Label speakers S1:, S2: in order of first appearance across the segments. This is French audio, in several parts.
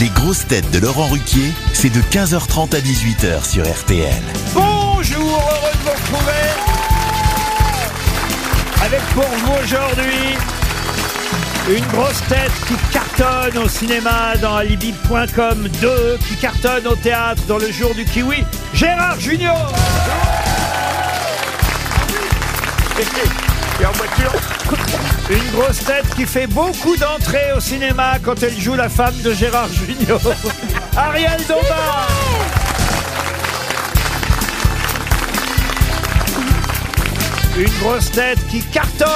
S1: Les grosses têtes de Laurent Ruquier, c'est de 15h30 à 18h sur RTL.
S2: Bonjour, heureux de vous retrouver avec pour vous aujourd'hui une grosse tête qui cartonne au cinéma dans Alibi.com 2, qui cartonne au théâtre dans le jour du kiwi, Gérard Junior. Et en voiture Une grosse tête qui fait beaucoup d'entrées au cinéma quand elle joue la femme de Gérard Junior. Ariel Dombard Une grosse tête qui cartonne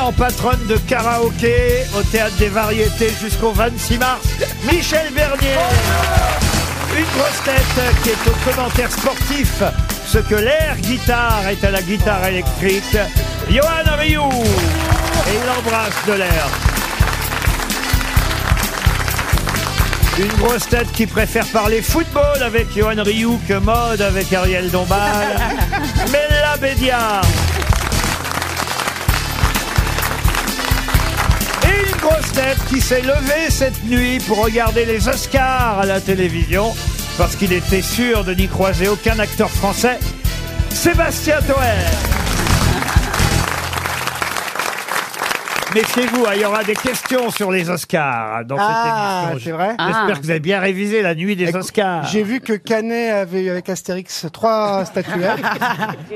S2: en patronne de karaoké au théâtre des variétés jusqu'au 26 mars, Michel Bernier. Une grosse tête qui est au commentaire sportif, ce que l'air guitare est à la guitare électrique, Johan Rioux. Et il embrasse de l'air. Une grosse tête qui préfère parler football avec Johan Rioux que mode avec Ariel Dombal. Mella Bédia. Et une grosse tête qui s'est levée cette nuit pour regarder les Oscars à la télévision parce qu'il était sûr de n'y croiser aucun acteur français. Sébastien Toer. Méfiez-vous, hein, il y aura des questions sur les Oscars dans
S3: Ah,
S2: cette émission.
S3: c'est vrai
S2: J'espère que vous avez bien révisé la nuit des Oscars.
S3: Ah. J'ai vu que Canet avait eu avec Astérix trois statuettes.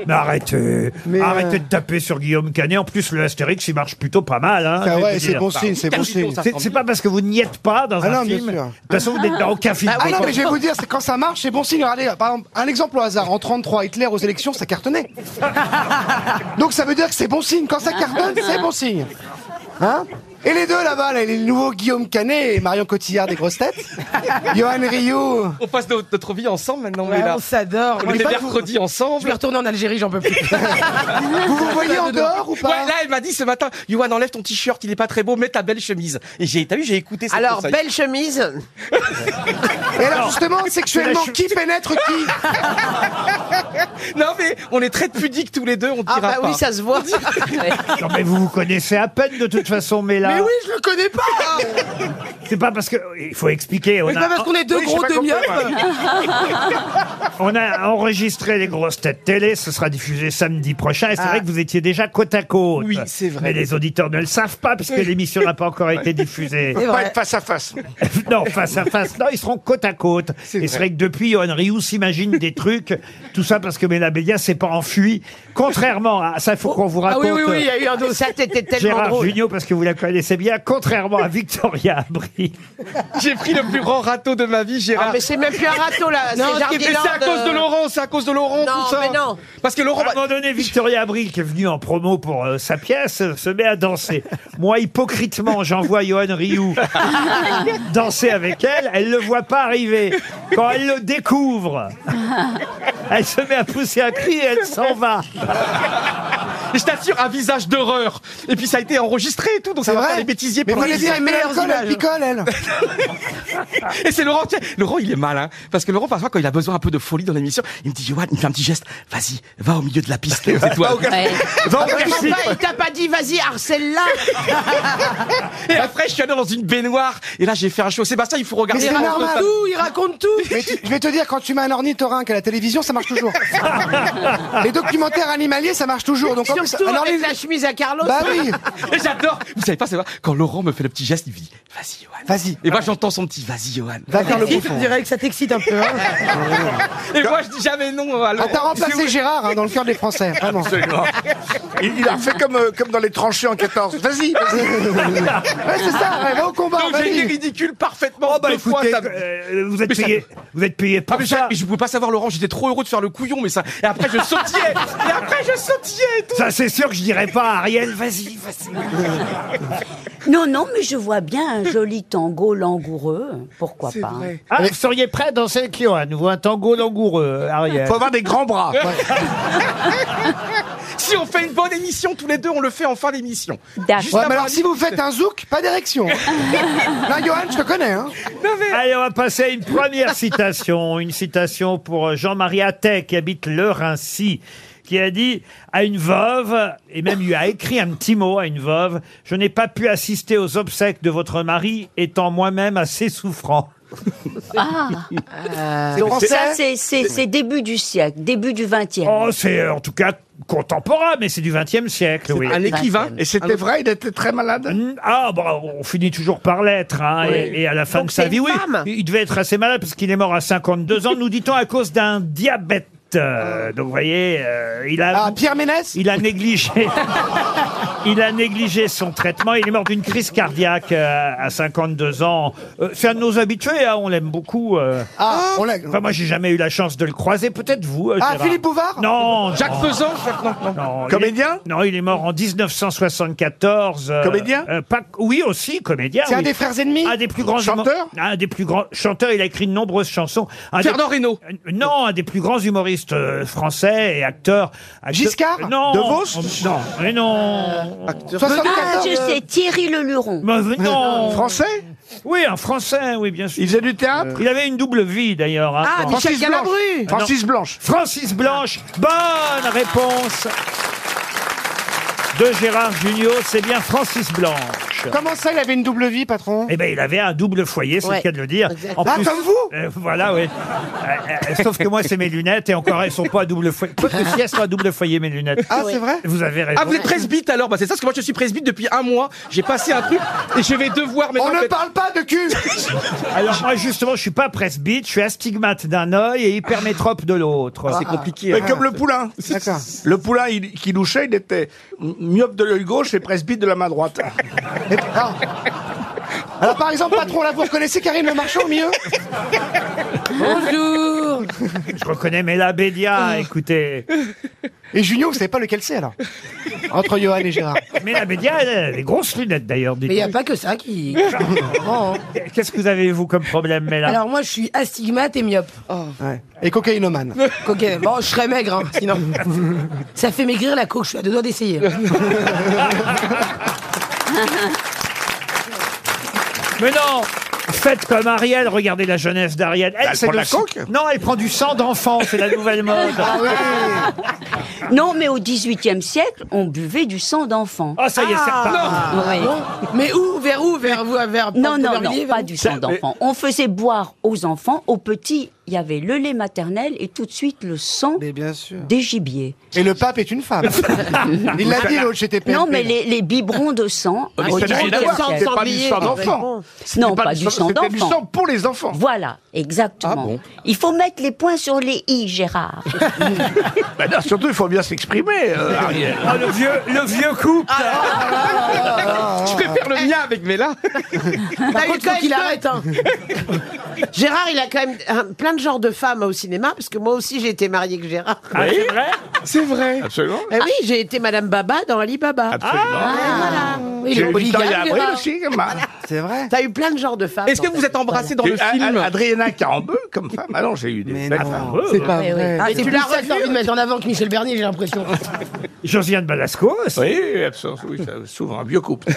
S2: Mais arrêtez,
S3: Mais,
S2: arrêtez
S3: euh,
S2: de taper sur Guillaume Canet. En plus, le Astérix, il marche plutôt pas mal. Hein, je
S3: Ah
S2: vais
S3: ouais,
S2: vous
S3: c'est
S2: dire.
S3: bon signe, c'est bon signe.
S2: C'est c'est pas parce que vous n'y êtes pas dans
S3: Ah
S2: un
S3: non, bien
S2: film. De
S3: sûr.
S2: toute façon, vous n'êtes dans aucun film.
S3: Ah non, mais je vais vous dire, c'est quand ça marche, c'est bon signe. Regardez, par exemple, un exemple au hasard. En 33, Hitler aux élections, ça cartonnait. Donc ça veut dire que c'est bon signe. Quand ça cartonne, c'est bon signe. Hein Et les deux là-bas, là, les nouveaux Guillaume Canet et Marion Cotillard des grosses têtes. Johan Rio.
S4: On passe notre, notre vie ensemble maintenant, on
S5: Ouais,
S4: est là.
S5: on s'adore.
S4: On
S5: Moi,
S4: est
S5: je vais-
S4: mercredi
S5: Je vais
S4: ensemble.
S5: retourner en Algérie, j'en peux plus.
S3: Vous vous voyez en dehors ou
S4: Ouais,
S3: pas
S4: là, elle m'a dit ce matin, Yoann, enlève ton t-shirt, il est pas très beau, mets ta belle chemise. Et j'ai, t'as vu, j'ai écouté cette
S5: Alors,
S4: conseil.
S5: belle chemise.
S3: Et alors justement, sexuellement,
S2: La che-
S3: qui pénètre qui
S4: Non, mais on est très pudiques tous les deux, on
S5: Ah
S4: dira
S5: bah
S4: pas.
S5: oui, ça se voit.
S2: Non, mais vous vous connaissez à peine de toute façon, mais là,
S3: Mais oui, je le connais pas
S2: c'est pas parce que il faut expliquer. On
S5: C'est pas
S2: a,
S5: parce qu'on est deux
S4: Oui, j'ai
S5: gros
S4: pas
S5: deux
S4: compris,
S5: miopes.
S2: on a enregistré les grosses têtes télé. Ce sera diffusé samedi prochain. Et
S3: Ah.
S2: c'est vrai que vous étiez déjà côte à côte.
S4: Oui, c'est vrai.
S2: Mais les auditeurs ne le savent pas puisque l'émission n'a pas encore été diffusée.
S5: C'est vrai.
S3: face à face.
S2: non, face à face. Non, ils seront côte à côte. Et c'est vrai que depuis, Johan Rioux s'imagine des trucs. Tout ça parce que Mélabédia s'est pas enfui. Contrairement à ça, il faut qu'on vous
S5: Ah
S2: raconte. euh,
S5: oui, oui, oui, il y a eu un dos. Ça, c'était tellement
S2: Gérard
S5: drôle.
S2: Jugnot, parce que vous la connaissez bien, contrairement à Victoria Abri.
S4: J'ai pris le plus grand râteau de ma vie,
S5: Ah,
S4: Gérard.
S5: mais c'est même plus un râteau, là.
S4: Non,
S5: C'est
S4: c'est mais c'est à
S5: Jardiland,
S4: cause de
S5: euh,
S4: Laurent, c'est à cause de Laurent,
S5: Non,
S4: tout ça.
S5: mais non.
S4: Parce que Laurent,
S2: À un moment donné, Victoria Abril, qui est venue en promo pour euh, sa pièce, euh, se met à danser. Moi, hypocritement, j'envoie Johan Rioux danser avec elle. Elle le voit pas arriver. Quand elle le découvre, elle se met à pousser un cri et elle s'en va.
S4: je t'assure, un visage d'horreur. Et puis ça a été enregistré et tout, donc ça
S3: C'est
S4: va faire
S3: vrai
S4: les bêtisiers
S3: Mais
S4: pour
S3: fallait
S4: les-
S3: dire, elle met
S5: meilleures
S3: l'alcool, elle
S4: hein.
S5: images.
S3: picole, elle.
S4: Et c'est Laurent, tiens, Laurent, il est malin. Parce que Laurent, parfois, quand il a besoin un peu de folie dans l'émission, il me dit, Johan, il me fait un petit geste, vas-y, va au milieu de la piste, les étoiles.
S2: Va au
S5: Papa,
S2: Mexique.
S5: il t'a pas dit, vas-y, harcèle-la.
S4: Et après, je suis allé dans une baignoire. Et là, j'ai fait un show. Sébastien, il faut
S3: Mais
S4: regarder.
S3: c'est
S4: Ah,
S3: normal.
S5: Tout, il raconte tout.
S3: Mais tu- je vais te dire, quand tu mets un ornithorynque à la télévision, ça marche toujours. Les documentaires animaliers, ça marche toujours. Donc en plus,
S5: Surtout
S3: un
S5: avec
S3: ornith-
S5: la chemise à Carlos.
S3: Bah oui,
S4: Et j'adore. Vous savez pas, c'est vrai. Quand Laurent me fait le petit geste, il me dit, vas-y, Johan.
S3: Vas-y.
S4: Et moi, j'entends son petit, vas-y, Johan.
S3: va faire le
S5: Je
S3: bouffon.
S5: dirais que ça t'excite un peu. hein.
S4: Et moi, je dis jamais non à
S3: Ah,
S4: Laurent.
S3: t'as remplacé Gérard hein, dans le cœur des Français, vraiment.
S6: Il, il a fait comme, euh, comme dans les tranchées en 14. Vas-y, vas-y.
S3: Ouais, c'est ça, ouais, va au combat,
S4: Donc, j'ai été
S3: vas-y. Oh,
S4: ridicule parfaitement.
S2: Bah,
S4: deux fois,
S2: écoutez,
S4: ça-
S2: euh, vous êtes
S4: Mais ça-
S2: payé, vous êtes payé
S4: Ah,
S2: par
S4: mais, j'ai-
S2: ça.
S4: mais je pouvais pas savoir, Laurent. J'étais trop heureux de faire le couillon, mais ça. Et après, je sautillais. Et après, je sautillais et tout.
S2: Ça, c'est sûr que je dirais pas à Ariel, vas-y, vas-y.
S7: Non, non, mais je vois bien un joli tango langoureux. Pourquoi pas hein.
S2: Ah, vous seriez prêt à danser avec Johan, vous, un tango langoureux, euh, Ariel.
S6: Faut avoir des grands bras.
S4: Si on fait une bonne émission, tous les deux, on le fait en fin d'émission.
S7: D'accord.
S4: Juste
S3: Ouais,
S4: avant
S3: mais
S4: la-
S3: alors si vous faites un zouk, pas d'érection. Là, Johan, je te connais. Hein.
S2: Allez, on va passer à une première citation. Une citation pour euh, Jean-Marie Attet, qui habite Le Rincy, qui a dit à une veuve, et même lui a écrit un petit mot à une veuve Je n'ai pas pu assister aux obsèques de votre mari, étant moi-même assez souffrant.
S7: Ah,
S3: C'est
S7: ça,
S3: français
S7: c'est- c'est c'est début du siècle, début du 20e.
S2: Oh, c'est euh, en tout cas contemporain, mais c'est du XXe siècle, oui.
S4: Un écrivain.
S6: Et c'était vrai, il était très malade
S2: Mm, Ah, bon, on finit toujours par l'être, hein, et, et à la fin de sa vie, oui. Il devait être assez malade parce qu'il est mort à 52 ans, nous dit-on, à cause d'un diabète. Euh, donc, vous voyez, euh, il a.
S3: Ah, Pierre Ménès
S2: Il a négligé. Il a négligé son traitement. Il est mort d'une crise cardiaque euh, à 52 ans. Euh, C'est un de nos habitués. hein, on l'aime beaucoup. euh.
S6: Oh.
S3: Ah, on l'a.
S2: Enfin, moi, j'ai jamais eu la chance de le croiser. Peut-être vous. euh,
S3: Ah,
S2: Gérard.
S3: Philippe Bouvard
S2: Non.
S4: Jacques
S2: non,
S4: Faisan, je crois que non, non.
S2: non, il est-
S6: Comédien
S2: Non, il est mort en 1974. euh,
S6: Comédien
S2: euh, pas- Oui, aussi comédien.
S3: C'est un
S2: oui.
S3: des frères ennemis
S2: Un des plus grands humo-
S6: Chanteur
S2: Un des plus grands chanteurs. Il a écrit de nombreuses chansons. Un des-
S4: Fernand Reynaud.
S2: Euh, Non, un des plus grands humoristes euh, français et acteurs. Acteur-
S3: Giscard
S2: Non. Oh,
S6: De Vos
S2: Non, mais non.
S7: Ah,
S3: 74
S7: je sais, Thierry Leluron.
S2: Mais non.
S6: Français
S2: Oui, un français, oui, bien sûr.
S6: Il faisait du théâtre
S2: Euh. Il avait une double vie d'ailleurs. hein,
S5: Ah,
S2: quand-
S5: Michel
S6: Francis Blanche.
S5: Galabru
S6: Francis Blanche.
S2: Francis Blanche, bonne réponse de Gérard Junior, c'est bien Francis Blanche.
S3: Comment ça, il avait une double vie, patron
S2: Eh ben, il avait un double foyer, c'est le
S5: Ouais,
S2: cas de le dire.
S5: exactement.
S2: En
S3: Ah, comme vous
S2: Euh, Voilà, oui. Euh, euh, sauf que moi, c'est mes lunettes et encore, elles sont pas à double foyer. Quoique, si elles sont à double foyer, mes lunettes.
S3: Ah, c'est vrai
S2: Vous avez raison.
S4: Ah, vous êtes presbyte alors Bah, C'est ça, parce que moi je suis presbyte depuis un mois. J'ai passé un truc et je vais devoir
S3: On
S4: maintenant.
S3: ne
S4: peut-être-
S3: parle pas de cul
S2: Alors, moi, justement, je suis pas presbyte, je suis astigmate d'un œil et hypermétrope de l'autre.
S3: Ah,
S4: C'est compliqué.
S6: Mais
S4: hein.
S6: comme le poulain.
S3: D'accord.
S6: Le poulain il- qui louchait, il était myope de l'œil gauche et presbyte de la main droite.
S3: Et- ah. Alors, par exemple, patron, là, vous reconnaissez Karine Le Marchand au milieu
S2: Oh,
S5: Bonjour
S2: Je reconnais Mela Bédia,
S5: Oh.
S2: écoutez.
S3: Et Junio, vous savez pas lequel c'est, alors Entre Johan et Gérard.
S2: Mela Bédia, elle a des grosses lunettes d'ailleurs. dites.
S5: Mais il n'y a pas que ça qui... Bon, hein.
S2: Qu'est-ce que vous avez, vous, comme problème, Mela
S5: Alors moi je suis astigmate et myope.
S3: Ouais. Et cocaïnomane.
S5: Ok, bon je serais maigre hein, sinon. Ça fait maigrir la coke, je suis à deux doigts d'essayer.
S8: Ah,
S2: Mais non Faites comme Ariel, regardez la jeunesse d'Ariel.
S3: Bah,
S2: Elle,
S6: elle
S2: c'est
S6: prend de
S2: le
S6: la
S2: sang-
S6: coke
S2: Non, elle prend du sang d'enfant, c'est la nouvelle mode.
S3: Ah
S7: Non, mais au 18e siècle, on buvait du sang d'enfant.
S2: Ah, ça y est, c'est reparti.
S7: Oui.
S5: Mais où Vers où Vers vous Vers
S7: Non, non,
S5: Vervilliers,
S7: non,
S5: vers
S7: pas
S5: où
S7: du sang d'enfant. On faisait boire aux enfants, aux petits, il y avait le lait maternel et tout de suite le sang
S3: Mais bien sûr.
S7: des gibiers.
S3: Et le pape est une femme. Il l'a dit, l'autre, j'étais
S7: Non, mais les, les biberons de sang.
S6: Mais
S7: au
S6: ça n'a rien à
S7: 18e
S6: voir,
S7: siècle.
S6: c'était pas du sang d'enfant. C'était
S7: Non, pas
S6: du
S7: du sang
S6: C'était du
S7: d'enfant.
S6: sang pour les enfants.
S7: Voilà,
S2: Ah
S7: exactement. Il faut mettre les points sur les i, Gérard.
S6: Bah non, surtout, il faut bien s'exprimer, euh, Ariel. Ah,
S2: Ah, le vieux, le vieux couple.
S4: Je vais faire le mien avec Mela.
S5: Par contre, faut qu'il arrête. hein.
S9: Gérard, il a quand même hein, plein de genres de femmes au cinéma, parce que moi aussi j'ai été mariée avec Gérard.
S2: Ah, c'est vrai
S4: C'est vrai.
S6: Absolument.
S9: Eh oui, j'ai été Madame Baba dans Ah, Ali Baba.
S6: Absolument.
S5: Il
S6: J'ai
S5: est
S6: eu
S5: polygame,
S6: Victoria Abril
S5: Gérard.
S6: aussi, comme femme.
S3: C'est vrai.
S9: T'as eu plein de genres de femmes.
S4: Est-ce que
S9: dans
S4: vous
S9: ta
S4: êtes embrassé dans
S6: J'ai
S4: le
S6: eu A-
S4: film
S6: A- Adriana Carambeu comme femme. Ah non, j'ai eu des
S3: Mais
S6: belles femmes.
S3: non, c'est pas
S7: Oui, oui.
S3: vrai.
S5: Ah, c'est plus ça que t'as envie de mettre en avant que Michel Bernier, j'ai l'impression.
S2: Josiane Balasco. aussi.
S6: Oui, absence, oui, ça, souvent, un vieux couple.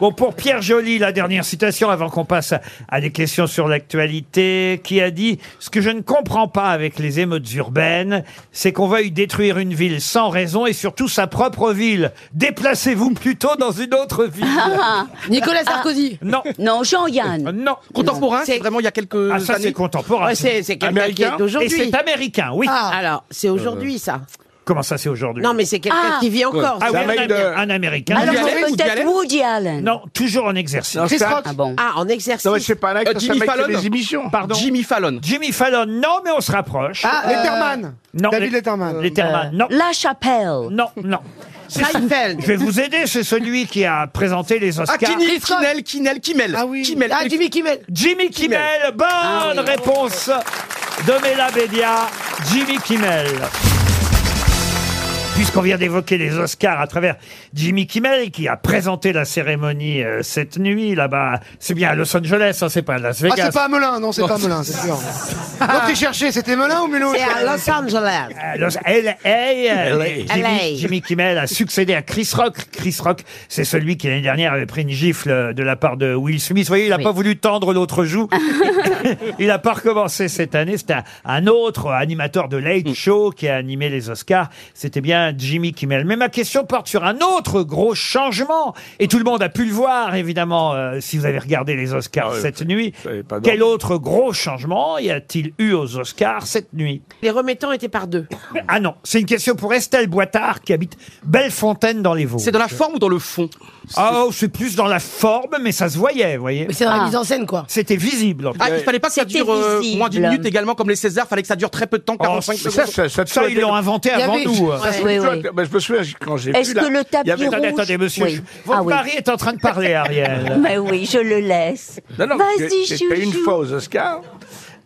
S2: Bon, pour Pierre Joly, la dernière citation avant qu'on passe à- à des questions sur l'actualité, qui a dit Ce que je ne comprends pas avec les émeutes urbaines, c'est qu'on veuille détruire une ville sans raison et surtout sa propre ville. Déplacez-vous plutôt dans une autre ville. Ah,
S5: Nicolas Sarkozy.
S2: Non, Euh,
S7: Non, Jean-Yann.
S2: non.
S4: Contemporain, c'est vraiment il y a quelques
S2: Ah, ça, c'est
S4: années.
S2: contemporain.
S9: Ouais, c'est c'est quelqu'un qui
S6: Américain
S9: est
S2: Et
S9: d'aujourd'hui. Ah.
S2: c'est américain, oui.
S9: Alors, c'est aujourd'hui ça.
S2: Comment ça, c'est aujourd'hui
S9: Non, mais c'est quelqu'un
S7: Ah.
S9: qui vit encore.
S2: Ah
S9: ça.
S2: oui,
S6: un
S2: un,
S6: mec
S2: Amé-
S6: de-
S2: un américain.
S7: Alors,
S4: Woody Allen,
S7: c'est
S4: Woody
S7: peut-être
S4: Allen
S7: Woody Allen.
S2: Non, toujours en exercice.
S6: Non,
S3: Chris
S6: c'est un-
S3: Rock.
S7: Ah bon
S9: Ah, en exercice.
S6: non, mais c'est pas un acte,
S4: Euh,
S6: c'est un
S4: Jimmy
S6: mec qui fait
S4: Fallon.
S6: des émissions.
S2: Pardon.
S4: Jimmy Fallon. Euh,
S2: Jimmy Fallon, non, mais on se rapproche.
S3: Ah, Letterman.
S2: non,
S3: David
S2: les-
S3: Letterman.
S2: Letterman, non.
S7: La Chapelle.
S2: Non, non. C'est-
S9: Euh, Seinfeld.
S2: Je vais vous aider, c'est celui qui a présenté les
S4: Ah,
S2: Oscars.
S4: Kinney, Kinnel, Kinnel, Kimmel.
S3: Ah oui.
S4: Kimmel.
S9: Ah, Jimmy Kimmel. Ah
S2: Jimmy Kimmel, bonne réponse de Mela Bédia, Jimmy Kimmel. Puisqu'on vient d'évoquer les Oscars à travers Jimmy Kimmel qui a présenté la cérémonie euh, cette nuit là-bas, c'est bien à Los Angeles, hein, c'est pas à Las
S3: Ah,
S2: Vegas.
S3: c'est pas à Melun, non, c'est pas à Melun, c'est sûr. Quand tu cherchais, c'était Melun ou Mulhouse
S9: C'est à Los Angeles.
S2: À Los- LA, euh,
S9: LA.
S2: Jimmy, Jimmy Kimmel a succédé à Chris Rock. Chris Rock, c'est celui qui l'année dernière avait pris une gifle euh, de la part de Will Smith. Vous voyez, il n'a pas voulu tendre l'autre joue. il n'a pas recommencé cette année. C'était un, un autre animateur de Late Show qui a animé les Oscars. C'était bien Jimmy Kimmel. Mais ma question porte sur un autre gros changement. Et tout le monde a pu le voir, évidemment, euh, si vous avez regardé les Oscars cette nuit.
S6: pas
S2: Quel autre gros changement y a-t-il eu aux Oscars cette nuit
S9: Les remettants étaient par deux.
S2: Ah non, c'est une question pour Estelle Boitard qui habite Bellefontaine dans les Vosges.
S4: C'est dans la forme ou dans le fond
S2: Ah, oh, c'est plus dans la forme, mais ça se voyait, vous voyez.
S5: Mais c'est dans la
S7: Ah.
S5: mise en scène, quoi.
S2: C'était visible. en tout cas.
S4: Ah, il fallait pas que ça
S7: C'était
S4: dure euh, moins d'une
S7: visible.
S4: minute également, comme les Césars, fallait que ça dure très peu de temps, 45
S2: Oh,
S4: secondes.
S6: Ça, ça, ça,
S2: Ça, ils l'ont inventé
S5: y
S2: avant
S5: avait-
S2: nous.
S6: Ça, c'est
S7: Ouais,
S6: tout.
S7: ouais.
S6: Ben, je me souviens, quand j'ai
S7: Est-ce
S6: vu la-
S7: que le tapis
S6: il y avait-
S7: rouge
S2: Attendez, attendez, monsieur.
S7: Oui.
S2: je- Votre
S7: Ah oui.
S2: mari est en train de parler, Ariel.
S7: Mais oui, je le laisse.
S6: Non, non,
S7: Vas-y,
S6: j'étais- j'étais une
S7: chouchou.
S6: fois aux Oscars,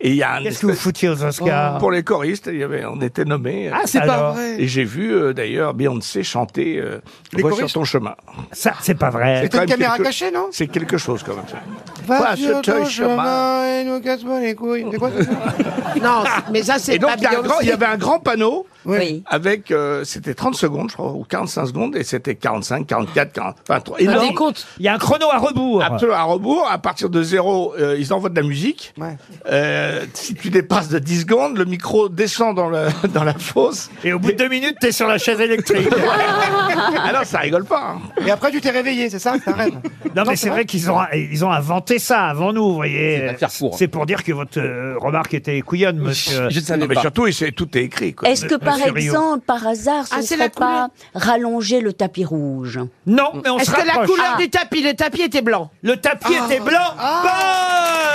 S6: et il y a un
S2: Qu'est-ce que vous
S6: espèce-
S2: foutiez aux Oscars
S6: Pour les choristes, il y avait, on était nommés.
S2: Ah, c'est pas vrai.
S6: et j'ai vu euh, d'ailleurs Beyoncé chanter euh,
S4: Les
S6: Vois sur
S4: choristes.
S6: ton chemin.
S2: Ça, c'est pas vrai.
S3: C'était
S6: quand
S3: une
S6: même
S3: caméra
S6: quelque-
S3: cachée, non
S6: C'est quelque chose quand même. ça.
S3: Va
S6: Vois
S3: sur
S6: sur
S3: ton
S6: ton
S3: chemin
S6: chemin.
S3: et nous casse-moi les couilles. C'est quoi ça
S9: Non, mais ça, c'est
S6: Et donc
S9: pas
S6: il y, a un
S9: bien.
S6: grand- il y avait un grand panneau
S7: Oui.
S6: avec euh, c'était 30 secondes je crois ou 45 secondes et c'était 45, 44, 40, enfin trois-
S5: Ah, Des
S6: énorme.
S5: comptes.
S2: Il y a un chrono à rebours.
S6: Absolument, à rebours, à partir de zéro, euh, ils envoient de la musique.
S3: Ouais.
S6: Euh, si tu dépasses de 10 secondes, le micro descend dans, le, dans la fosse.
S2: Et au bout de deux minutes, t'es sur la chaise électrique.
S6: Alors, ça rigole pas. hein.
S3: Et après, tu t'es réveillé, c'est ça C'est un rêve.
S2: non, mais c'est vrai qu'ils ont, eh, ils ont inventé ça avant nous, vous
S4: C'est
S2: voyez.
S4: pas de faire court.
S2: C'est pour dire que votre euh, remarque était couillonne, monsieur.
S4: hein. Je ne savais
S6: mais
S4: pas.
S6: surtout, il s'est- tout est écrit. Quoi.
S7: Est-ce que par
S2: Monsieur Rio.
S7: exemple, par hasard, ce
S9: Ah,
S7: ne
S9: c'est la
S7: serait pas rallonger le tapis rouge
S2: Non, mais on se
S9: Est-ce que
S2: rapproche.
S9: la couleur
S2: Ah,
S9: du tapis, le tapis était blanc Ah.
S2: Le tapis
S6: Ah.
S2: était blanc.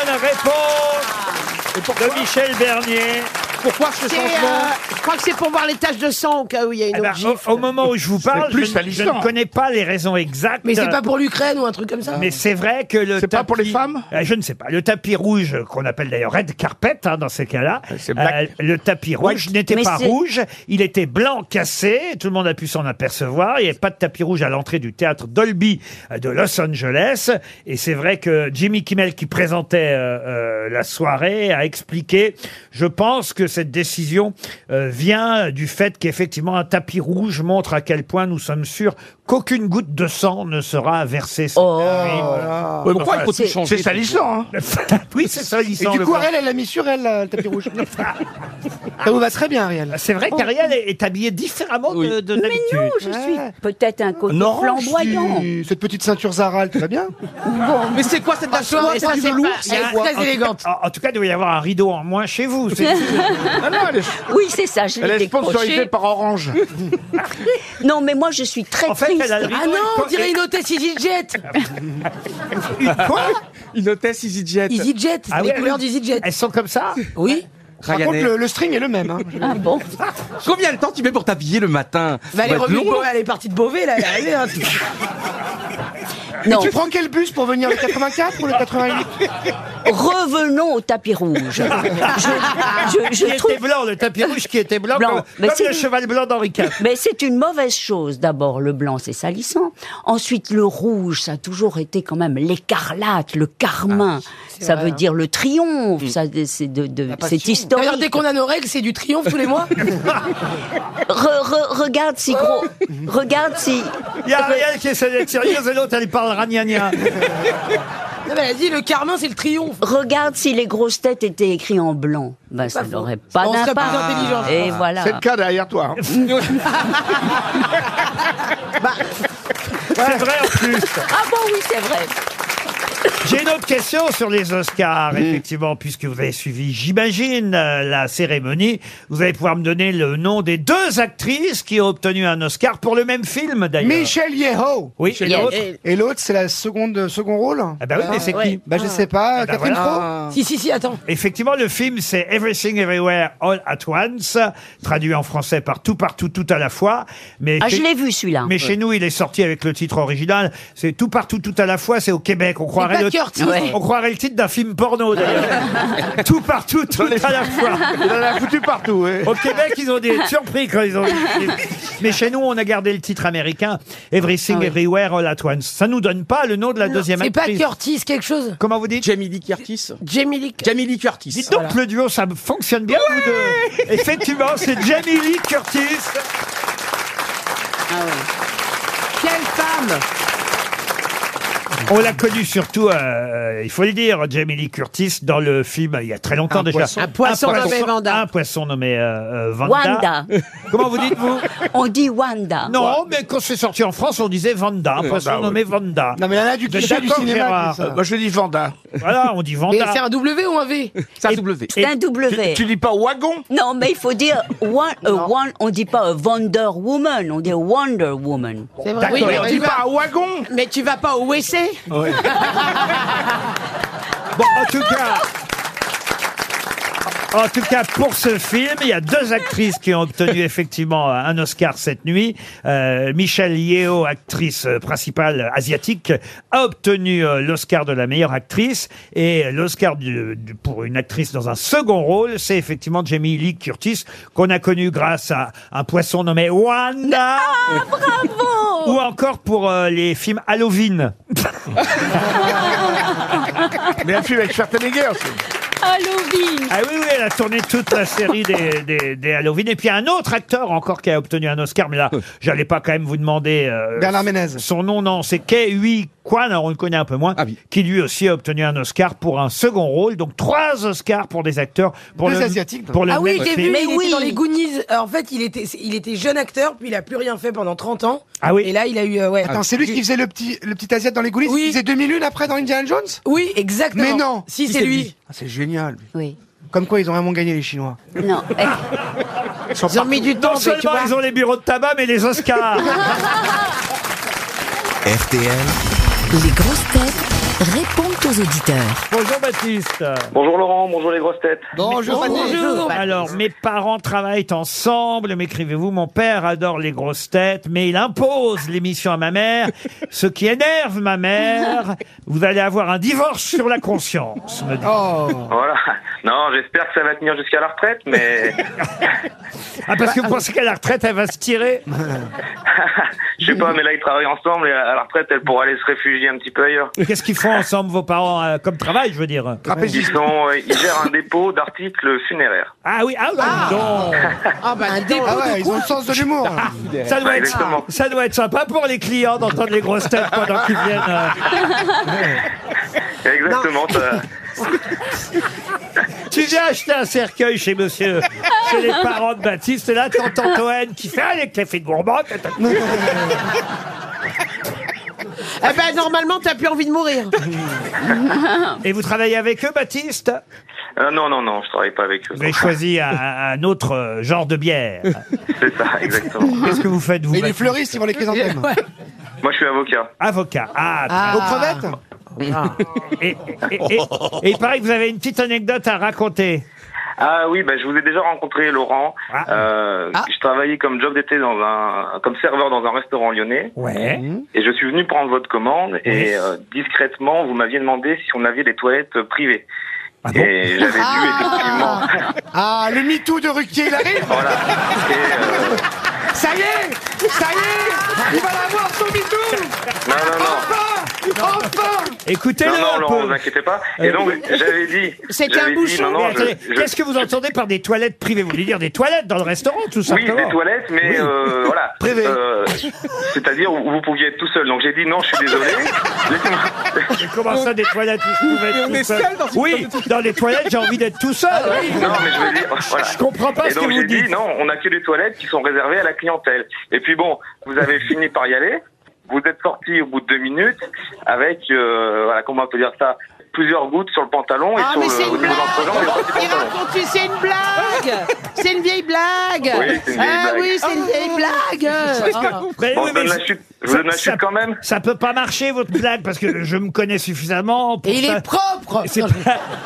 S2: Bonne réponse de Michel Bernier.
S4: Pourquoi ce
S9: C'est, euh, Je crois que c'est pour voir les taches de sang au cas où il y a
S2: Eh
S9: une
S2: ben,
S9: autre gifle.
S2: au, au moment où je vous parle,
S6: plus
S2: je, ne- je ne
S6: salissant.
S2: connais pas les raisons exactes.
S5: Mais c'est pas pour l'Ukraine ou un truc comme ça.
S2: Mais c'est vrai que le
S6: C'est pas
S2: tapis-
S6: pour les femmes
S2: Euh, Je ne sais pas. Le tapis rouge, qu'on appelle d'ailleurs red carpet hein, dans ces cas-là,
S6: Euh,
S2: euh,
S6: c'est black.
S2: le tapis rouge n'était
S7: Mais
S2: pas
S7: c'est-
S2: rouge, il était blanc cassé, tout le monde a pu s'en apercevoir, il n'y avait pas de tapis rouge à l'entrée du théâtre Dolby euh, de Los Angeles, et c'est vrai que Jimmy Kimmel qui présentait euh, euh, la soirée a expliqué, je pense que cette décision euh, vient du fait qu'effectivement un tapis rouge montre à quel point nous sommes sûrs qu'aucune goutte de sang ne sera versée cette
S7: Oh.
S2: nuit.
S4: Ouais, pourquoi il faut tout
S7: c'est-
S4: changer
S6: C'est salissant. Hein.
S2: oui, c'est ça,
S3: Et du coup, Ariel, elle a mis sur elle euh, le tapis rouge. Ça vous va très bien, Ariel. Oh.
S2: C'est vrai qu'Ariel est, est habillée différemment de, de
S7: Mais
S2: d'habitude.
S7: non, je suis peut-être un côté
S6: orange,
S7: flamboyant.
S3: Tu- Cette petite ceinture Zara, elle te va bien
S4: Mais c'est quoi cette
S9: Parce que moi,
S4: nature
S9: ça, c'est pas-
S2: Il y a-
S5: Elle est très
S2: en tout cas-
S5: élégante.
S2: En, en tout cas, il doit y avoir un rideau en moins chez vous. c'est sûr.
S6: Ah non, elle est,
S7: Oui, c'est ça, je
S6: elle
S7: l'ai
S6: est sponsorisée
S7: décroché.
S6: par Orange.
S7: Non, mais moi, je suis très
S2: En fait,
S7: triste.
S2: elle a le rideau.
S5: Ah non, on dirait une hôtesse EasyJet.
S2: Quoi
S4: Une hôtesse EasyJet.
S5: EasyJet, c'est
S2: Ah
S5: les
S2: ouais,
S5: couleurs
S2: oui.
S5: d'EasyJet.
S2: Elles sont comme ça
S5: Oui.
S3: Par contre,
S4: Ryanair.
S3: le, le string est le même. hein.
S7: Ah bon
S4: Combien de temps tu mets pour t'habiller le matin Ça
S5: Bah, elle, est
S4: va être
S5: revenue de
S4: long,
S5: Beauvais, elle est partie de Beauvais, là, elle est arrivée. hein.
S7: Non,
S3: Tu prends quel bus pour venir le 84 ou le 88
S7: revenons au tapis rouge. Je, je- je
S2: Qui était
S7: trouve...
S2: blanc, le tapis rouge qui était blanc,
S7: Blanc. Bah,
S2: comme,
S7: Mais
S2: comme
S7: c'est-
S2: le cheval blanc d'Henri IV.
S7: Mais c'est une mauvaise chose. D'abord, le blanc, c'est salissant. Ensuite, le rouge, ça a toujours été quand même l'écarlate, le carmin.
S3: Ah,
S7: ça
S3: hein.
S7: veut dire le triomphe.
S3: Mm.
S7: Ça, c'est de, de- c'est
S5: D'ailleurs, dès
S7: historique.
S5: qu'on a nos règles, c'est du triomphe tous les mois.
S7: Re- re- regarde si gros, regarde si.
S2: Il y
S7: Bah,
S2: a Ariel qui essaie d'être sérieuse et l'autre, elle parle ragnagna.
S5: Non, mais elle a dit le carmin, c'est le triomphe.
S7: Regarde si les grosses têtes étaient écrites en blanc. Ben, ça
S5: faux.
S7: n'aurait pas
S5: On serait plus intelligent,
S7: d'impact.
S5: je
S7: Et
S6: C'est le
S7: voilà.
S6: cas derrière toi. hein.
S2: C'est vrai en plus.
S7: Ah bon, oui, c'est vrai.
S2: J'ai une autre question sur les Oscars, effectivement, puisque vous avez suivi, j'imagine, euh, la cérémonie. Vous allez pouvoir me donner le nom des deux actrices qui ont obtenu un Oscar pour le même film, d'ailleurs.
S3: Michel Yeoh
S2: Oui, et l'autre.
S9: Et-
S3: Et l'autre, c'est la seconde second rôle
S2: Ah bah oui, mais c'est qui
S3: Bah je sais pas,
S2: bah
S3: Catherine
S2: voilà.
S3: Fro
S7: Ah.
S5: Si, si, si, attends.
S2: Effectivement, le film, c'est Everything Everywhere All at Once, traduit en français par tout, partout, tout à la fois. Mais
S7: Ah,
S2: chez-
S7: je l'ai vu celui-là.
S2: Mais chez nous, il est sorti avec le titre original. C'est tout partout, tout à la fois. C'est au Québec. On croirait,
S5: pas
S2: le,
S5: Curtis.
S7: Ouais.
S2: on croirait le titre d'un film porno, d'ailleurs. tout partout, tout à la fois.
S6: Il en a foutu partout. ouais.
S2: Au Québec, ils ont été surpris quand ils ont. Mais chez nous, on a gardé le titre américain Everything
S7: Ah oui.
S2: Everywhere All at Once. Ça nous donne pas le nom de la deuxième
S5: C'est pas
S2: actrice.
S5: Curtis, quelque chose.
S2: Comment vous dites
S4: Jamie Lee Curtis.
S9: Jamie Lee Curtis.
S4: Jamie Lee Curtis.
S2: Dites donc le duo, ça fonctionne bien vous deux. Effectivement, c'est Jamie Lee Curtis.
S4: Ah
S9: Quelle femme
S2: On l'a connue surtout, euh, il faut le dire, Jamie Lee Curtis dans le film il y a très longtemps déjà.
S9: Un poisson nommé Vanda.
S2: Un poisson nommé euh, euh, Vanda.
S7: Wanda.
S2: Comment vous dites-vous
S7: On dit Wanda.
S2: Non, mais quand c'est sorti en France, on disait Vanda, un poisson nommé Vanda.
S3: Non, mais il y en a du
S2: Vous êtes
S3: cliché du
S2: d'accord,
S3: cinéma.
S2: Gérard
S3: qui dit ça.
S8: Moi, je dis Vanda.
S2: Voilà, on dit
S5: Mais
S2: Vanda.
S5: c'est un W ou un V
S4: C'est un W.
S7: C'est un W.
S8: Tu dis pas wagon
S7: Non, mais il faut dire one, euh, one- on dit pas euh, Wonder Woman, on dit Wonder Woman.
S9: C'est vrai.
S2: D'accord.
S9: Oui, mais,
S8: On
S9: tu
S8: dit
S9: vas,
S8: pas wagon
S9: mais tu vas pas au WC
S2: Bon, en tout cas. En tout cas, pour ce film, il y a deux actrices qui ont obtenu effectivement un Oscar cette nuit. Euh, Michelle Yeo, actrice euh, principale asiatique, a obtenu euh, l'Oscar de la meilleure actrice. Et l'Oscar du- du- pour une actrice dans un second rôle, c'est effectivement Jamie Lee Curtis, qu'on a connue grâce à un poisson nommé Wanda.
S8: Ah
S2: Ou encore pour euh, les films Halloween.
S8: Mais un film avec Schwarzenegger, c'est...
S2: Ah oui, oui, elle a tourné toute la série des, des, des Halloween. Et puis il y a un autre acteur encore qui a obtenu un Oscar, mais là, j'allais pas quand même vous demander euh,
S3: Bernard Ménez.
S2: son nom, non, c'est Kei Hui Kwan, alors on le connaît un peu moins,
S4: Ah oui.
S2: qui lui aussi a obtenu un Oscar pour un second rôle. Donc trois Oscars pour des acteurs. Pour
S3: Deux
S2: le,
S3: Asiatiques, donc.
S2: Pour le
S5: Ah oui,
S2: même
S5: j'ai
S2: film.
S5: vu,
S7: Mais
S5: il
S7: oui.
S5: était dans les Goonies. Alors, en fait, il était, il était jeune acteur, puis il a plus rien fait pendant 30 ans.
S2: Ah oui.
S5: Et là, il a eu, euh, ouais.
S3: Attends, c'est lui qui faisait le petit, le petit Asiate dans les Goonies
S5: Oui.
S3: Il faisait demi-lune après dans Indiana Jones
S5: Oui, exactement.
S3: Mais non.
S5: Si, c'est lui.
S3: Ah, C'est génial.
S7: Oui.
S3: Comme quoi, ils ont vraiment gagné les Chinois.
S7: Non. eh,
S9: Ils ont mis du temps,
S2: Non
S9: mais tu
S2: seulement
S9: vois.
S2: ils ont les bureaux de tabac, mais les Oscars.
S10: RTL,
S11: Les grosses têtes répondent aux auditeurs.
S2: Bonjour Baptiste.
S12: Bonjour Laurent, bonjour les grosses têtes.
S9: Bonjour.
S2: Alors, mes parents travaillent ensemble, m'écrivez-vous, mon père adore les grosses têtes, mais il impose l'émission à ma mère, ce qui énerve ma mère. Vous allez avoir un divorce sur la conscience, me dit.
S12: Voilà. Non, j'espère que ça va tenir jusqu'à la retraite, mais
S2: Ah, parce que vous pensez qu'à la retraite, elle va se tirer
S12: je sais pas, mais là ils travaillent ensemble et à la retraite elle pourra aller se réfugier un petit peu ailleurs.
S2: Qu'est-ce qu'ils font ensemble, vos parents, euh, comme travail, je veux dire
S12: Ils sont, euh, ils gèrent un dépôt d'articles funéraires.
S2: Ah oui, ah, bah, dis donc.
S9: Ah bah, dis donc.
S3: Ah ouais, ils ont le sens de l'humour. là.
S2: ça, doit
S12: Exactement.
S2: être, ça doit être sympa pour les clients d'entendre les grosses têtes pendant qu'ils viennent. euh,
S12: Exactement. ça-
S2: Tu viens acheter un cercueil chez monsieur, chez les parents de Baptiste, et là, t'entends Toen qui fait avec les Euh, de gourmand. t'entends-
S9: Eh ben, normalement, t'as plus envie de mourir.
S2: Et vous travaillez avec eux, Baptiste
S12: Euh, non, non, non, je travaille pas avec eux.
S2: Vous avez choisi un, un autre euh, genre de bière.
S12: C'est ça, exactement.
S2: Qu'est-ce que vous faites, vous
S3: Mais les
S2: Baptiste
S3: fleuristes, ils vont les chrysanthèmes.
S12: Moi, je suis avocat.
S2: Avocat. Ah, très
S3: Aux crevettes
S2: bien. Et, et- et- et il paraît que vous avez une petite anecdote à raconter.
S12: Ah oui, bah, je vous ai déjà rencontré, Laurent.
S2: Ah.
S12: Euh, Je travaillais comme job d'été dans un, comme serveur dans un restaurant lyonnais.
S2: Ouais.
S12: Et je suis venu prendre votre commande et euh, discrètement, vous m'aviez demandé si on avait des toilettes privées.
S2: Ah
S12: et j'avais dû effectivement.
S3: Ah, le MeToo de Ruquier, il arrive
S12: voilà. Et, euh,
S3: Ça y est Ça y est Il va l'avoir, son MeToo
S12: non, non, non.
S3: Enfin Enfin
S2: Écoutez-le
S12: Non, non,
S2: un
S12: Laurent,
S2: peu. Euh,
S12: vous inquiétez pas. Et donc, j'avais dit.
S9: C'était un
S12: j'avais dit,
S9: bouchon,
S12: non, non,
S2: Mais
S12: je-
S2: attendez,
S12: je-
S2: Qu'est-ce que vous entendez par des toilettes privées Vous voulez dire des toilettes dans le restaurant, tout
S12: Oui,
S2: simplement
S12: des toilettes, mais euh, voilà.
S2: Privé.
S12: Euh, C'est-à-dire où vous pouviez être tout seul. Donc j'ai dit non, je suis désolé. Laissez-moi-
S2: Mais comment ça, des toilettes où je pouvais être
S4: on
S2: tout
S4: est
S2: seul
S4: seul dans une
S2: Oui, dans les toilettes, j'ai envie d'être tout seul.
S12: Ah Non, mais je veux dire, voilà.
S2: Ah Je comprends pas
S12: Et
S2: ce
S12: donc
S2: que vous
S12: j'ai dit,
S2: dites.
S12: non, on n'a que des toilettes qui sont réservées à la clientèle. Et puis bon, vous avez fini par y aller. Vous êtes sorti au bout de deux minutes avec, euh, voilà, comment on peut dire ça, plusieurs gouttes sur le pantalon et
S9: Ah,
S12: sur
S9: mais
S12: le,
S9: c'est
S12: au
S9: une
S12: niveau
S9: blague.
S12: de l'entrejambe et sorti du
S9: Il
S12: pantalon.
S9: raconte, c'est une blague. C'est une vieille blague.
S12: Oui, c'est une vieille
S9: ah
S12: blague.
S9: oui, c'est une vieille blague.
S2: Mais
S12: Bon,
S2: oui,
S12: je donne
S2: mais
S12: la
S2: je-
S12: chute, je vous donne la chute quand même.
S2: Ça peut pas marcher votre blague parce que je me connais suffisamment pour
S5: Et il
S2: ça-
S5: est propre.
S2: C'est pas,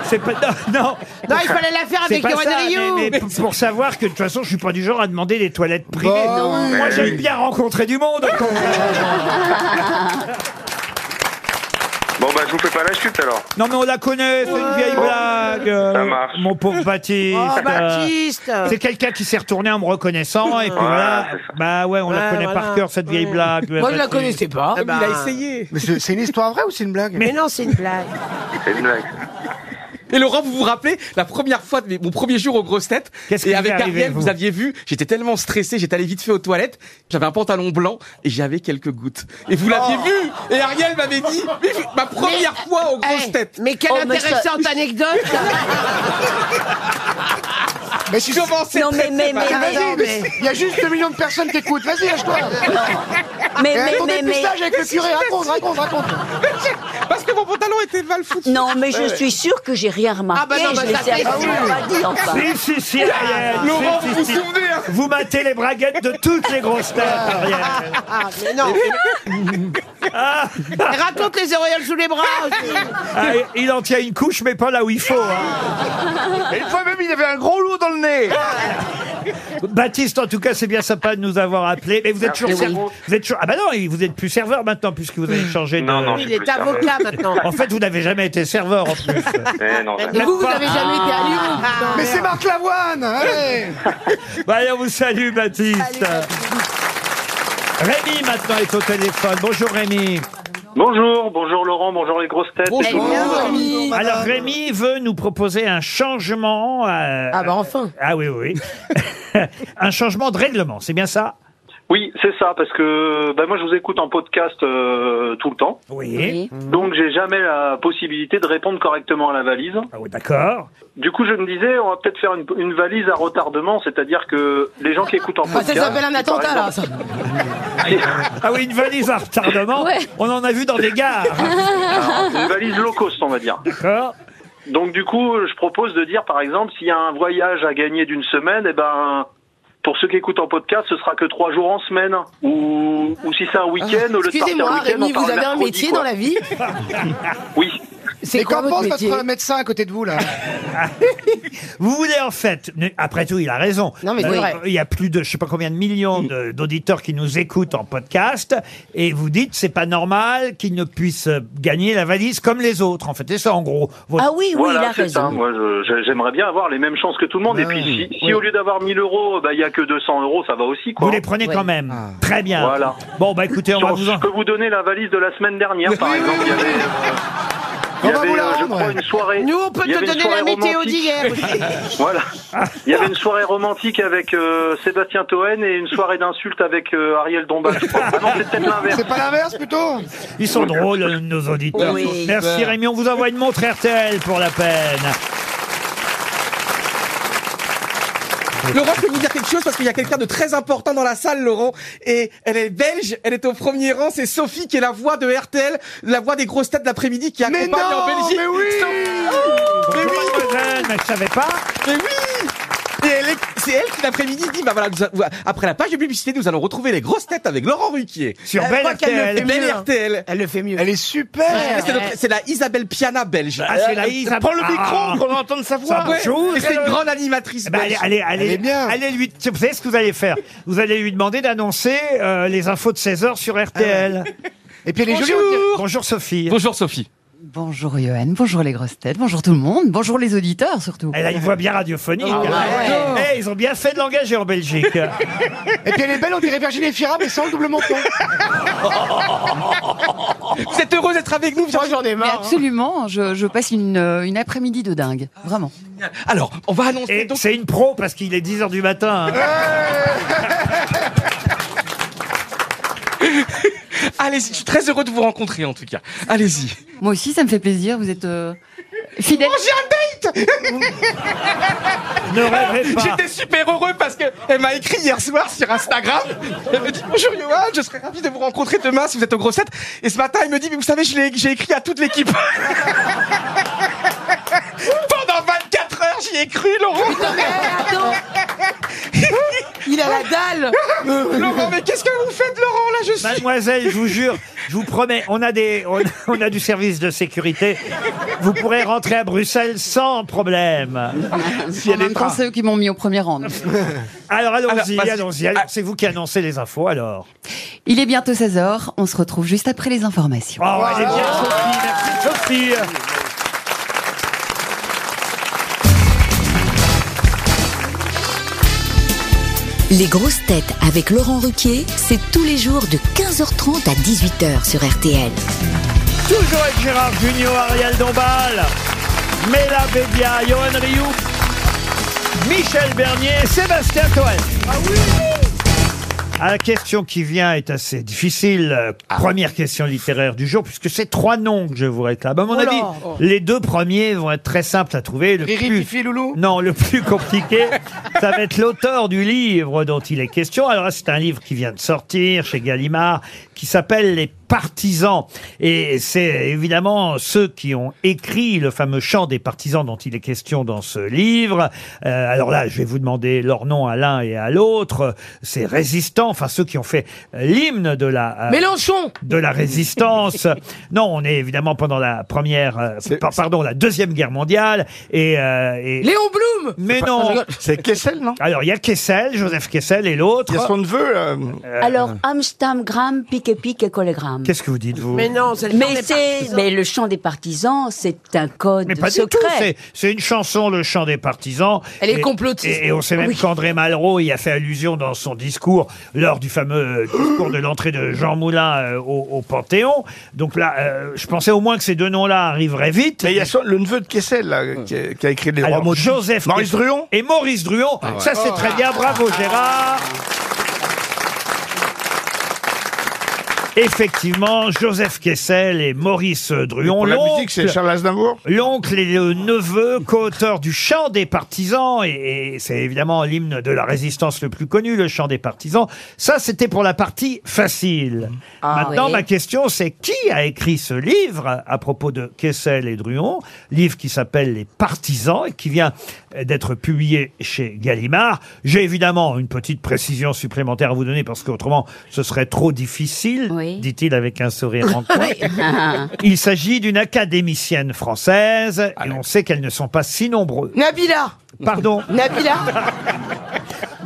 S2: c'est pas, non, non,
S9: Non, il fallait la faire
S2: c'est
S9: avec
S2: pas
S9: Yoann
S2: ça,
S9: Rioux.
S2: mais- mais pour- pour savoir que de toute façon, je suis pas du genre à demander des toilettes privées.
S9: Bah,
S3: Bon,
S2: Moi,
S12: oui.
S2: j'aime bien rencontrer du monde. au contraire.
S12: Bon, bah, je vous fais pas la chute alors.
S2: non, mais on la connaît, c'est une vieille blague. euh,
S12: Ça marche.
S2: Mon pauvre Baptiste.
S9: Oh,
S2: euh,
S9: Baptiste.
S2: C'est quelqu'un qui s'est retourné en me reconnaissant et puis
S12: Ouais,
S2: voilà.
S12: c'est ça.
S2: Bah ouais, on la
S9: Ouais,
S2: connaît par
S9: voilà.
S2: cœur cette vieille
S9: Ouais.
S2: blague. euh,
S5: Moi, je la
S2: Baptiste.
S5: connaissais
S2: Eh ben,
S5: pas.
S9: Ah bah,
S4: Eh ben, Il a essayé.
S3: Eh ben, Mais c'est c'est une histoire vraie ou c'est une blague
S9: Mais non, c'est une blague.
S12: C'est une blague.
S4: Et Laurent, vous vous rappelez la première fois, de mes- mon premier jour aux grosses têtes
S2: Qu'est-ce qui
S4: Et
S2: vous
S4: avec
S2: est arrivé,
S4: Ariel, vous,
S2: vous
S4: aviez vu, j'étais tellement stressé, j'étais allé vite fait aux toilettes, j'avais un pantalon blanc et j'avais quelques gouttes. Et vous l'aviez
S2: Oh.
S4: vu Et Ariel m'avait dit, mais je- ma première fois aux
S3: Oh,
S4: grosses
S9: Eh,
S4: têtes
S9: Mais quelle
S7: Oh, mais ça-
S9: intéressante anecdote.
S3: Mais si
S8: Comment c'est Non, très, mais- très mais- mal. mais-
S3: Vas-y,
S8: mais-
S3: Il y a juste 2 millions de personnes qui écoutent. Vas-y, lâche-toi.
S8: Mais-
S3: Et
S8: mais-
S3: ton
S8: mais-
S3: dépistage
S8: mais-
S3: avec le curé,
S8: mais-
S3: raconte, raconte, raconte.
S4: Parce que mon pantalon était mal foutu.
S8: Non, mais je
S4: Ouais.
S8: suis sûre que j'ai rien remarqué.
S4: Ah bah non,
S8: je
S4: bah
S8: les
S4: ça
S8: ai
S4: fait-
S8: absolument
S4: Ah
S8: pas dit, enfin.
S2: Si, si, si, Ariel.
S4: Laurent,
S2: si,
S4: vous
S2: si,
S4: vous
S2: si.
S4: souvenez, hein
S2: Vous matez les braguettes de toutes les grosses têtes, Ariel.
S9: Ah, mais non. Et raconte les auréoles sous les bras. aussi.
S2: Ah, il en tient une couche, mais pas là où il faut. hein.
S13: Et une fois même, il avait un gros loup dans le nez.
S2: Baptiste, en tout cas, c'est bien sympa de nous avoir appelé. Mais vous êtes
S14: Merci
S2: toujours serveur.
S14: beaucoup.
S2: Vous êtes toujours... Ah bah non, vous êtes plus serveur maintenant, puisque vous avez changé de...
S14: Non, non, je
S9: Il
S14: suis
S9: est
S14: plus
S9: avocat maintenant.
S2: En fait, vous n'avez jamais été serveur, en plus.
S14: Eh non, jamais.
S2: Même
S12: Vous, vous
S2: pas.
S12: n'avez jamais été à Lyon.
S3: Ah, Mais c'est Marc Lavoine. Allez.
S2: Bah, allez, on vous salue, Baptiste. Rémi, maintenant, est au téléphone. Bonjour, Rémi.
S15: Bonjour, bonjour Laurent, bonjour les grosses têtes.
S2: Alors, Rémi veut nous proposer un changement... euh,
S12: Ah bah enfin.
S2: Ah oui, oui, oui. un changement de règlement, c'est bien ça
S15: Oui, c'est ça, parce que bah, moi je vous écoute en podcast euh, tout le temps,
S2: Oui.
S15: donc j'ai jamais la possibilité de répondre correctement à la valise.
S2: Ah oui, d'accord.
S15: Du coup, je me disais, on va peut-être faire une, une valise à retardement, c'est-à-dire que les gens qui écoutent en
S12: Ah,
S15: podcast.
S12: ça s'appelle un
S15: par
S12: attentat là. ça.
S15: exemple-
S2: Ah oui, une valise à retardement.
S8: Ouais.
S2: On en a vu dans des gares.
S15: une valise low cost, on va dire.
S2: D'accord.
S15: Donc du coup, je propose de dire, par exemple, s'il y a un voyage à gagner d'une semaine, eh ben, pour ceux qui écoutent en podcast, ce sera que trois jours en semaine. Ou, ou si c'est un week-end, au lieu de partir le
S12: Excusez-moi,
S15: week-end, on
S12: Rémi,
S15: part
S12: vous
S15: le
S12: avez un
S15: mercredi,
S12: métier
S15: quoi.
S12: dans la vie.
S15: Oui.
S12: C'est
S3: Et
S12: quoi
S3: qu'en pense
S12: votre métier
S3: votre médecin à côté de vous, là
S2: Vous voulez en fait, ne- après tout, il a raison. Euh,
S12: Non, mais c'est vrai.
S2: Il y a plus de, je sais pas combien de millions de- d'auditeurs qui nous écoutent en podcast, et vous dites c'est pas normal qu'ils ne puissent euh, gagner la valise comme les autres. En fait, c'est ça en gros. Votre-
S8: Ah oui, oui, il
S15: Voilà,
S8: a
S15: c'est ça.
S8: raison.
S15: Moi, je- je- j'aimerais bien avoir les mêmes chances que tout le monde.
S2: Ah
S15: Et puis, si, si au lieu d'avoir 1000 euros, bah, il y a que 200 euros, ça va aussi, quoi.
S2: Vous les prenez quand même.
S12: Ah.
S2: Très bien.
S15: Voilà.
S2: Bon bah écoutez, on
S15: Sur-
S2: va vous en.
S15: Je peux vous donner la valise de la semaine dernière, par exemple. Il y avait, euh, il y
S3: On va
S15: avait,
S3: vous la
S15: euh, je
S3: rendre.
S15: crois, une soirée.
S9: Nous, on peut
S15: il y
S9: te
S15: avait une
S9: donner la
S15: soirée
S9: météo
S15: romantique.
S9: d'hier. aussi.
S15: Voilà. Il y avait une soirée romantique avec euh, Sébastien Toen et une soirée d'insultes avec euh, Ariel Dombal. je crois. Ah non, c'est peut-être l'inverse.
S3: C'est pas l'inverse, plutôt
S2: Ils sont drôles, euh, nos auditeurs.
S12: Oui.
S2: Merci Rémi, on vous envoie une montre RTL pour la peine.
S4: Laurent, je peux vous dire quelque chose parce qu'il y a quelqu'un de très important dans la salle, Laurent. Et elle est belge, elle est au premier rang. C'est Sophie qui est la voix de RTL, la voix des grosses têtes d'après-midi qui
S3: Mais
S4: accompagne en
S3: non,
S4: Belgique.
S3: mais oui
S4: Oh,
S2: Bonjour,
S4: oui.
S2: mademoiselle, mais je savais pas.
S4: Mais oui et elle est- c'est elle qui l'après-midi dit, bah voilà, nous a- après la page de publicité, nous allons retrouver les grosses têtes avec Laurent Ruquier.
S2: Sur
S4: Elle
S2: Belle
S4: croit qu'elle le
S2: RTL.
S4: fait hein. Belle
S2: Bien.
S4: RTL.
S12: Elle le fait mieux.
S3: Elle est super
S4: C'est le- C'est la Isabelle Piana belge.
S2: Ah, c'est la
S4: Elle-
S2: Isabelle-
S4: Bah, euh, Prends le
S2: Ah.
S4: micro pour entendre sa voix.
S2: Ça bouge.
S4: Et c'est une grande animatrice
S2: Eh ben,
S4: belge.
S2: allez, allez, allez,
S3: Elle est bien.
S2: allez lui, vous savez ce que vous allez faire Vous allez lui demander d'annoncer euh, les infos de 16h
S4: Ah
S2: sur RTL.
S3: Et puis elle est jolie, on dirait-
S4: Bonjour.
S2: Bonjour Sophie.
S4: Bonjour Sophie.
S16: Bonjour Johan, bonjour les grosses têtes, bonjour tout le monde, bonjour les auditeurs surtout.
S2: Elle a une voix bien radiophonique.
S4: Ah
S2: hein. Eh, ils ont bien fait de l'engager en Belgique.
S3: Et puis elle est belle, on dirait Virginie Fira, mais sans le double menton.
S4: Vous êtes heureux d'être avec nous. vous
S9: Moi,
S4: cherchez-
S9: j'en ai
S16: Oh. Mais
S9: marre. hein.
S16: absolument, je, je passe une, euh, une après-midi de dingue, vraiment.
S4: Alors, on va annoncer
S2: Et
S4: donc.
S2: c'est une pro parce qu'il est 10h du matin. Ah. hein.
S3: Euh,
S4: Allez-y, je suis très heureux de vous rencontrer en tout cas. Allez-y.
S16: Moi aussi, ça me fait plaisir, vous êtes euh, fidèles.
S2: ne rêvez pas.
S4: J'étais super heureux parce que elle m'a écrit hier soir sur Instagram. Elle me dit bonjour Johan, je serais ravi de vous rencontrer demain si vous êtes aux grossettes. Et ce matin, elle me dit mais vous savez, je l'ai- j'ai écrit à toute l'équipe. Pendant 24 heures, j'y ai cru, Laurent.
S12: Attends, il a la dalle.
S4: Laurent, mais qu'est-ce que vous faites, Laurent Là, je suis.
S2: Mademoiselle, je vous jure, je vous promets, on a des, on, on a du service de sécurité. Vous pourrez rentrer à Bruxelles sans problème.
S16: en même temps, c'est eux qui m'ont mis au premier rang. donc.
S2: Alors allons-y,
S4: Alors, vas-y.
S2: allons-y.
S3: Ah.
S2: Alors, C'est vous qui annoncez les infos alors. Oh,
S16: Il est bientôt 16h, on se retrouve juste après les informations.
S2: Oh, elle est bien, Sophie. Merci, Sophie. euh,
S16: Les grosses têtes avec Laurent Ruquier, c'est tous les jours de 15h30 à 18h sur RTL.
S2: Toujours avec Gérard Junior, Ariel Dombal, Mela Bédia, Johan Rioux,
S4: Ah
S2: Michel Bernier, Sébastien Cohen. Ah, la question qui vient est assez difficile. Euh,
S3: Ah.
S2: Première question littéraire du jour, puisque c'est trois noms que je vous réclame. À mon
S3: Oh là
S2: avis,
S3: Oh.
S2: les deux premiers vont être très simples à trouver. Le
S3: Riri,
S2: plus...
S3: Fifi, Loulou
S2: Non, le plus compliqué, ça va être l'auteur du livre dont il est question. Alors, c'est un livre qui vient de sortir chez Gallimard, qui s'appelle Les Partisans. Et c'est évidemment ceux qui ont écrit le fameux chant des partisans dont il est question dans ce livre. Euh, alors là, je vais vous demander leur nom à l'un et à l'autre. Ces résistants, enfin ceux qui ont fait euh, l'hymne de la... euh,
S5: Mélenchon
S2: de la résistance. non, on est évidemment pendant la première, euh, par- pardon, la deuxième guerre mondiale et, euh, et-
S5: Léon Blum
S2: Mais
S5: C'est pas-
S2: non,
S5: je rigole.
S2: c'est Kessel, non Alors il y a Kessel, Joseph Kessel et l'autre. Euh,
S6: Il y a son neveu, euh,
S7: Alors, Amsterdam, pique et pique et collégramme.
S2: Qu'est-ce que vous dites vous
S9: non, c'est le chant
S7: Mais,
S9: des
S7: c'est,
S9: partisans.
S7: mais le chant des partisans, c'est un code
S2: Mais pas du tout,
S7: secret.
S2: c'est- c'est une chanson, le chant des partisans.
S7: Elle est
S2: Et-
S7: complotiste.
S2: Et, et on sait même
S7: Oui.
S2: qu'André Malraux y a fait allusion dans son discours lors du fameux euh, discours de l'entrée de Jean Moulin euh, au, au Panthéon. Donc là, euh, je pensais au moins que ces deux noms-là arriveraient vite.
S6: Mais il y a son- le neveu de Kessel là, qui, a, qui a écrit les
S2: Alors,
S6: trois mots. de-
S2: Joseph
S6: Maurice
S2: Kessel-
S6: Druon
S2: Et Maurice Druon.
S6: Ah ouais.
S2: Ça, c'est très bien. Bravo, Gérard. Effectivement, Joseph Kessel et Maurice Druon.
S6: Pour la
S2: l'oncle-
S6: musique, c'est Charles Aznavour
S2: L'oncle et le neveu, co-auteur du Chant des partisans, et, et c'est évidemment l'hymne de la résistance le plus connu, le Chant des partisans. Ça, c'était pour la partie facile.
S17: Ah,
S2: Maintenant,
S17: oui.
S2: ma question, c'est qui a écrit ce livre à propos de Kessel et Druon, livre qui s'appelle Les partisans et qui vient d'être publié chez Gallimard. J'ai évidemment une petite précision supplémentaire à vous donner parce qu'autrement, ce serait trop difficil, dit-il avec un sourire en coin. Il s'agit d'une académicienne française et on sait qu'elles ne sont pas si nombreuses.
S5: Nabila
S2: Pardon
S5: Nabila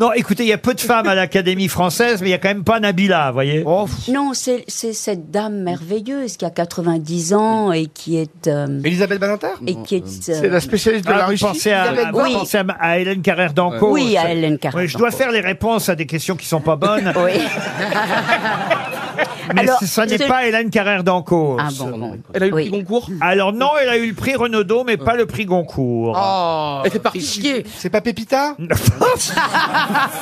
S2: Non, écoutez, il y a peu de femmes à l'Académie française, mais il n'y a quand même pas Nabila, vous voyez.
S7: Non, c'est, c'est cette dame merveilleuse qui a 90 ans et qui est. Elisabeth Badinter Et qui est. euh,
S6: C'est la spécialiste de
S2: Ah,
S6: la
S2: vous
S6: Russie.
S2: pensez à,
S7: Isabelle
S2: vous
S7: Borne.
S2: pensez à, à Hélène Carrère d'Anco.
S7: Oui, à Hélène Carrère
S2: je dois
S7: d'Anco.
S2: faire les réponses à des questions qui sont pas bonnes.
S7: Oui.
S2: Mais
S7: Alors,
S2: ce- ça n'est
S7: c'est-
S2: pas Hélène Carrère d'Anco.
S7: Ah bon, bon,
S2: Elle a eu le prix Goncourt Alors non, elle a eu le prix Renaudot, mais pas le prix Goncourt.
S3: Elle fait partie chier. C'est pas Pépita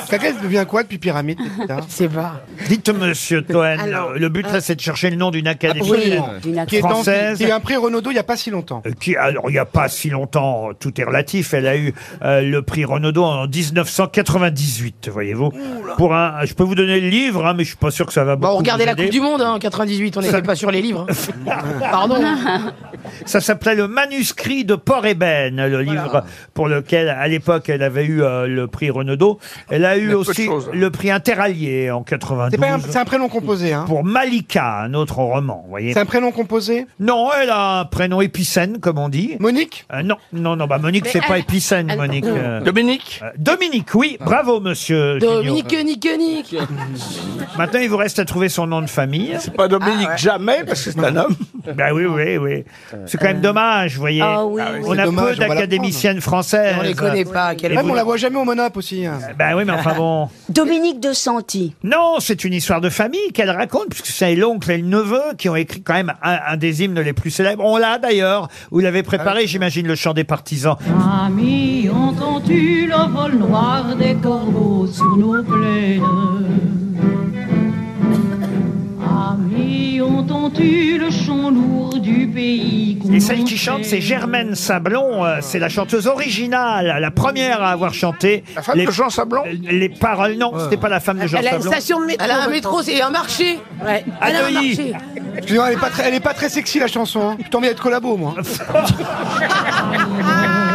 S3: Quelqu'un devient quoi depuis Pyramide, Pépita
S5: C'est pas.
S2: Dites, monsieur Toen,
S3: Alors,
S2: le
S5: euh,
S2: but là, c'est de chercher le nom d'une académie
S3: Absolument. Qui est dans-
S2: française.
S3: qui a eu un prix Renaudot il n'y a pas si longtemps.
S2: Euh, qui, alors, il n'y a pas si longtemps, euh, tout est relatif. Elle a eu euh, le prix Renaudot en 1998, voyez-vous. Pour un, je peux vous donner le livre, hein, mais je suis pas sûr que ça va beaucoup.
S5: Bon, regardez
S2: vous
S5: la Coupe
S2: aider.
S5: du Monde, hein, en 98, on n'était pas sur les livres. hein. Pardon.
S2: Ça s'appelait le manuscrit de Port-Ébène, le livre pour lequel, à l'époque, elle avait eu euh, le prix Renaudot. Elle a
S3: Mais
S2: eu
S3: peu de
S2: aussi
S3: choses. hein.
S2: le prix Interallié en
S3: C'est
S2: 92.
S3: pas un, c'est un prénom composé, hein
S2: Pour Malika, un autre roman, vous voyez.
S3: C'est un prénom composé
S2: Non, elle a un prénom épicène, comme on dit.
S3: Monique
S2: Euh, Non, non, non, bah Monique,
S3: Mais
S2: c'est pas
S3: elle-
S2: épicène,
S3: elle-
S2: Monique.
S3: Non.
S2: Dominique Dominique, oui,
S3: Ah.
S2: bravo,
S9: Euh,
S2: monsieur.
S5: Dominique,
S2: Gignot.
S5: Nick, Nick.
S2: Maintenant, il vous reste à trouver son nom de famille. C'est
S6: pas Dominique, Ah ouais. jamais, parce que c'est un homme.
S2: Bah oui, oui, oui. C'est quand même
S5: Euh.
S2: dommage, vous voyez.
S5: Ah oui, Ah oui,
S2: On
S5: c'est
S2: a
S5: dommage,
S2: peu
S5: on va la
S2: d'académiciennes françaises.
S5: Et on les connaît pas, quel
S2: Et
S3: Même
S2: vous-
S3: on la voit jamais au Monop aussi. hein.
S2: Bah oui, mais enfin bon.
S7: Dominique de Santi.
S2: Non, c'est une histoire de famille qu'elle raconte, puisque c'est l'oncle et le neveu qui ont écrit quand même un, un des hymnes les plus célèbres. On l'a d'ailleurs, vous l'avez
S8: Ah
S2: préparé, j'imagine, le chant des partisans.
S8: Amis, entends-tu le vol noir des corbeaux sur nos plaines Amis, entends-tu le chant lourd du pays qu'on
S2: Et celle qui chante,
S8: enchaîne
S2: c'est Germaine Sablon. euh, C'est la chanteuse originale, la première à avoir chanté. La femme de Jean Sablon Les paroles, non, c'était pas la femme de Jean
S9: Elle a une
S2: Sablon.
S9: station de métro.
S5: Elle a un
S9: maintenant.
S5: métro, c'est un marché. Ah.
S9: Ouais.
S5: Elle a un marché.
S2: Neuilly.
S3: Excusez-moi, elle est pas très, elle est pas très sexy la chanson. Hein. J'ai envie d'être collabo, moi.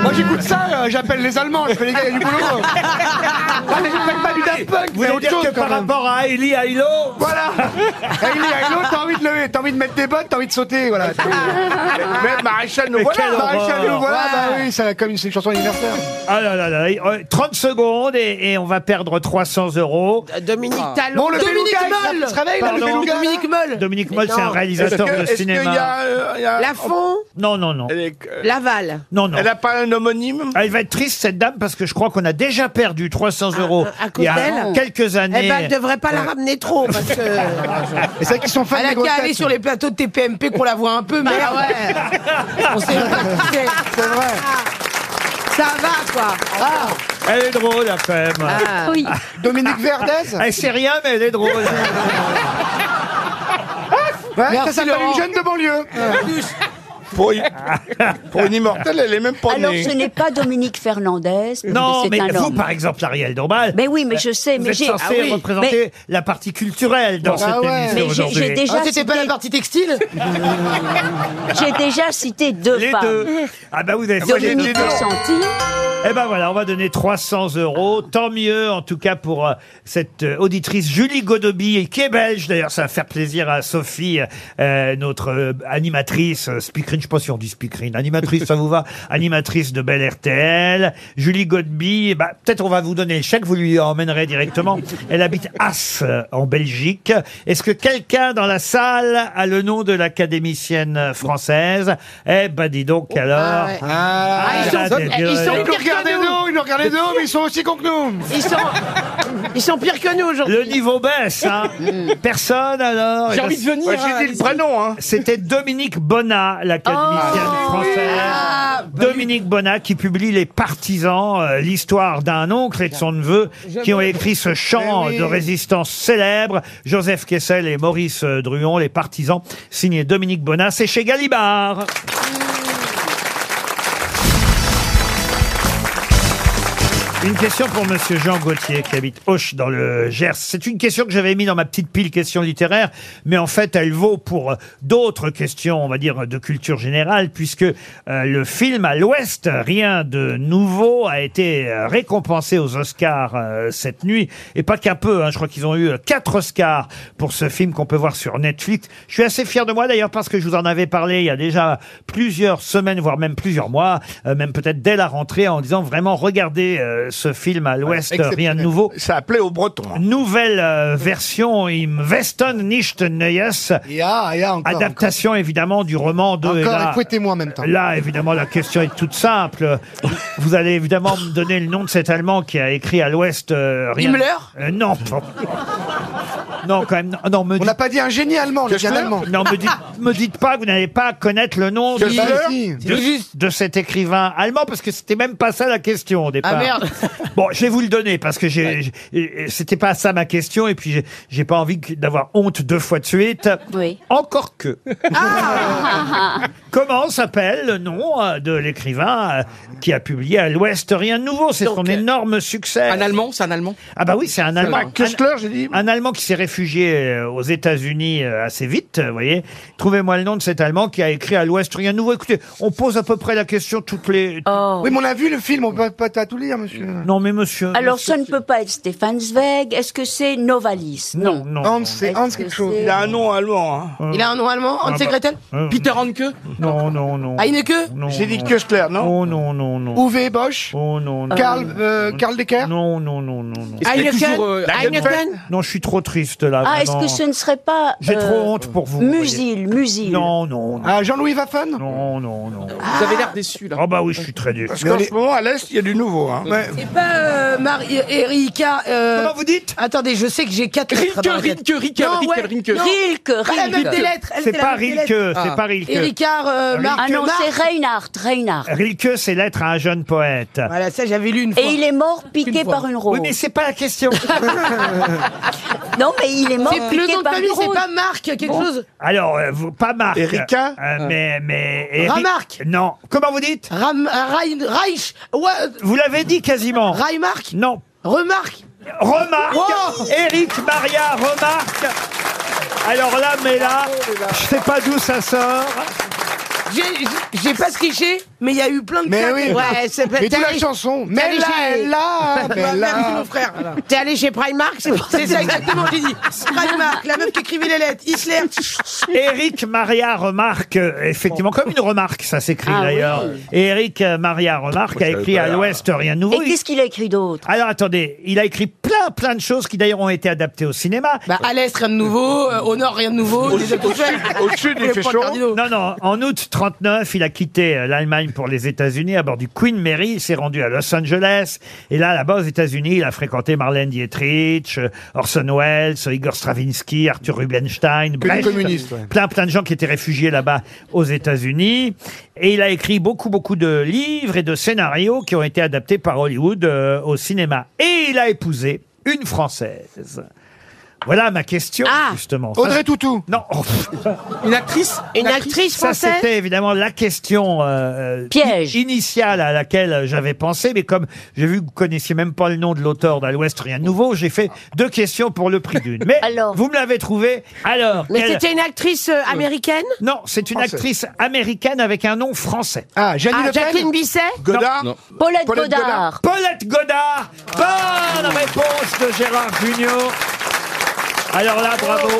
S3: moi j'écoute ça, euh, j'appelle les Allemands, je fais les gars, il y a du boulot. Ah, mais faites pas du Daft Punk,
S2: Vous
S3: mais
S2: voulez
S3: autre
S2: dire
S3: chose
S2: que
S3: quand
S2: par
S3: même.
S2: rapport à Ellie Ailo
S3: Voilà. Hey, les Aïlo, t'as envie de lever, t'as envie de mettre des bottes, t'as envie de sauter, voilà.
S6: Mais Maréchal, nous
S3: Mais
S6: voilà.
S3: quelle Maréchal, nous
S2: horreur.
S3: voilà. Bah
S2: Ouais.
S3: oui, c'est comme une c'est une chanson anniversaire.
S2: Ah là là là, euh, 30 secondes et, et on va perdre 300 euros.
S6: Euh,
S2: Ah.
S9: Dominique Talon.
S3: Bon, le
S9: Dominique
S3: Beluga, il se-
S9: Moll.
S3: il se réveille, là, le
S2: Pardon
S3: Beluga.
S9: Dominique Moll.
S2: Dominique
S9: Mais
S2: Moll, c'est
S9: non.
S2: un réalisateur
S6: Est-ce que-
S2: de
S6: est-ce qu'il
S2: cinéma.
S6: y a, euh, il y a-
S9: Lafont.
S2: Non, non, non.
S6: Elle est- euh,
S9: Laval.
S2: Non, non.
S6: Elle n'a pas un homonyme
S2: Ah, Elle va être triste, cette dame, parce que je crois qu'on a déjà perdu
S6: Ah,
S2: 300 euros
S9: euh,
S2: Oh,
S9: À
S2: il
S9: cause
S2: y a
S9: d'elle.
S2: quelques années.
S9: Eh ben, elle devrait pas la ramener trop parce que.
S3: Et c'est vrai qu'ils sont fans des
S5: Elle a
S3: grosses
S5: qu'à aller
S3: têtes.
S5: sur les plateaux de TPMP qu'on la voit un peu, mais
S9: Ah
S5: ouais. on sait pas qui c'est.
S3: C'est vrai.
S9: Ça va, quoi.
S5: Ah,
S2: Elle est drôle, la femme.
S3: Ah. Oui. Dominique Verdez
S2: Elle sait Ah, rien, mais elle est drôle.
S3: Ouais,
S2: Merci,
S3: ça s'appelle
S2: Laurent.
S3: une jeune de banlieue.
S6: Pour une, pour une immortelle, elle est même pas
S7: Alors
S6: née.
S7: ce n'est pas Dominique Fernandez. parce que
S2: Non,
S7: c'est
S2: mais
S7: un
S2: vous,
S7: homme.
S2: par exemple, Ariel Dombal. Bah,
S7: Mais oui, mais je sais,
S2: vous
S7: mais
S2: êtes
S7: j'ai-
S2: censé
S7: ah oui,
S2: représenter
S7: mais-
S2: la partie culturelle
S5: Ah
S2: dans
S5: Bah
S2: cette émission
S7: Mais j'ai-
S2: aujourd'hui.
S7: j'ai déjà.
S2: c'était
S7: pas la partie textile J'ai déjà cité deux
S2: les
S7: femmes.
S2: deux. Ah bah vous avez fait les
S7: Dominique
S2: deux.
S7: Constantin.
S2: Eh ben voilà, on va donner 300 euros. Tant mieux, en tout cas, pour euh, cette euh, auditrice Julie Godobi, et qui est belge. D'ailleurs, ça va faire plaisir à Sophie, euh, notre euh, animatrice, euh, speakerine, je sais pas si on dit speakerine, animatrice, ça vous va Animatrice de Belle RTL. Julie Godobi, eh ben, peut-être on va vous donner le chèque, vous lui emmènerez directement. Elle habite As, euh, en Belgique. Est-ce que quelqu'un dans la salle a le nom de l'académicienne française Eh ben dis donc alors.
S3: ouais.
S2: Ah,
S3: ils
S2: la
S3: sont,
S2: dégueule.
S3: ils nous regardent des nous, ils nous regardent des nous, mais ils sont aussi cons que nous.
S9: Ils sont, ils sont pires que nous aujourd'hui. Mm.
S2: Le niveau baisse, hein. Personne alors.
S9: J'ai envie de venir, Ouais, j'ai hein, dit le ici.
S2: prénom, hein. C'était Dominique Bonnat, l'académicienne
S9: Oh.
S2: française.
S9: Ah
S2: Dominique Bonnat qui publie Les Partisans, euh, l'histoire d'un oncle et de son neveu qui ont écrit ce chant de résistance célèbre. Joseph Kessel et Maurice euh, Druon, Les Partisans, signé Dominique Bonnat. C'est chez Gallimard. Une question pour Monsieur Jean Gauthier qui habite Auch dans le Gers. C'est une question que j'avais mis dans ma petite pile questions littéraires, mais en fait elle vaut pour euh, d'autres questions, on va dire de culture générale, puisque euh, le film à l'Ouest, rien de nouveau, a été euh, récompensé aux Oscars euh, cette nuit, et pas qu'un peu. hein. je crois qu'ils ont eu euh, quatre Oscars pour ce film qu'on peut voir sur Netflix. Je suis assez fier de moi d'ailleurs parce que je vous en avais parlé il y a déjà plusieurs semaines, voire même plusieurs mois, euh, même peut-être dès la rentrée, en disant vraiment regardez euh, ce film à l'Ouest, euh, rien de nouveau.
S6: Ça appelait au breton.
S2: Nouvelle euh, version im Westen nicht Neues.
S3: Ya, ya, ah, encore.
S2: Adaptation évidemment du roman de. et
S3: Encore,
S2: là-
S3: il faut être témoin en même temps.
S2: Là, évidemment, la question est toute simple. Vous allez évidemment me donner le nom de cet Allemand qui a écrit à l'Ouest. euh, rien-
S3: Himmler
S2: Euh, Non. pardon. Non, quand même. non, Non, me
S3: On n'a pas dit un génie allemand, on a dit un allemand.
S2: non, me dites, me dites pas que vous n'allez pas à connaître le nom
S3: Quel
S2: du-
S3: malheur
S2: de, de cet écrivain allemand, parce que c'était même pas ça la question au départ.
S9: Ah, merde.
S2: Bon, je vais vous le donner, parce que j'ai, j'ai- c'était pas ça ma question, et puis j'ai- j'ai pas envie que- d'avoir honte deux fois de suite.
S7: Oui.
S2: Encore que. Comment s'appelle le nom euh, de l'écrivain euh, qui a publié à l'Ouest Rien de nouveau C'est son énorme succès. Un
S4: Allemand, c'est un Allemand
S2: Ah bah oui, c'est un Allemand.
S4: Allemand. Künstler,
S2: Un- Un Allemand qui s'est réfugié euh, aux États-Unis euh, assez vite, euh, vous voyez. Trouvez-moi le nom de cet Allemand qui a écrit à l'Ouest Rien de nouveau. Écoutez, on pose à peu près la question toutes les...
S3: Oui, mais on a vu le film, on peut pas pas tout lire, monsieur.
S2: Non mais monsieur...
S7: Alors ça ne peut pas être Stéphane Zweig. Est-ce que c'est Novalis Non,
S2: non.
S3: Hans, c'est Hans quelque chose.
S7: Il a
S6: un nom allemand.
S7: Il a un nom allemand
S2: Hans Ah et bah. Gretel
S4: Peter Hanke
S2: Non, non, non.
S3: Heineke
S6: J'ai dit Köstler, non
S2: Oh non, non, non.
S3: Uwe Bosch
S2: Oh non, non.
S3: Karl, euh, Karl Decker
S2: Non, non, non, non. non.
S3: Est-ce qu'il y a Heineken toujours, euh, Heineken
S2: Non, Non, je suis trop triste là.
S7: Ah, est-ce
S2: vraiment.
S7: que ce ne serait pas
S2: J'ai
S7: euh,
S2: trop honte pour vous.
S7: Musil, Musil.
S2: Non, non, non.
S6: euh,
S3: Ah, Jean-Louis Waffen
S2: Non, non, non.
S4: Vous avez l'air déçu, là.
S2: Ah bah oui, je suis très déçu.
S6: Parce qu'en ce moment, à l'Est, il y a du nouveau. Hein.
S5: C'est pas euh, Marie, Erika. euh,
S2: Comment vous dites
S5: Attendez, je sais que j'ai quatre lettres. dans la tête.
S4: Rilke, Rilke,
S5: Non,
S4: Rilke,
S5: ouais,
S4: Rilke.
S5: non.
S7: Rilke,
S5: Pas Ah, la même
S7: Rilke.
S5: des lettres. elle,
S2: C'est
S5: la
S2: pas
S5: même des
S2: Rilke,
S5: lettres.
S2: c'est pas Rilke.
S5: Erika, euh, Marc.
S7: Ah non,
S5: Marc.
S7: c'est Reinhardt, Reinhardt.
S2: Rilke, c'est l'être à un jeune poète.
S5: Voilà, ça j'avais lu une fois.
S7: Et il est mort piqué par une rose.
S2: Oui, mais c'est pas la question.
S7: Non, mais il est mort
S5: C'est- le
S7: piqué
S5: nom de
S7: par
S5: famille,
S7: une
S5: c'est
S7: rose.
S5: pas Marc, quelque chose.
S2: Alors, euh, vous- pas Marc.
S6: Erika
S2: Euh, mais, mais. Eric-
S5: Ramarque
S2: Non. Comment vous dites
S5: Ram, Rein, Reich, ouais,
S2: Vous l'avez dit quasiment.
S5: Reimark,
S2: Non.
S5: Remarque.
S2: Remarque
S5: Wow
S2: Eric Maria Remarque Alors là, mais là, je sais pas d'où ça sort.
S5: J'ai j'ai pas triché, mais il y a eu plein de
S3: Mais
S5: cas.
S3: oui.
S9: Ouais, c'est
S3: Mais toute
S9: t'es
S3: la
S9: allé- Bah,
S3: chanson.
S9: t'as
S3: Mais
S9: les
S3: là,
S9: gilets.
S3: elle là, mais là.
S5: frère.
S9: T'es allé chez Primark, c'est pour ça
S5: C'est
S9: que
S5: ça
S9: t'as-
S5: exactement, j'ai dit. Primark, la meuf qui écrivait les lettres, Hitler.
S2: Eric Maria Remarque, euh, effectivement, comme une remarque, ça s'écrit
S7: Ah oui.
S2: d'ailleurs. Et Eric euh, Maria Remarque a écrit à l'Ouest Rien de Nouveau.
S7: Et qu'est-ce qu'il a écrit d'autre
S2: Alors attendez, il a écrit plein plein de choses qui d'ailleurs ont été adaptées au cinéma.
S5: Bah, à l'est, rien de nouveau. euh, au nord, rien de nouveau. Au,
S6: Au sud, il fait chaud.
S2: Non non, en août 39, il a quitté euh, l'Allemagne pour les États-Unis à bord du Queen Mary. Il s'est rendu à Los Angeles. Et là, là-bas, aux États-Unis, il a fréquenté Marlène Dietrich, euh, Orson Welles, Igor Stravinsky, Arthur Rubinstein,
S6: Que des
S2: Brecht.
S6: communistes, ouais.
S2: plein plein de gens qui étaient réfugiés là-bas aux États-Unis. Et il a écrit beaucoup beaucoup de livres et de scénarios qui ont été adaptés par Hollywood euh, au cinéma. Et il a épousé une Française. Voilà ma question,
S5: Ah.
S2: justement. Ça,
S3: Audrey Toutou.
S2: Non. Oh,
S4: Une actrice
S9: Une actrice
S2: ça,
S9: française
S2: c'était évidemment la question euh, i- initiale à laquelle j'avais pensé, mais comme j'ai vu que vous connaissiez même pas le nom de l'auteur d'À l'Ouest, rien de nouveau, j'ai fait deux questions pour le prix d'une. Mais vous me l'avez trouvé. Alors,
S9: Mais
S2: quelle-
S9: c'était une actrice euh, américaine
S2: Non, c'est une
S9: Française.
S2: actrice américaine avec un nom français. Ah,
S9: Jeannie Ah, Le Pen Jacqueline Bisset Godard Paulette Paulette Godard. Ah. Godard.
S2: Paulette Godard. Bonne réponse de Gérard Junior. Alors là, bravo.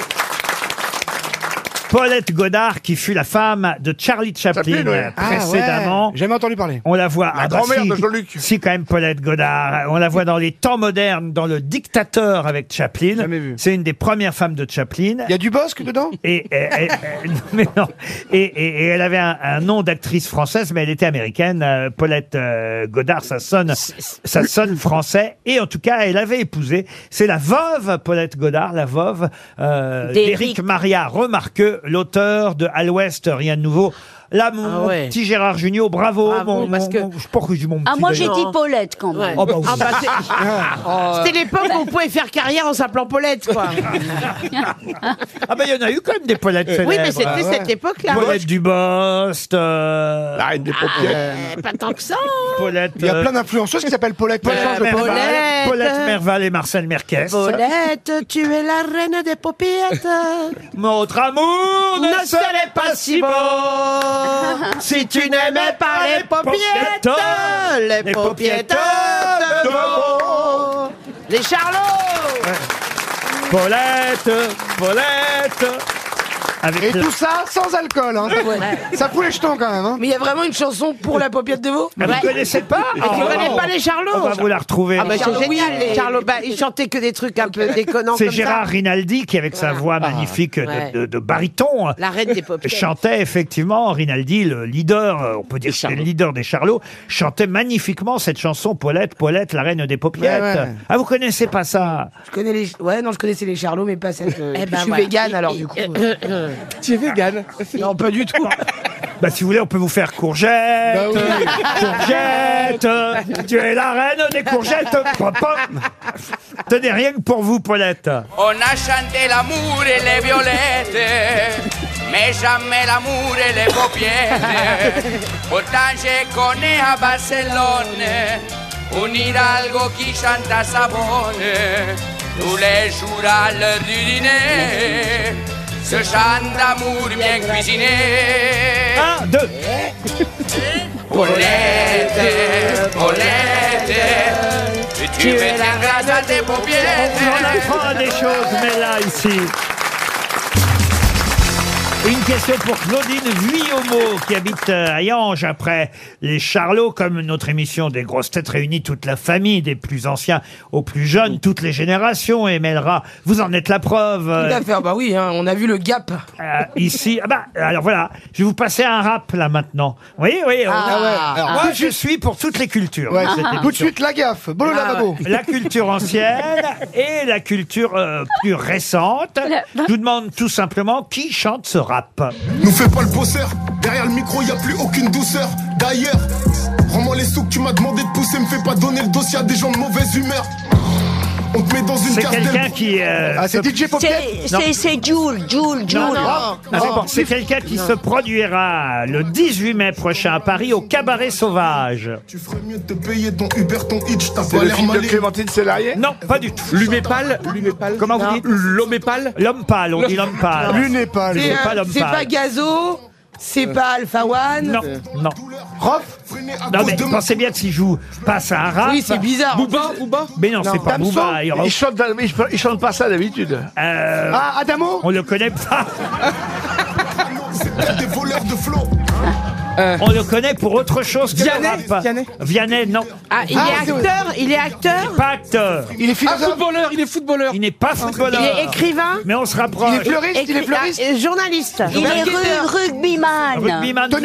S2: Paulette Godard, qui fut la femme de Charlie Chaplin,
S6: Chaplin, ouais.
S2: euh,
S6: Ah, ouais.
S2: précédemment. J'ai jamais entendu parler. On la voit.
S6: La grand-mère
S2: si,
S6: de Jean-Luc.
S2: Si, quand même, Paulette Godard. On la voit dans les temps modernes, dans Le Dictateur avec Chaplin. C'est une des premières femmes de Chaplin. Il y a du bosque dedans et, et- et- et- mais non. Et, et- et elle avait un, un nom d'actrice française, mais elle était américaine. euh, Paulette euh, Godard, ça sonne, ça sonne français. Et en tout cas, elle avait épousé. C'est la veuve, Paulette Godard, la veuve euh,
S17: D'Éric.
S2: d'Éric Maria Remarqueux, l'auteur de À l'Ouest, rien de nouveau. Là, mon, mon
S7: Ah ouais.
S2: petit Gérard Junior, bravo.
S7: Bravo,
S2: mon,
S7: parce
S2: mon-
S7: que-
S2: mon- je pense que j'ai mon
S7: Ah,
S2: petit
S7: moi j'ai
S2: Gérard.
S7: dit Paulette quand
S2: Ouais.
S7: même.
S2: Oh, bah Ah. oui. oh. Ah, bah, c'est-
S9: C'était l'époque où on pouvait faire carrière en s'appelant Paulette, quoi.
S2: Ah ben il y en a eu quand même des Paulettes
S9: Oui,
S2: célèbres.
S9: mais c'était Ah ouais. cette époque-là.
S2: Paulette Dubost. Euh...
S3: Ah,
S2: La reine des
S9: Euh, pas tant que ça.
S2: Paulette.
S3: Il y a
S2: euh,
S3: plein d'influenceuses qui s'appellent Paulette.
S2: Paulette,
S3: Paulette,
S2: euh, Merval,
S9: Paulette.
S2: Paulette Merval et Marcel Merquès.
S9: Paulette, tu es la reine des paupiètes.
S2: Notre amour ne serait pas si beau si tu n'aimais pas les
S9: Paupiètes, les paupiètes de beau. Les charlots.
S2: Paulette, Paulette. Avec
S3: Et
S2: le-
S3: tout ça sans alcool. hein. Ça fout les jetons quand même.
S5: Mais il y a vraiment une chanson pour la paupiette de veau
S2: Ah, Vous connaissez pas
S9: Et tu
S2: Ah,
S9: connais
S2: on-
S9: pas les Charlots
S2: On va vous la retrouver.
S9: Ah bah c'est génial, les Charlots. Bah, ils chantaient que des trucs un peu déconnants.
S2: C'est
S9: comme
S2: Gérard
S9: ça.
S2: Rinaldi qui, avec sa voix magnifique de,
S9: Ouais.
S2: de- de baryton,
S9: La reine des paupières.
S2: chantait effectivement, Rinaldi, le leader, euh, on peut dire que c'est le leader des Charlots, chantait magnifiquement cette chanson Paulette, Paulette, la reine des paupières.
S5: Ouais, ouais.
S2: Ah, vous connaissez pas ça
S5: Je connais les. Ouais, non, je connaissais les charlots, mais pas cette. euh,
S9: Eh ben, Euh,
S5: je suis
S9: voilà.
S5: végane alors du coup.
S4: Tu es vegan
S5: Non, pas du tout.
S2: Bah, si vous voulez, on peut vous faire courgette,
S5: Bah oui.
S2: courgette, euh, tu es la reine des courgettes. pom, pom. Tenez rien que pour vous, Paulette.
S17: On a chanté l'amour et les violettes, mais jamais l'amour et les paupières. Pourtant je connais à Barcelone un hidalgo qui chante à sa bonne. Tous les jours à l'heure du dîner, ce chant d'amour bien cuisiné.
S2: Un, deux.
S17: Paulette, Paulette, tu me tiendras à tes
S2: On
S17: paupières.
S2: apprend des choses, mais là, ici. Une question pour Claudine Vuillomo, qui habite euh, à Yange, après les Charlots, comme notre émission des grosses têtes réunit toute la famille, des plus anciens aux plus jeunes, toutes les générations, et mêlera. Vous en êtes la preuve.
S5: Tout
S2: euh,
S5: à fait. Ah Bah oui, hein, on a vu le gap.
S2: euh, ici. Ah bah, alors voilà, je vais vous passer un rap là maintenant. Oui, oui. on-
S5: Ah ouais, alors,
S2: moi,
S5: tout de
S2: je suis pour toutes les cultures.
S3: Ouais,
S2: dans cette
S3: tout de
S2: émission.
S3: suite la gaffe. Bon le
S2: Ah,
S3: lavabo.
S2: ouais. La culture ancienne et la culture euh, plus récente. Je vous demande tout simplement qui chante ce rap.
S18: Nous fais pas le bosseur, derrière le micro y a plus aucune douceur. D'ailleurs, rends-moi les sous que tu m'as demandé de pousser, me fais pas donner le dossier à des gens de mauvaise humeur. On te met dans une
S2: C'est
S18: case
S2: quelqu'un
S18: d'elle-
S2: qui. euh, se-
S7: C'est-
S2: Non.
S7: C'est c'est Jules, Jules, Jules.
S2: Non, non, non, non, c'est quelqu'un qui se produira le 18 mai prochain à Paris au Cabaret Sauvage.
S18: Tu ferais mieux de te payer ton Uber, ton Hitch, t'as
S6: C'est
S18: pas
S6: le
S18: l'air
S6: film de
S18: malé.
S6: Clémentine Célarié
S2: Non, pas du tout.
S4: L'humépal L'humépal Comment vous dites L'homépal
S2: L'homme pâle, on dit l'homme pâle.
S4: L'humépal.
S5: C'est
S2: C'est pas
S5: euh,
S2: l'homme
S5: c'est
S2: pâle.
S5: pas Gazo, c'est pas Alpha One.
S2: Non, non.
S3: Rof
S5: Ah,
S2: Non mais pensez bien que si je vous passe un rap.
S5: Oui, c'est bizarre.
S2: Booba,
S4: Booba Mais
S2: non, c'est pas Booba.
S6: Il,
S2: Rof.
S6: chante, dans- il chante- il chante pas ça d'habitude.
S2: Euh,
S3: Ah, Adamo
S2: On le connaît pas.
S18: C'est peut-être des voleurs de flots.
S9: Euh.
S2: On le connaît pour autre chose que le rap. Vianney non.
S9: Ah, il est acteur, il est acteur.
S2: Pas acteur.
S9: Il est philosophe. Ah,
S2: footballeur, il est footballeur. Il n'est pas footballeur.
S9: Il est écrivain.
S2: Mais on se rapproche.
S9: Écri- euh, ah, euh, journaliste.
S7: Il est ru- rugbyman.
S2: Rugbyman, non.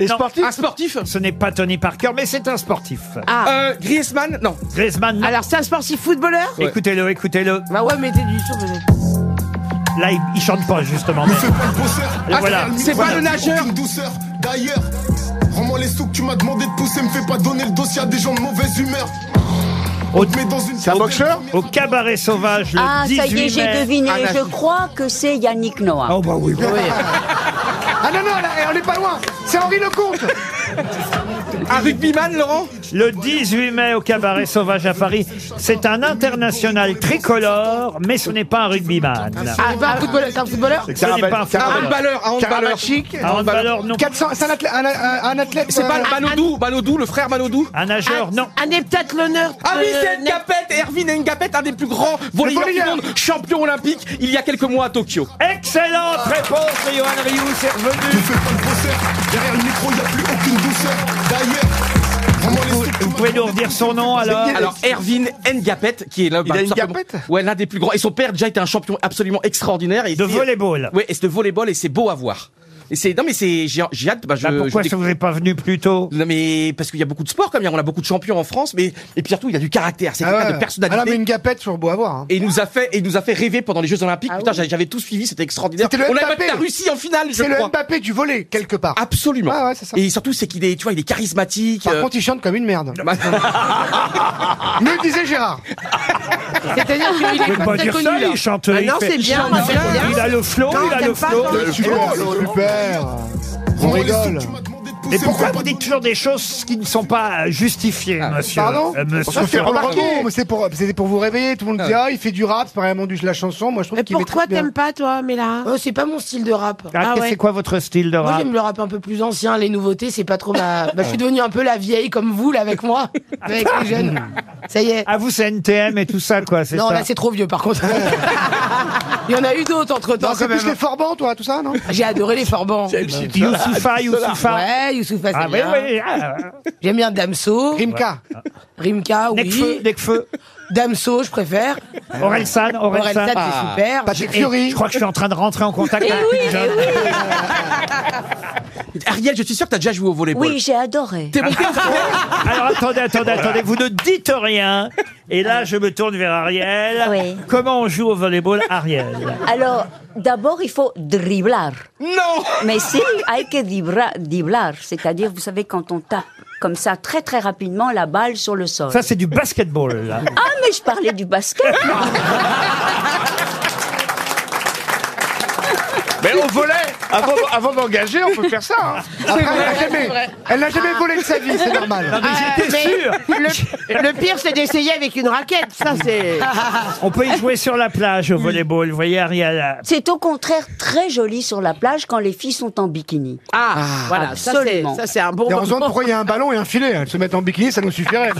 S4: Et
S2: Non.
S4: sportif
S2: Un sportif Ce n'est pas Tony Parker, mais c'est un sportif.
S9: Ah.
S4: Euh, Griezmann, non.
S2: Griezmann, non.
S9: Alors c'est un sportif footballeur.
S2: Écoutez-le, écoutez-le.
S5: Bah ouais, mettez du son peut-être.
S2: Là, il, il chante pas, justement. Et
S18: Ah,
S2: voilà.
S18: c'est-
S2: Voilà.
S18: Aucune douceur, d'ailleurs. Rends-moi les sous que tu m'as demandé de pousser, me fais pas donner le dossier à des gens de mauvaise humeur.
S2: Au-
S18: C'est un boxeur
S2: Au cabaret sauvage, le
S7: Ah,
S2: 18
S7: ça y est, j'ai
S2: mai.
S7: deviné. je crois que c'est Yannick Noah.
S2: Oh, bah oui.
S3: Ah non, non, là, on n'est pas loin. C'est Henri Lecomte.
S2: Un rugbyman, Laurent Le 18 mai au Cabaret Sauvage à Paris, c'est un international tricolore, mais ce n'est pas un rugbyman.
S5: Ah, c'est pas un footballeur, c'est un footballeur
S2: Ce n'est pas un footballeur.
S3: Karabachic.
S2: Un handballeur, non.
S3: 400, c'est un athlète. Un, un- un athlète euh,
S4: C'est pas Manodou, Manodou, le frère Manodou
S2: Un nageur, non.
S9: Un heptathloneur.
S4: Ah oui,
S9: euh,
S4: c'est Ngapet, Erwin Ngapet, un des plus grands volleyeurs du
S9: volleyeur.
S4: monde, champion olympique, il y a quelques mois à Tokyo.
S2: Excellente réponse de Johan Rioux, c'est revenu.
S18: Derrière le micro, y a plus aucune douceur, d'ailleurs. Rends-moi les sous que tu
S2: Vous pouvez nous redire son nom alors
S4: Alors, Erwin Ngapet, qui est l'un
S2: Il a une
S4: simplement- Ouais, l'un des plus grands. Et son père, déjà, était un champion absolument extraordinaire. Et euh,
S2: De volleyball.
S4: Ouais, et c'est de volleyball et c'est beau à voir. Et c'est, non mais c'est, j'ai j'ai hâte, bah, je,
S2: Bah, pourquoi
S4: je
S2: ça vous est pas venu plus tôt
S4: Non mais, parce qu'il y a beaucoup de sports, comme il y a- on a beaucoup de champions en France, mais, et puis surtout, il a du caractère, c'est
S3: Ah
S4: quelqu'un
S3: ouais.
S4: de personnalité.
S3: Ah non, mais une gapette sur beau à voir. hein.
S4: Et il nous a fait, et il nous a fait rêver pendant les Jeux Olympiques. Putain, j'avais- j'avais tout suivi, c'était extraordinaire.
S3: Ah C'était le
S4: on a
S3: Mbappé.
S4: battu la Russie en finale, je
S3: C'est le
S4: crois.
S3: Mbappé du volet, quelque part.
S4: Absolument.
S3: Ah ouais, c'est ça.
S4: Et surtout, c'est qu'il est, tu vois, il est charismatique.
S3: Par
S4: euh,
S3: contre, il chante comme une merde.
S4: bah-
S3: Me disait Gérard.
S5: C'est-à-dire qu'il
S2: Vous
S5: Ah, est
S2: pouvez
S5: pas
S2: pas
S5: très
S2: dire
S5: connu,
S2: ça,
S5: là.
S2: il chante.
S9: Ah
S2: il
S9: non,
S2: fait-
S9: c'est bien,
S2: il chante
S9: c'est bien.
S2: Il a le flow,
S9: Non,
S2: il a
S9: j'aime
S2: le
S9: pas,
S2: flow.
S9: non.
S2: Super.
S3: Super. On rigole.
S2: Mais pourquoi vous dites toujours des choses qui ne sont pas justifiées, monsieur
S3: Pardon
S2: euh, monsieur
S3: Ça, c'est pour le
S2: Ferrand.
S3: repos, mais c'est pour, c'était pour vous réveiller. Tout le monde dit Ah, il fait du rap, c'est pas vraiment du, la chanson. Moi, je trouve
S9: Mais
S3: qu'il
S9: Euh, pourquoi
S3: maîtrise bien.
S9: t'aimes pas toi, Mela
S5: Oh, c'est pas mon style de rap.
S2: Ah,
S9: Ah
S2: qu'est-
S9: ouais.
S2: C'est quoi votre style de
S5: Moi,
S2: rap
S5: j'aime le rap un peu plus ancien, les nouveautés, c'est pas trop ma. Bah, je suis devenue un peu la vieille comme vous, là, avec moi, avec les jeunes. Ça y est.
S2: Ah, vous, c'est NTM et tout ça, quoi, c'est
S5: Non,
S2: ça
S5: là, c'est trop vieux, par contre. Il y en a eu d'autres entre
S3: Non,
S5: temps,
S3: c'est
S5: quand
S3: plus les
S5: même.
S3: forbans, toi, tout ça, non
S5: J'ai adoré les forbans.
S2: Euh, Youssoufa, Youssoufa.
S5: Ouais, Youssoufa, c'est
S2: Ah, oui,
S5: bien.
S2: oui. ah, ah.
S5: J'aime bien Damso.
S3: Rimka.
S5: Rimka, oui.
S2: Necfeu, Necfeu.
S5: Damso, je préfère.
S2: Aurel San, Aurel
S5: Aurel
S2: San.
S5: San, c'est super.
S3: Ah. Patrick
S2: Et
S3: Fiori.
S2: Je crois que je suis en train de rentrer en contact avec une jeune.
S4: Ariel, je suis sûr que t'as déjà joué au volleyball.
S7: Oui, j'ai adoré.
S4: T'es mon père.
S2: Alors attendez, attendez, attendez, vous ne dites rien. Et là, je me tourne vers Ariel.
S7: Oui.
S2: Comment on joue au volleyball, Ariel
S7: Alors, d'abord, il faut dribbler.
S4: Non
S7: Mais si, hay que dribra- dribbler, c'est-à-dire, vous savez, quand on tape comme ça très très rapidement la balle sur le sol.
S2: Ça, c'est du basketball, là.
S7: Ah, mais je parlais du basket.
S6: Mais on volait Avant, avant d'engager, on peut faire ça. hein.
S3: Après, elle n'a jamais, elle n'a jamais volé de sa vie, c'est normal.
S2: J'étais sûr
S9: Ah, le, le pire, c'est d'essayer avec une raquette. Ça, c'est.
S2: On peut y jouer sur la plage au volleyball, vous voyez, Ariel.
S7: C'est au contraire très joli sur la plage quand les filles sont en bikini.
S9: Ah, voilà, ça, c'est-
S7: absolument.
S9: ça c'est un bon.
S3: Et heureusement, pourquoi il y a un ballon et un filet Elles se mettent en bikini, ça nous suffirait.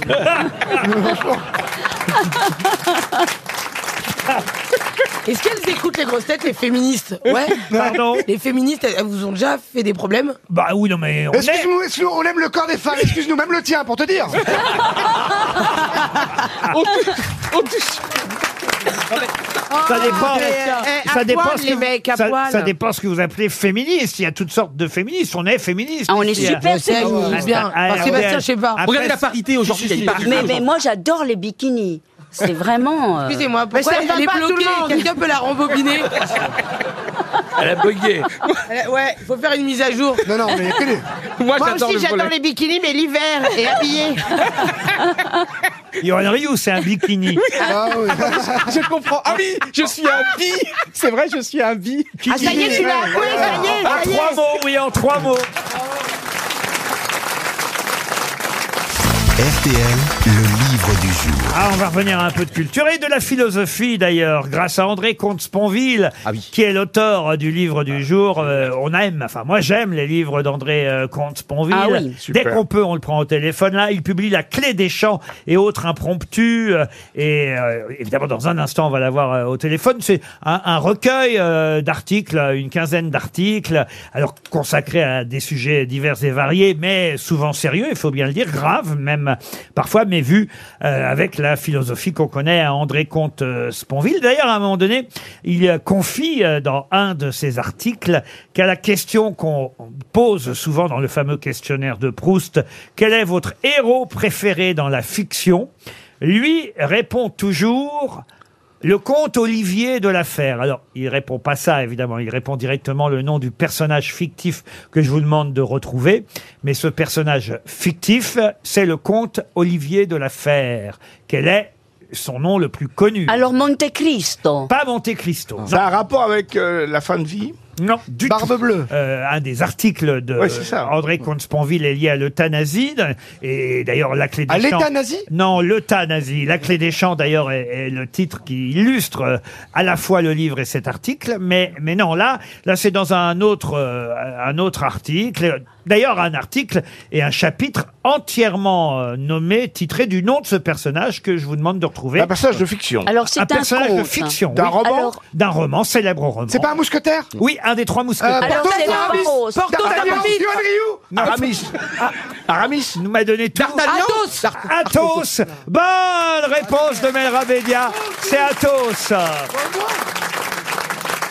S5: Est-ce qu'elles écoutent les grosses têtes, les féministes Ouais.
S2: Pardon
S5: Les féministes, elles elles vous ont déjà fait des problèmes
S2: Bah oui, non, mais on est...
S3: Excuse-nous, excuse-nous, on aime le corps des femmes, excuse-nous, même le tien, pour te dire.
S2: Ça dépend.
S9: eh,
S2: ça
S9: à
S2: dépend
S9: poil,
S2: ce
S9: les
S2: que vous-
S9: mecs, à
S2: ça-
S9: poil.
S2: ça dépend ce que vous appelez féministe. Il y a toutes sortes de féministes. On est féministes.
S7: Ah, on est
S2: ici.
S7: super
S5: Je sais,
S7: féministes.
S5: ils- bien.
S2: Ah,
S5: Enfin,
S2: ah,
S5: Sébastien,
S2: ouais.
S5: je sais pas.
S2: Après,
S4: Regardez la parité aujourd'hui, il y a une parité.
S7: Mais, mais moi, j'adore les bikinis. C'est vraiment. euh,
S5: Excusez-moi,
S9: Mais ça
S5: pourquoi
S9: va
S5: elle est
S9: pas tout le
S5: bloquée
S9: monde.
S5: Quelqu'un peut la rembobiner
S4: Elle a bugué.
S5: Elle- Ouais, faut faire une mise à jour.
S3: Non, non, mais il y a que les-
S4: Moi,
S9: Moi
S4: j'adore
S9: aussi,
S4: le
S9: j'adore
S4: volet.
S9: les bikinis, mais l'hiver et habillé.
S2: Yoann Ryu, c'est un bikini.
S3: Ah oui.
S4: Je comprends. Ah oui, je suis un bi. C'est vrai, je suis un bi. Ah,
S9: Ah, ça y est, tu l'as appris, ça y est,
S2: En
S9: ça y
S2: trois
S9: est.
S2: mots, oui, en trois mots.
S1: RTL, le livre du jour.
S2: Ah, on va revenir à un peu de culture et de la philosophie d'ailleurs, grâce à André Comte-Sponville, qui est l'auteur euh, du livre du jour. Euh, on aime, enfin moi j'aime les livres d'André euh, Comte-Sponville.
S19: Ah oui.
S2: Dès
S19: Super.
S2: qu'on peut, on le prend au téléphone. Là, il publie La clé des champs et autres impromptus. euh, et euh, évidemment, dans un instant, on va l'avoir euh, au téléphone. C'est un, un recueil euh, d'articles, une quinzaine d'articles, alors consacrés à des sujets divers et variés, mais souvent sérieux, il faut bien le dire, graves même parfois, mais vus euh, avec la philosophie qu'on connaît à André Comte euh, Sponville. D'ailleurs, à un moment donné, il euh, confie euh, dans un de ses articles qu'à la question qu'on pose souvent dans le fameux questionnaire de Proust, quel est votre héros préféré dans la fiction Lui répond toujours le comte Olivier de l'affaire. Alors, il répond pas ça, évidemment. Il répond directement le nom du personnage fictif que je vous demande de retrouver. Mais ce personnage fictif, c'est le comte Olivier de l'affaire. Quel est son nom le plus connu Alors,
S7: Monte Cristo.
S2: Pas Monte Cristo.
S6: Ça a un rapport avec euh, la fin de vie
S2: Non, du Barbe bleue. un des articles de
S6: Ouais, c'est ça.
S2: André Comte-Sponville est lié à l'euthanasie. Et d'ailleurs, la clé des
S3: À
S2: champs.
S3: l'euthanasie
S2: Non, l'euthanasie. La clé des champs, d'ailleurs, est, est le titre qui illustre euh, à la fois le livre et cet article. Mais, mais non, là, là, c'est dans un autre, euh, un autre article. D'ailleurs, un article et un chapitre entièrement euh, nommé, titré du nom de ce personnage que je vous demande de retrouver. Un
S6: personnage de fiction.
S7: Alors, c'est un
S2: personnage de
S7: conte.
S2: fiction.
S7: D'un
S2: oui.
S7: roman Alors-
S2: D'un roman, célèbre roman.
S3: C'est pas un mousquetaire
S2: Oui, un des trois mousquetaires.
S3: Euh, Porthos,
S7: c'est
S3: Aramis,
S7: Porthos.
S3: Porthos,
S7: D'Artagnan,
S3: Aramis. Johan Rioux.
S2: Aramis. Ah, Aramis nous m'a donné tout.
S4: Athos.
S2: Athos. Bonne réponse de Mel Rabedia. C'est Athos.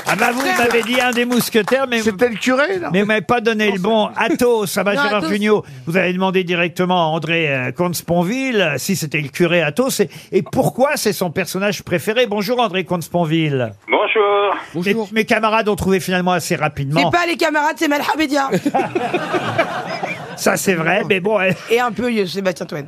S2: Ah bah vous
S6: Frère.
S2: m'avez dit un des mousquetaires, mais c'était le curé. Là. Mais vous m'avez pas donné le bon. Athos, ah bah
S6: Non,
S2: Gérard
S6: Athos.
S2: Jugnot, vous avez demandé directement à André euh, Comte-Sponville euh, si c'était le curé Athos et, et pourquoi c'est son personnage préféré. Bonjour André Comte-Sponville.
S20: Bonjour.
S2: Mes, mes camarades ont trouvé finalement assez rapidement.
S5: C'est pas les camarades, c'est Malhabédia.
S2: Ça c'est vrai, mais bon. euh,
S5: Et un peu euh, Sébastien Toen.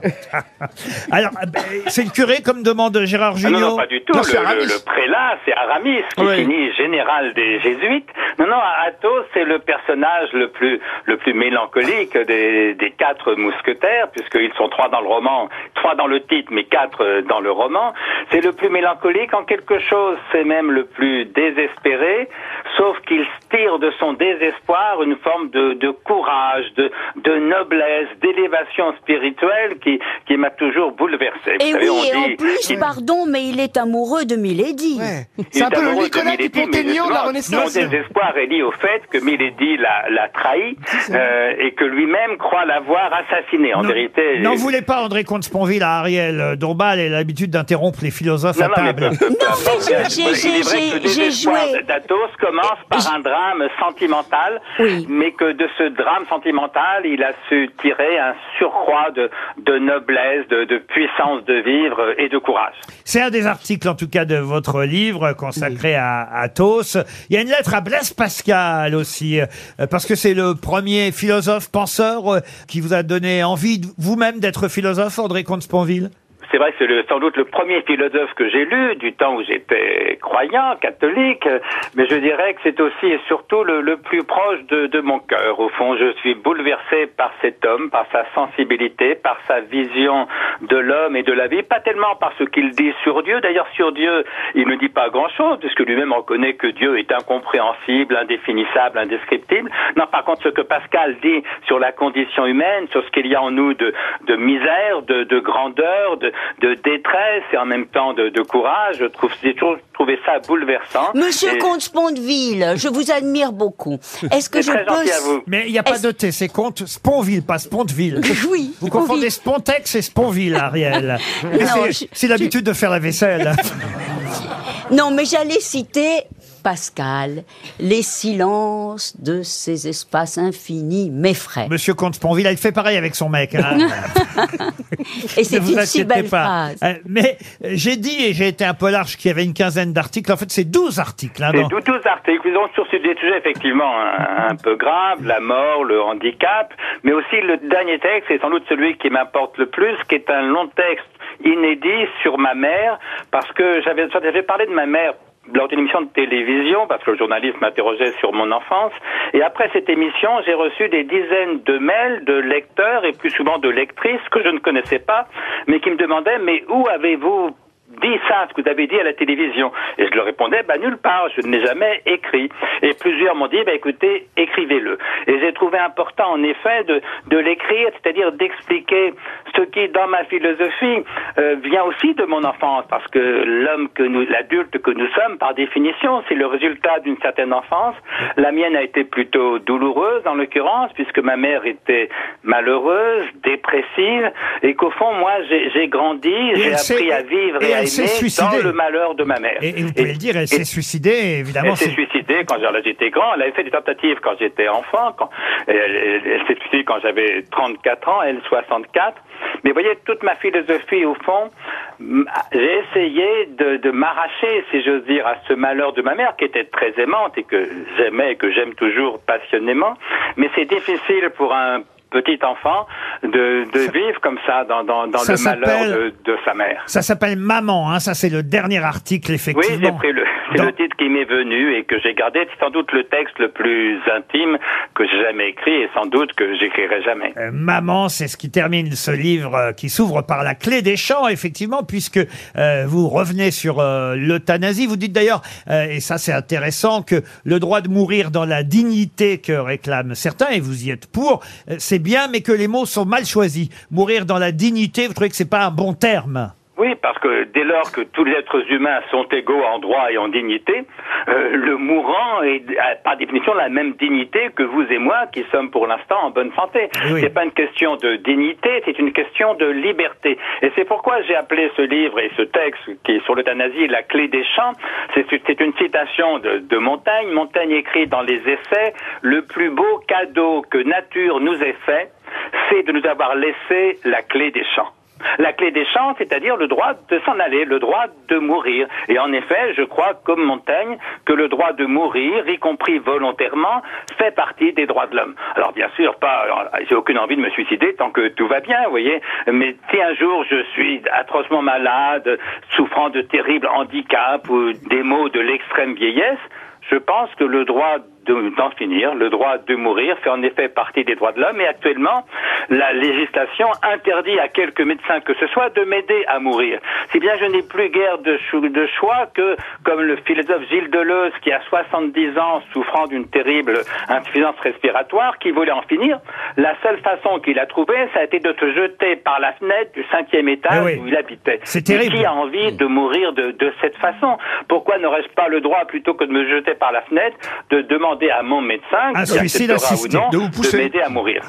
S2: Alors, euh, ben, c'est le curé comme demande Gérard
S20: Ah non,
S2: Jugnot
S20: non, pas du tout.
S2: Non,
S20: le,
S2: c'est Aramis.
S20: le- le prélat, c'est Aramis, qui
S2: Oui.
S20: finit général des jésuites. Non, non, Athos, c'est le personnage le plus, le plus mélancolique des, des quatre mousquetaires, puisqu'ils sont trois dans le roman, trois dans le titre, mais quatre euh, dans le roman. C'est le plus mélancolique en quelque chose. C'est même le plus désespéré, sauf qu'il tire de son désespoir une forme de, de courage, de, de noblesse, d'élévation spirituelle qui, qui m'a toujours bouleversé. Vous
S7: Et
S20: savez,
S7: Eh oui, et
S20: on dit
S7: en plus,
S20: qu'il-
S7: pardon, mais il est amoureux de Milady.
S20: il est amoureux de Milady, mais justement, Son désespoir est lié au fait que Milady l'a l'a trahi euh, et que lui-même croit l'avoir assassiné. En vérité,
S2: N'en voulez pas, André Comte-Sponville à Ariel euh, Dombal elle a l'habitude d'interrompre les philosophes
S20: Non,
S2: à
S20: non, mais peu-
S2: table.
S20: peu- peu importe.
S7: j'ai-
S20: Euh,
S7: j'ai-
S20: il est vrai
S7: j'ai-
S20: que le
S7: j'ai
S20: désespoir
S7: joué.
S20: d'Athos commence par un drame sentimental, mais que de ce drame sentimental, il a su tirer un surcroît de, de noblesse, de, de puissance de vivre et de courage.
S2: C'est un des articles, en tout cas, de votre livre consacré à à Athos. Il y a une lettre à Blaise Pascal aussi, euh, parce que c'est le premier philosophe, penseur, euh, qui vous a donné envie de- vous-même d'être philosophe, André Comte-Sponville
S20: C'est vrai que c'est le- sans doute le premier philosophe que j'ai lu du temps où j'étais croyant, catholique, euh, mais je dirais que c'est aussi et surtout le, le plus proche de, de mon cœur. Au fond, je suis bouleversé par cet homme, par sa sensibilité, par sa vision de l'homme et de la vie, pas tellement par ce qu'il dit sur Dieu. D'ailleurs, sur Dieu, il ne dit pas grand-chose, puisque lui-même reconnaît que Dieu est incompréhensible, indéfinissable, indescriptible. Non, par contre, ce que Pascal dit sur la condition humaine, sur ce qu'il y a en nous de, de misère, de, de grandeur, de, de détresse et en même temps de, de courage, je trouve, j'ai toujours trouvé ça bouleversant.
S7: Monsieur
S20: Et-
S7: Comte Spondeville, je vous admire beaucoup. Est-ce que je peux...
S2: Mais il n'y a pas de T, c'est Comte Sponville, pas Spontville.
S7: Oui.
S2: Vous confondez Spontex et Sponville, Ariel. Mais
S7: Non,
S2: c'est-
S7: je-
S2: C'est l'habitude de faire la vaisselle. hein,
S7: Non, mais j'allais citer Pascal. Les silences de ces espaces infinis m'effraient.
S2: Monsieur Comte Sponville, elle fait pareil avec son mec. hein.
S7: Et c'est
S2: Ne vous
S7: une si
S2: inquiétez
S7: belle
S2: pas.
S7: phrase.
S2: Euh, mais euh, j'ai dit, et j'ai été un peu large, qu'il y avait une quinzaine d'articles. En fait, c'est 12 articles. hein,
S20: C'est
S2: dans-
S20: 12 articles. Ils ont sur des sujets effectivement un, un peu graves, la mort, le handicap, mais aussi le dernier texte est sans doute celui qui m'importe le plus, qui est un long texte inédit sur ma mère, parce que j'avais j'avais parlé de ma mère lors d'une émission de télévision, parce que le journaliste m'interrogeait sur mon enfance. Et après cette émission, j'ai reçu des dizaines de mails de lecteurs et plus souvent de lectrices que je ne connaissais pas, mais qui me demandaient, mais où avez-vous dit ça, ce que vous avez dit à la télévision. Et je leur répondais, bah, nulle part, je ne l'ai jamais écrit. Et plusieurs m'ont dit, bah, écoutez, écrivez-le. Et j'ai trouvé important, en effet, de, de l'écrire, c'est-à-dire d'expliquer ce qui, dans ma philosophie, euh, vient aussi de mon enfance, parce que l'homme que nous, l'adulte que nous sommes, par définition, c'est le résultat d'une certaine enfance. La mienne a été plutôt douloureuse, en l'occurrence, puisque ma mère était malheureuse, dépressive, et qu'au fond, moi, j'ai j'ai grandi, j'ai
S2: elle
S20: appris
S2: s'est-
S20: à vivre
S2: et
S20: et à
S2: elle s'est
S20: aimer dans
S2: suicidée.
S20: le malheur de ma mère.
S2: Et, et vous pouvez le dire, elle s'est suicidée, et évidemment.
S20: Elle s'est
S2: c'est-
S20: suicidée quand j'en- j'étais grand. Elle avait fait des tentatives quand j'étais enfant. Quand, elle elle- elle s'est suicidée quand j'avais 34 ans, elle 64. Mais vous voyez, toute ma philosophie, au fond, m- j'ai essayé de, de m'arracher, si j'ose dire, à ce malheur de ma mère, qui était très aimante et que j'aimais et que j'aime toujours passionnément. Mais c'est difficile pour un petit enfant de, de vivre comme ça dans, dans, dans
S2: Ça
S20: le malheur
S2: s'appelle-
S20: de, de sa mère.
S2: Ça s'appelle Maman, hein, ça c'est le dernier article,
S20: Oui,
S2: effectivement.
S20: j'ai pris le, c'est le titre qui m'est venu et que j'ai gardé. C'est sans doute le texte le plus intime que j'ai jamais écrit et sans doute que j'écrirai jamais.
S2: Euh, Maman, c'est ce qui termine ce livre euh, qui s'ouvre par la clé des champs, effectivement, puisque euh, vous revenez sur euh, l'euthanasie. Vous dites d'ailleurs, euh, et ça c'est intéressant, que le droit de mourir dans la dignité que réclament certains, et vous y êtes pour, euh, c'est bien, mais que les mots sont mal choisis. Mourir dans la dignité, vous trouvez que c'est pas un bon terme
S20: Oui, parce que dès lors que tous les êtres humains sont égaux en droit et en dignité, euh, le mourant est a par définition la même dignité que vous et moi qui sommes pour l'instant en bonne santé. C'est pas une question de dignité, c'est une question de liberté. Et c'est pourquoi j'ai appelé ce livre et ce texte qui est sur l'euthanasie la clé des champs. C'est c'est une citation de, de Montaigne. Montaigne écrit dans les essais le plus beau cadeau que nature nous ait fait, c'est de nous avoir laissé la clé des champs. La clé des champs, c'est-à-dire le droit de s'en aller, le droit de mourir. Et en effet, je crois, comme Montaigne, que le droit de mourir, y compris volontairement, fait partie des droits de l'homme. Alors bien sûr, pas, alors, j'ai aucune envie de me suicider tant que tout va bien, vous voyez. Mais si un jour je suis atrocement malade, souffrant de terribles handicaps ou des maux de l'extrême vieillesse, je pense que le droit de- d'en finir, le droit de mourir, fait en effet partie des droits de l'homme. Et actuellement, la législation interdit à quelques médecins que ce soit de m'aider à mourir. Si bien je n'ai plus guère de, chou- de choix que, comme le philosophe Gilles Deleuze, qui a 70 ans, souffrant d'une terrible insuffisance respiratoire, qui voulait en finir, la seule façon qu'il a trouvée, ça a été de se jeter par la fenêtre du cinquième étage où il habitait.
S2: C'est
S20: Mais
S2: terrible.
S20: qui a envie de mourir de, de cette façon Pourquoi n'aurais-je pas le droit, plutôt que de me jeter par la fenêtre, de demander à mon médecin,
S2: Un
S20: qui
S2: suicide
S20: acceptera
S2: assisté,
S20: ou non,
S2: de vous pousser.
S20: m'aider à mourir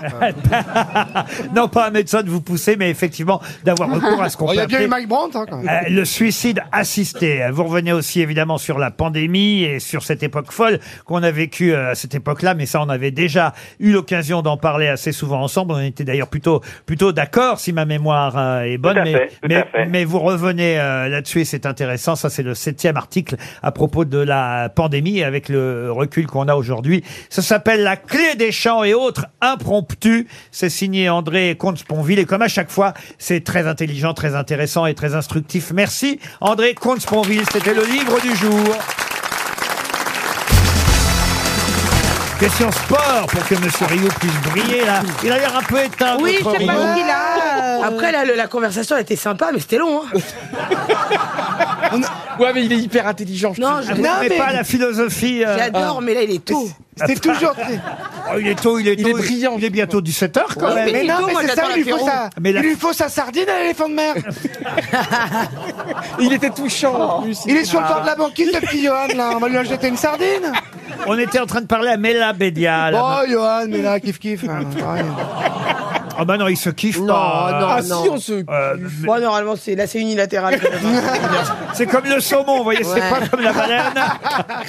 S3: Ah.
S2: non, pas un médecin de vous pousser, mais effectivement d'avoir recours à ce qu'on
S3: Oh, Il y
S2: peut
S3: a bien eu
S2: appeler-
S3: Mike Brandt, hein, quand même.
S2: Euh, le suicide assisté. Vous revenez aussi évidemment sur la pandémie et sur cette époque folle qu'on a vécue euh, à cette époque-là, mais ça on avait déjà eu l'occasion d'en parler assez souvent ensemble. On était d'ailleurs plutôt plutôt d'accord si ma mémoire euh, est bonne,
S20: à
S2: mais,
S20: fait, tout à
S2: mais,
S20: fait.
S2: mais vous revenez euh, là-dessus et c'est intéressant. Ça c'est le septième article à propos de la pandémie et avec le recul qu'on a aujourd'hui. Ça s'appelle La clé des champs et autres impromptus. C'est signé André Comte-Sponville et comme à chaque fois, c'est très intelligent, très intéressant et très instructif. Merci André Comte-Sponville, c'était le livre du jour. Question sport pour que Monsieur Rio puisse briller là. Il a l'air un peu éteint.
S5: Oui, je
S2: notre
S5: sais pas
S2: Rio.
S5: ce qu'il a. Après, là, le- la conversation était sympa, mais c'était long. hein.
S4: Ouais, mais il est hyper intelligent.
S5: Non, je
S2: Ah, vous n'aimez pas la philosophie. euh,
S5: J'adore, mais là, il est tôt.
S2: C'est toujours- Oh, il est tôt, il est tôt. Il est brillant. Il est bientôt 17h quand
S3: Ouais,
S2: même.
S3: mais, non, mais c'est ça, il lui, faut sa,
S2: Mais la-
S3: il lui faut sa sardine à l'éléphant de mer.
S4: il était touchant. en plus.
S3: Il est sur le bord de la
S2: Ah.
S3: banquise, le petit Johan, là. On va lui en jeter une sardine.
S2: On était en train de parler à Mela Bédia. là.
S3: Oh, Johan, mais là, kiff kiff. hein, pareil.
S2: Oh bah non, il se kiffe pas.
S5: non,
S2: Ah,
S5: non.
S2: si, on se-
S5: Bon, normalement, c'est là, c'est unilatéral.
S2: C'est comme le saumon, vous voyez, c'est
S5: Ouais.
S2: pas comme la baleine.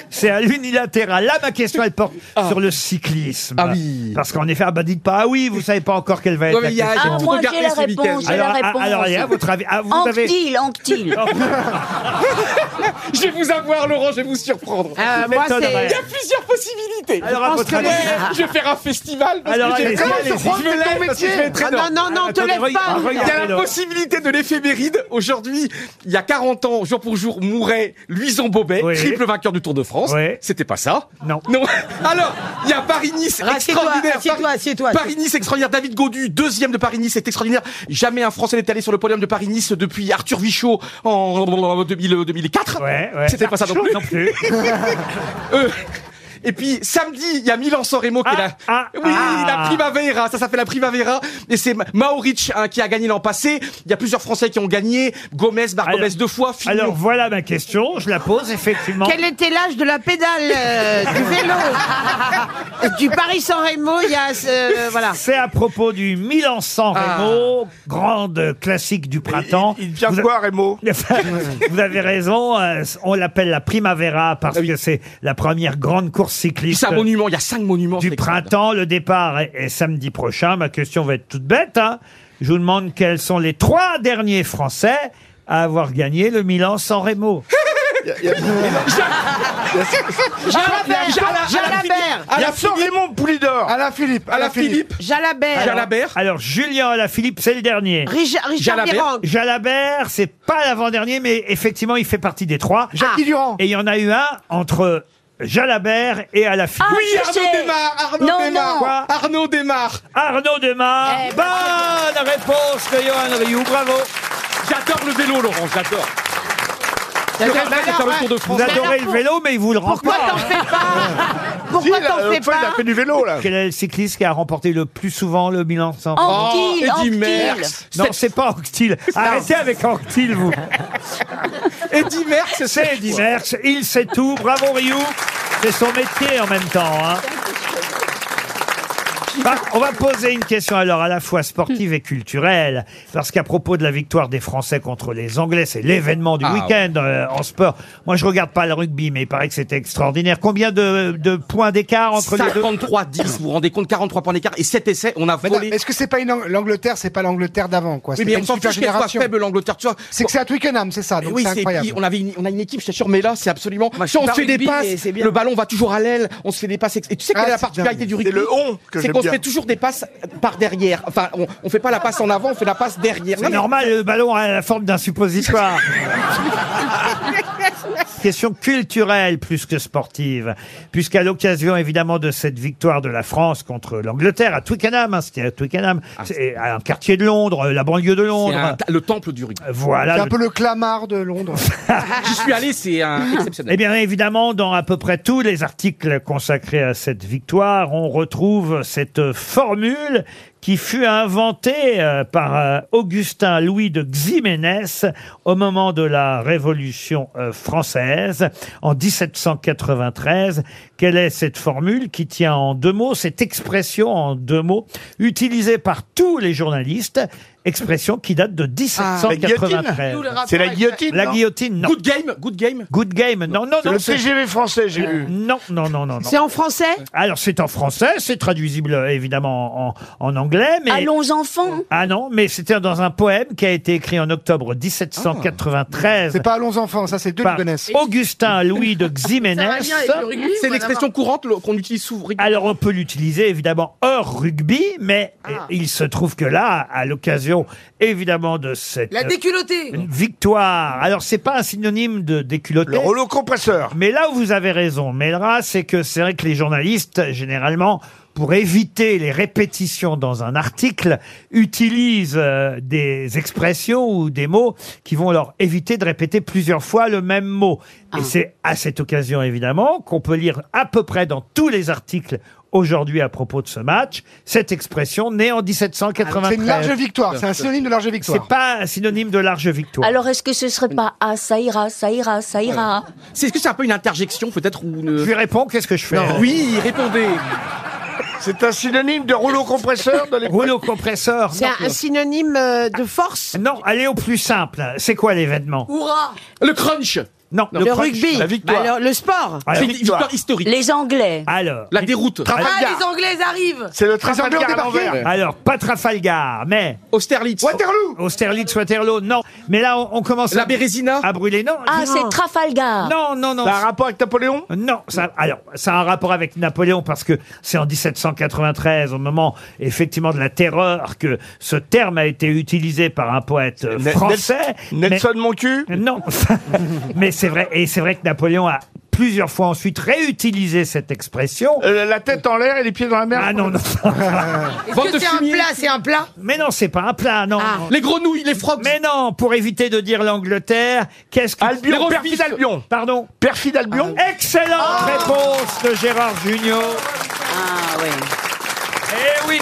S2: C'est à l'unilatéral. Là, ma question, elle porte sur le cyclisme.
S4: Ah oui.
S2: Parce qu'en effet, ah bah dites pas, ah oui, vous savez pas encore quelle va être
S4: Ouais, mais
S2: la
S4: il y a- il y a
S2: question.
S4: Ah, tout moi, j'ai regardé la ce réponse, week-end. j'ai la
S2: alors, à-
S4: réponse.
S2: alors, et à votre avis, ah, vous avez...
S7: Anctil, anctil.
S4: Je vais vous avoir, Laurent, je vais vous surprendre.
S9: Euh,
S4: Vous
S9: moi,
S4: m'étonnerez.
S9: c'est-
S4: Il y a plusieurs possibilités.
S2: Alors, à
S4: je, pense
S2: votre
S4: que
S2: avis-
S4: les- je vais faire un festival. Parce
S2: Alors,
S4: que j'ai-
S2: allez-y,
S4: je
S2: allez-y.
S4: me lève parce que je très très
S9: Ah non, non, non, te
S4: Attendez,
S9: lève pas.
S4: regarde- Il y a la possibilité de l'éphéméride. Aujourd'hui, il y a 40 ans, jour pour jour, mourait Luison Bobet, triple vainqueur du Tour de France. C'était pas ça Non. Non. Alors, il y a Paris-Nice
S19: Assieds-toi,
S4: extraordinaire.
S19: assieds-toi, assieds-toi.
S4: Paris-Nice extraordinaire. David Godu, deuxième de Paris-Nice, c'est extraordinaire. Jamais un Français n'est allé sur le podium de Paris-Nice depuis Arthur Vichot en euh, 2000, 2004. C'était pas ça non plus.
S2: Non plus.
S4: Euh, et puis samedi, il y a Milan Sanremo
S2: Ah,
S4: qui est là. oui, la Primavera, ça s'appelle la Primavera. Et c'est Ma- Mauric hein, qui a gagné l'an passé. Il y a plusieurs Français qui ont gagné. Gomez, Bargomez deux fois.
S2: Alors voilà ma question, je la pose effectivement.
S9: Quel était l'âge de la pédale euh, du vélo Du Paris-San Remo, il y a... euh, voilà. Ah.
S2: C'est à propos du Milan San Remo, grande classique du printemps. Il, vient de quoi, Remo Vous avez raison, euh, on l'appelle la Primavera parce que c'est la première grande course cycliste.
S4: C'est un monument, il y a cinq monuments.
S2: Du printemps, le départ est, est samedi prochain. Ma question va être toute bête. hein. Je vous demande quels sont les trois derniers Français à avoir gagné le Milan San Remo.
S9: Jalabert,
S2: Jala-
S9: Jalabert.
S2: Il y a Raymond Poulidor.
S3: Alain Philippe.
S2: Alain Philippe.
S9: Jalabert.
S2: Alors, alors, Julien Alaphilippe, c'est le dernier.
S9: Richard- Richard Jalabert. Virenque.
S2: Jalabert, c'est pas l'avant-dernier, mais effectivement, il fait partie des trois.
S9: Jackie Ah.
S2: Durand. Et il y en a eu un entre Jalabert et Alaphilippe.
S4: oui, Arnaud démarre, Arnaud démarre,
S2: Quoi
S4: Arnaud démarre.
S2: Arnaud démarre. Bonne réponse de Johan Rioux, bravo.
S4: J'adore le vélo, Laurent, j'adore.
S2: Vous
S4: Jalabert, ouais.
S2: Vous adorez le vélo, mais il vous le rend
S9: Pourquoi t'en fais
S2: Oh.
S9: pas Pourquoi
S2: Si, là,
S9: t'en
S2: l'autre
S9: fais
S2: fois, il a
S9: pas
S2: Euh, fait du vélo, là. Quel est le cycliste qui a remporté le plus souvent le Milan San Remo
S9: Anctil, Oh, Eddy Anctil. Merckx.
S2: Non, c'est pas Anctil. Arrêtez avec Anctil, vous.
S4: Eddy Merckx,
S2: c'est Eddy Merckx. Il sait tout. Bravo, Ryu. C'est son métier en même temps. hein. Ah, On va poser une question alors à la fois sportive et culturelle, parce qu'à propos de la victoire des Français contre les Anglais, c'est l'événement du
S16: Ah,
S2: week-end euh, en sport. Moi, je regarde pas le rugby, mais il paraît que c'était extraordinaire. Combien de, de points d'écart entre les deux
S4: 43 10, vous vous rendez compte 43 points d'écart et 7 essais, on a
S3: Mais non,
S4: volé.
S3: mais Est-ce que c'est pas une Ang- l'Angleterre, c'est pas l'Angleterre d'avant, quoi
S4: Oui,
S3: C'est
S4: mais
S3: pas
S4: on
S3: une
S4: s'en
S3: super
S4: fiche qu'elle soit
S3: génération.
S4: faible l'Angleterre, tu vois.
S3: C'est que c'est à Twickenham, c'est ça, donc
S4: Oui,
S3: c'est
S4: c'est-
S3: incroyable.
S4: puis on avait une, on a une équipe, je t'assure, mais là, c'est absolument.
S3: je
S4: Si on
S3: suis
S4: se
S3: pas
S4: fait des
S3: rugby,
S4: passes,
S3: mais c'est bien.
S4: le ballon va toujours à l'aile, on se fait des passes. ex- Et tu sais quelle
S3: Ah,
S4: est la
S3: c'est
S4: particularité
S3: dingue.
S4: du rugby
S3: C'est le on que
S4: C'est
S3: j'aime
S4: qu'on se
S3: bien.
S4: fait toujours des passes par derrière. Enfin, on, on fait pas la passe en avant, on fait la passe derrière.
S2: C'est normal, le ballon a la forme d'un suppositoire. Question culturelle plus que sportive, puisqu'à l'occasion évidemment de cette victoire de la France contre l'Angleterre à Twickenham, hein, c'était à Twickenham, c'est à un quartier de Londres, euh, la banlieue de Londres.
S4: Ah, un ta- le temple du rugby.
S2: Voilà.
S3: C'est un
S2: le-
S3: peu le clamart de Londres.
S4: J'y suis allé, c'est un exceptionnel.
S2: Eh bien, évidemment, dans à peu près tous les articles consacrés à cette victoire, on retrouve cette formule qui fut inventée euh, par euh, Augustin Louis de Ximénès au moment de la Révolution euh, française en 1793. Quelle est cette formule qui tient en deux mots, cette expression en deux mots, utilisée par tous les journalistes, expression qui date de 1793. La guillotine, non.
S4: Good game, good game.
S2: Good game, non, non,
S4: C'est
S2: non.
S4: le TGV
S2: français, j'ai vu. Non, non, non, non. non.
S9: C'est en français
S2: Alors, c'est en français, c'est traduisible euh, évidemment en, en anglais, mais.
S7: Allons enfants.
S2: Ah non, mais c'était dans un poème qui a été écrit en octobre
S3: Ah.
S2: 1793.
S3: C'est pas Allons enfants, ça c'est deux
S2: par
S3: Lyonnaises.
S2: Augustin Louis de Ximénez.
S3: bien avec le rugby,
S4: C'est l'expression courante le- qu'on utilise souvent.
S2: Alors on peut l'utiliser évidemment hors rugby, mais euh, il se trouve que là, à l'occasion évidemment de cette
S19: La déculottée.
S2: une victoire. Alors c'est pas un synonyme de déculotté. Le rouleau compresseur. Mais là où vous avez raison, Melra, c'est que c'est vrai que les journalistes généralement pour éviter les répétitions dans un article, utilisent euh, des expressions ou des mots qui vont leur éviter de répéter plusieurs fois le même mot.
S3: Ah.
S2: Et c'est à cette occasion, évidemment, qu'on peut lire à peu près dans tous les articles aujourd'hui à propos de ce match, cette expression
S3: Ah,
S2: née en 1793.
S3: C'est une large victoire, c'est un synonyme de large victoire.
S2: C'est pas un synonyme de large victoire.
S7: Alors est-ce que ce serait pas Ah, ça ira, ça ira, ça ira hein.
S4: C'est est-ce que c'est un peu une interjection peut-être ou une...
S2: Je lui réponds, qu'est-ce que je fais
S4: Non. Oui, répondez.
S6: C'est un synonyme de rouleau compresseur de l'époque.
S2: Rouleau compresseur.
S9: C'est un, un synonyme euh, de force
S2: Non, allez au plus simple. C'est quoi l'événement
S19: Hurrah
S4: Le crunch.
S2: Non.
S9: Le, rugby.
S2: La victoire.
S9: Alors, le sport.
S2: Ah, la C'est une victoire. victoire historique. Les
S7: Anglais.
S2: Alors. La déroute.
S5: Ah, les Anglais arrivent
S2: Alors, pas Trafalgar, mais. Austerlitz. Waterloo. Austerlitz, Waterloo, non. Mais là, on, on commence. La Bérésina. À brûler, non.
S7: Ah,
S2: non.
S7: c'est Trafalgar.
S2: Non, non, non. rapport avec Napoléon Non. Ça, alors, ça a un rapport avec Napoléon parce que c'est en 1793, au moment effectivement de la terreur, que ce terme a été utilisé par un poète euh,
S6: Nel-
S2: français.
S6: Nelson
S2: Moncu Non. mais c'est vrai. Et c'est vrai que Napoléon a plusieurs fois ensuite réutilisé cette expression. Euh, la tête en l'air et les pieds dans la mer Ah non, non.
S9: Est-ce que c'est un plat C'est un plat Ah.
S2: Mais non, c'est pas un plat, non. Les grenouilles, les frogs. Mais non, pour éviter de dire l'Angleterre, qu'est-ce que...
S6: Albion,
S2: Les
S6: perfide
S2: rovis-
S6: Albion.
S2: Pardon Perfide Albion Excellente réponse de Gérard Junior.
S7: Ah oui.
S2: Eh oui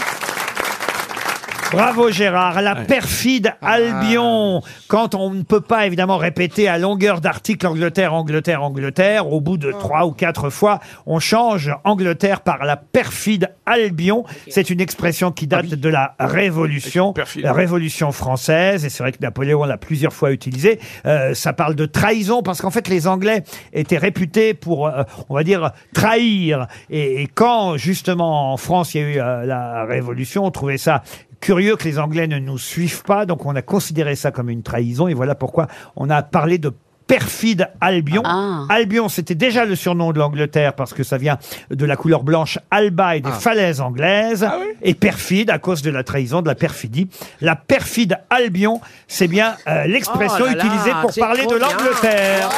S2: Bravo Gérard, la perfide Albion. Quand on ne peut pas évidemment répéter à longueur d'article Angleterre, Angleterre, Angleterre, au bout de trois ou quatre fois, on change Angleterre par la perfide Albion. C'est une expression qui date de la Révolution, la Révolution française. Et c'est vrai que Napoléon l'a plusieurs fois utilisé. Euh, ça parle de trahison parce qu'en fait les Anglais étaient réputés pour, euh, on va dire, trahir. Et, et quand justement en France il y a eu euh, la Révolution, on trouvait ça curieux que les Anglais ne nous suivent pas, donc on a considéré ça comme une trahison, et voilà pourquoi on a parlé de perfide Albion.
S19: Ah.
S2: Albion, c'était déjà le surnom de l'Angleterre parce que ça vient de la couleur blanche alba et des falaises anglaises. et perfide à cause de la trahison, de la perfidie. La perfide Albion, c'est bien euh, l'expression
S19: Oh là là,
S2: utilisée pour
S19: c'est
S2: parler
S19: trop
S2: de
S19: bien.
S2: l'Angleterre.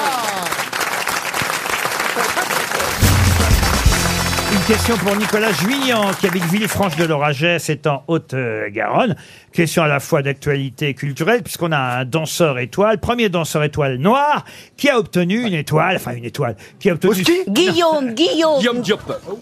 S2: Une question pour Nicolas Juillan, qui habite Villefranche-de-Loragès, c'est en Haute-Garonne. Question à la fois d'actualité et culturelle, puisqu'on a un danseur étoile, premier danseur étoile noir, qui a obtenu une étoile, enfin une étoile, qui a obtenu...
S7: Guillaume, Guillaume.
S2: Guillaume Diop.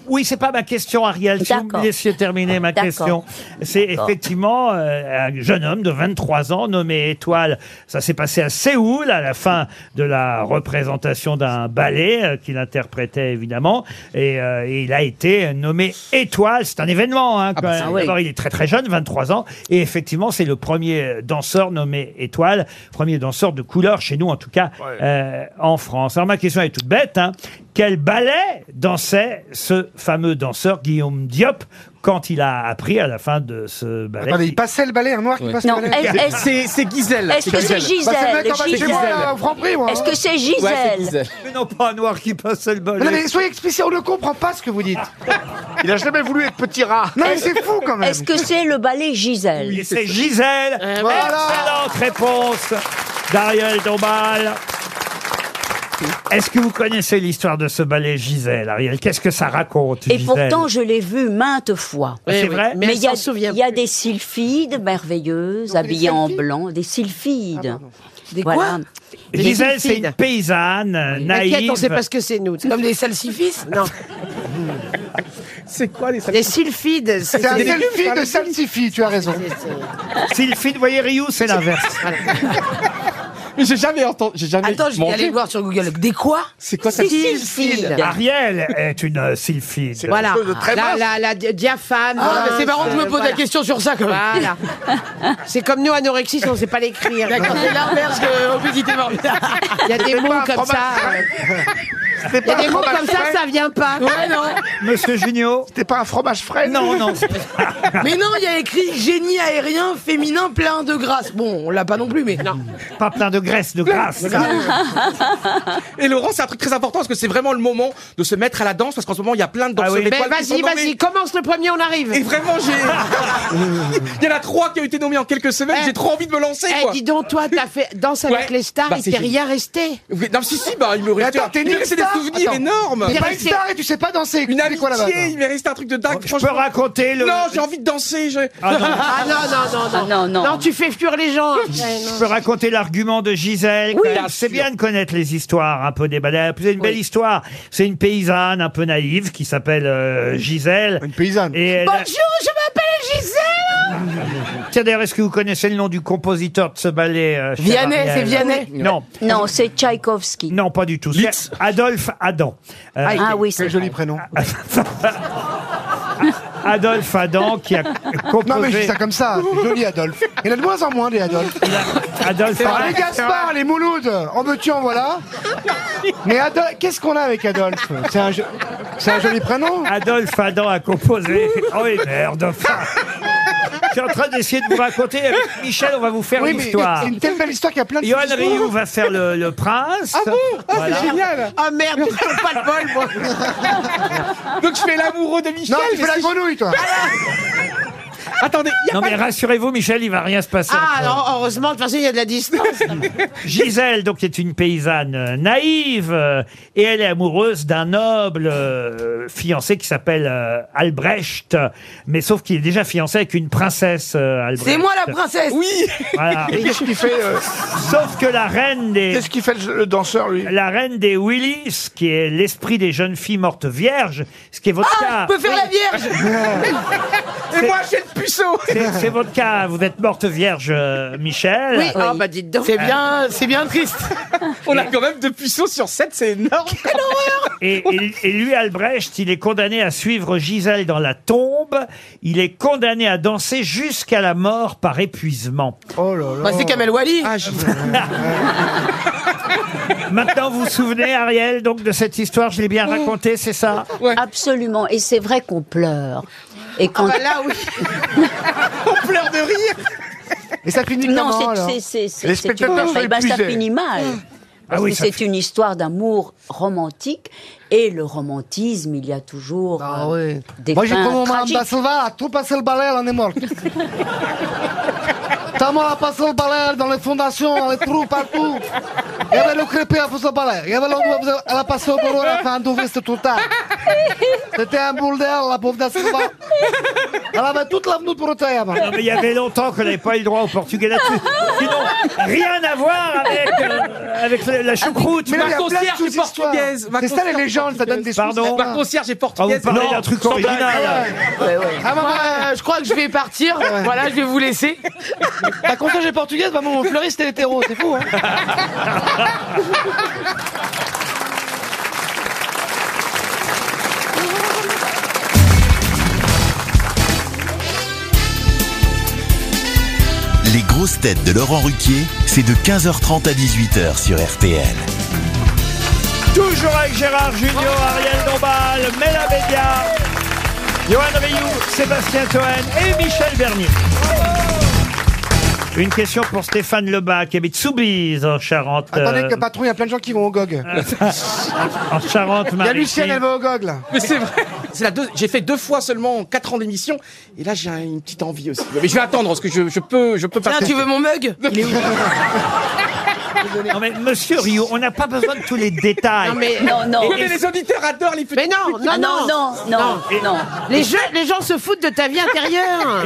S2: Oui, c'est pas ma question, Ariel, si vous me
S7: D'accord.
S2: laissiez terminer ma
S7: D'accord.
S2: question. C'est effectivement euh, un jeune homme de 23 ans nommé Étoile. Ça s'est passé à Séoul à la fin de la représentation d'un ballet euh, qu'il interprétait évidemment. Et, euh, et il a été nommé Étoile. C'est un événement. Hein, quand
S7: bah,
S2: même.
S7: ah oui.
S2: D'abord, il est très très jeune, 23 ans. Et effectivement, c'est le premier danseur nommé Étoile, premier danseur de couleur chez nous en tout cas
S19: Ouais.
S2: euh, en France. Alors ma question est toute bête. hein. Quel ballet dansait ce fameux danseur Guillaume Diop quand il a appris à la fin de ce ballet
S3: Attendez, il passait le balai, un noir qui
S2: Ouais.
S3: passait
S2: Non,
S3: le balai.
S2: est-ce- est-ce- C'est- c'est Gisèle.
S3: Est-ce que c'est Gisèle Bah, c'est le mec en bas de chez moi, là, au Franprix, moi, hein.
S2: Mais non, pas un noir qui passe le balai.
S3: Mais non, mais soyez explicite, on ne comprend pas ce que vous dites.
S2: Il a jamais voulu être petit rat.
S3: Non, mais c'est fou quand même.
S7: Est-ce que c'est le ballet Gisèle
S2: Oui, c'est Gisèle.
S9: Euh,
S7: voilà.
S2: Excellente réponse d'Ariel Dombal. Est-ce que vous connaissez l'histoire de ce ballet Gisèle, Ariel Qu'est-ce que ça raconte,
S7: Et
S2: Gisèle
S7: pourtant, je l'ai vu maintes fois.
S2: Oui, C'est oui. vrai Mais
S7: Mais il y, a-
S2: elle
S7: il y a des sylphides merveilleuses, habillées en blanc, des sylphides. des
S9: quoi Des
S2: Gisèle, c'est une
S9: sylphides.
S2: paysanne euh, naïve.
S9: T'inquiète, on sait pas ce que c'est, nous. C'est comme des salsifis Non.
S4: C'est quoi les
S9: Des sylphides.
S3: C'est un selfie de salsifis, tu as raison.
S2: Sylphide, vous voyez, Ryu, c'est l'inverse.
S4: Mais j'ai jamais entendu. J'ai jamais.
S5: Attends, je vais aller voir sur Google. Des quoi
S4: C'est quoi
S5: ça
S4: ça
S2: Ariel est une euh, sylphide.
S9: Voilà. La, la, la di- diaphane. euh,
S5: Ah, mais c'est marrant que je me pose la question sur ça, quand même.
S9: Voilà. c'est comme nous, anorexie, on sait pas l'écrire.
S5: D'accord, Ah, c'est l'inverse de obésité morbide.
S9: Il y a des
S5: C'est
S9: mots
S5: pas un
S9: comme
S5: fromage
S9: ça.
S5: frais.
S9: Il y a des mots comme ça, ça vient pas.
S5: Ouais, non.
S2: Monsieur Junio.
S6: C'était pas un fromage frais
S2: Non, non.
S5: Mais non, il y a écrit génie aérien féminin plein de grâce. Bon, on l'a pas non plus, mais. Non.
S2: Pas plein de graisse, de grâce.
S4: Et Laurent, c'est un truc très important parce que c'est vraiment le moment de se mettre à la danse parce qu'en ce moment il y a plein de
S3: Ah
S4: danseurs
S3: Ben,
S9: Mais
S4: étoiles qui
S9: Ah Ben, vas-y,
S4: sont nommés.
S9: vas-y, commence le premier, on arrive.
S4: Et vraiment, j'ai. Il y en a trois qui ont été nommés en quelques semaines. J'ai trop envie de me lancer.
S9: Eh,
S4: quoi.
S9: dis donc, toi, t'as fait Danse avec
S4: Ouais.
S9: les stars,
S4: Bah,
S9: il
S4: c'est
S9: t'est
S4: génial.
S9: rien resté.
S4: Oui, Non, si, si, bah, il me restait,
S9: attends, t'es
S4: il me
S9: né
S4: restait des
S9: star
S4: souvenirs
S9: Attends.
S4: énormes.
S9: T'es pas une star
S3: et tu sais pas danser.
S4: Une amitié,
S9: quoi, là-bas,
S4: il m'est resté un truc de dingue. Je
S2: peux raconter le.
S4: Non, j'ai envie de danser. je-
S2: Ah, non.
S9: Ah non, non, non, non. non, tu fais fuir les gens. Ouais, non.
S2: Je peux raconter l'argument de Gisèle. quand
S9: Oui,
S2: même.
S9: bien
S2: c'est bien de connaître les histoires un peu des balais. C'est une belle histoire. C'est une paysanne un peu naïve qui s'appelle euh, Gisèle. Une paysanne. Et elle-
S19: Bonjour, je m'appelle Gisèle.
S2: Tiens, d'ailleurs, est-ce que vous connaissez le nom du compositeur de ce ballet euh, cher
S7: Vianney,
S2: Ariel
S7: c'est Vianney
S2: Non.
S7: Non, c'est Tchaïkovski.
S2: Non, pas du tout. C'est Adolphe Adam. Euh,
S7: Ah, Ah oui, quel c'est joli vrai.
S2: prénom. Adolphe Adam qui a composé.
S3: Non, mais je dis ça comme ça. c'est Joli Adolphe. Il y en a de moins en moins des Adolphe.
S2: Adolphe
S3: Alors,
S2: Hitler.
S3: les Gaspard, les Mouloudes, en veux-tu, en voilà. Mais Adolphe, qu'est-ce qu'on a avec Adolphe C'est un, jo- c'est un joli prénom.
S2: Adolphe Adam a composé. Oh et merde, enfin. Je suis en train d'essayer de vous raconter. Avec Michel, on va vous faire
S3: Oui, mais
S2: l'histoire.
S3: c'est une telle belle histoire qu'il y a plein de
S2: Johan
S3: petites histoires.
S2: Rioux va faire le, le prince.
S3: Ah bon Ah,
S2: Voilà.
S3: c'est génial
S9: Ah merde, je trouve pas de bol, moi
S4: Donc je fais l'amoureux de Michel.
S3: Non, tu
S4: mais
S3: fais la
S4: si-
S3: grenouille, toi
S4: Attendez, il y a
S2: Non
S4: pas
S2: mais rassurez-vous, Michel, il va rien se passer.
S9: Ah,
S2: entre eux.
S9: alors, heureusement, de toute façon, il y a de la distance.
S2: Gisèle, donc, est une paysanne euh, naïve euh, et elle est amoureuse d'un noble euh, fiancé qui s'appelle euh, Albrecht, mais sauf qu'il est déjà fiancé avec une princesse euh, Albrecht.
S19: C'est moi la princesse
S4: Oui
S2: Voilà.
S6: Et qu'est-ce qu'il fait euh,
S2: Sauf que la reine des...
S6: Qu'est-ce qu'il fait le, le danseur lui
S2: La reine des Willis, qui est l'esprit des jeunes filles mortes vierges, ce qui est votre
S19: Ah,
S2: cas.
S19: je peux faire la vierge
S4: Et moi, j'ai le puceau
S2: C'est- C'est votre cas, vous êtes morte vierge, euh, Michel.
S9: Oui, ah bah dites donc.
S2: C'est bien-
S9: c'est bien triste.
S4: On a quand même deux puceaux sur sept, c'est énorme.
S2: Et, et- et lui, Albrecht, il est condamné à suivre Gisèle dans la tombe. Il est condamné à danser jusqu'à la mort par épuisement.
S3: Oh là là.
S9: Bah, c'est Kamel Wally.
S2: Ah, Maintenant, vous vous souvenez, Ariel, donc de cette histoire, je l'ai bien racontée, c'est ça
S7: Absolument. Et c'est vrai qu'on pleure. Et quand...
S4: Ah
S9: bah là, oui.
S4: On pleure de rire.
S3: Et ça finit
S7: Non,
S3: comment,
S7: c'est-
S3: alors
S7: c'est- c'est- c'est-
S6: Les
S7: c'est une-
S6: spectateurs sont
S7: Eh ben, ça
S6: épuisés.
S7: finit mal. Parce
S2: Ah oui,
S7: que
S2: ça
S7: c'est une histoire d'amour romantique et le romantisme, il y a toujours
S3: Ah
S7: euh,
S3: ouais.
S7: des
S3: Moi, j'ai
S7: fins
S3: comme Mme
S7: tragiques.
S3: Bassova a tout passé le balai, elle en est morte. Tellement elle a passé le balai dans les fondations, dans les trous, partout. Il y avait le crépé à passer le balai. Il y avait l'endroit- elle a passé au bureau, elle a fait un touriste tout le temps. C'était un boule d'air, la pauvre Da Silva. Elle avait toute l'avenue pour terre.
S2: Non, mais il y avait longtemps qu'on n'avait pas eu le droit au portugais là-dessus. Dis donc, rien à voir avec, euh, avec la,
S9: Ah,
S2: la choucroute.
S3: Ah, Mais là, il y a plein de
S4: concierge est
S3: sous-histoires.
S4: portugaise, ma
S3: C'est ça les
S4: concierge
S3: légendes, ça donne des sous.
S2: Pardon
S4: Ma concierge est
S2: Ah, vous
S4: portugaise.
S2: parlez d'un truc original.
S9: Ah, maman,
S5: Euh, je crois que je vais partir. Voilà, je vais vous laisser.
S3: La concierge est portugaise, maman, mon fleuriste est hétéro, c'est fou. Hein
S1: Les grosses têtes de Laurent Ruquier, c'est de 15h30 à 18h sur RTL.
S2: Toujours avec Gérard Junior,
S4: Ah.
S2: Ariel Dombal, Mela Bédia, Johan Rioux, Sébastien Toen et Michel Bernier. Une question pour Stéphane Lebas, qui habite Soubise, en Charente.
S3: Attendez
S2: euh,
S3: que patron, il y a plein de gens qui vont au GOG.
S2: en Charente,
S3: Il y a Lucienne, elle va au GOG, là.
S4: Mais c'est vrai. C'est la deux... J'ai fait deux fois seulement 4 ans d'émission. Et là, j'ai un- une petite envie aussi. Mais je vais attendre parce que je, je peux, je peux
S5: Tiens,
S4: passer.
S5: tu veux mon mug Il est où
S2: Non mais Monsieur Rio, on n'a pas besoin de tous les détails.
S9: Non, hein, mais.
S7: Non, non.
S4: Oui, mais les auditeurs adorent les
S9: Mais
S4: petits.
S9: non, non,
S7: Ah non, non, non, non.
S9: Les, jeux, les gens se foutent de ta vie intérieure.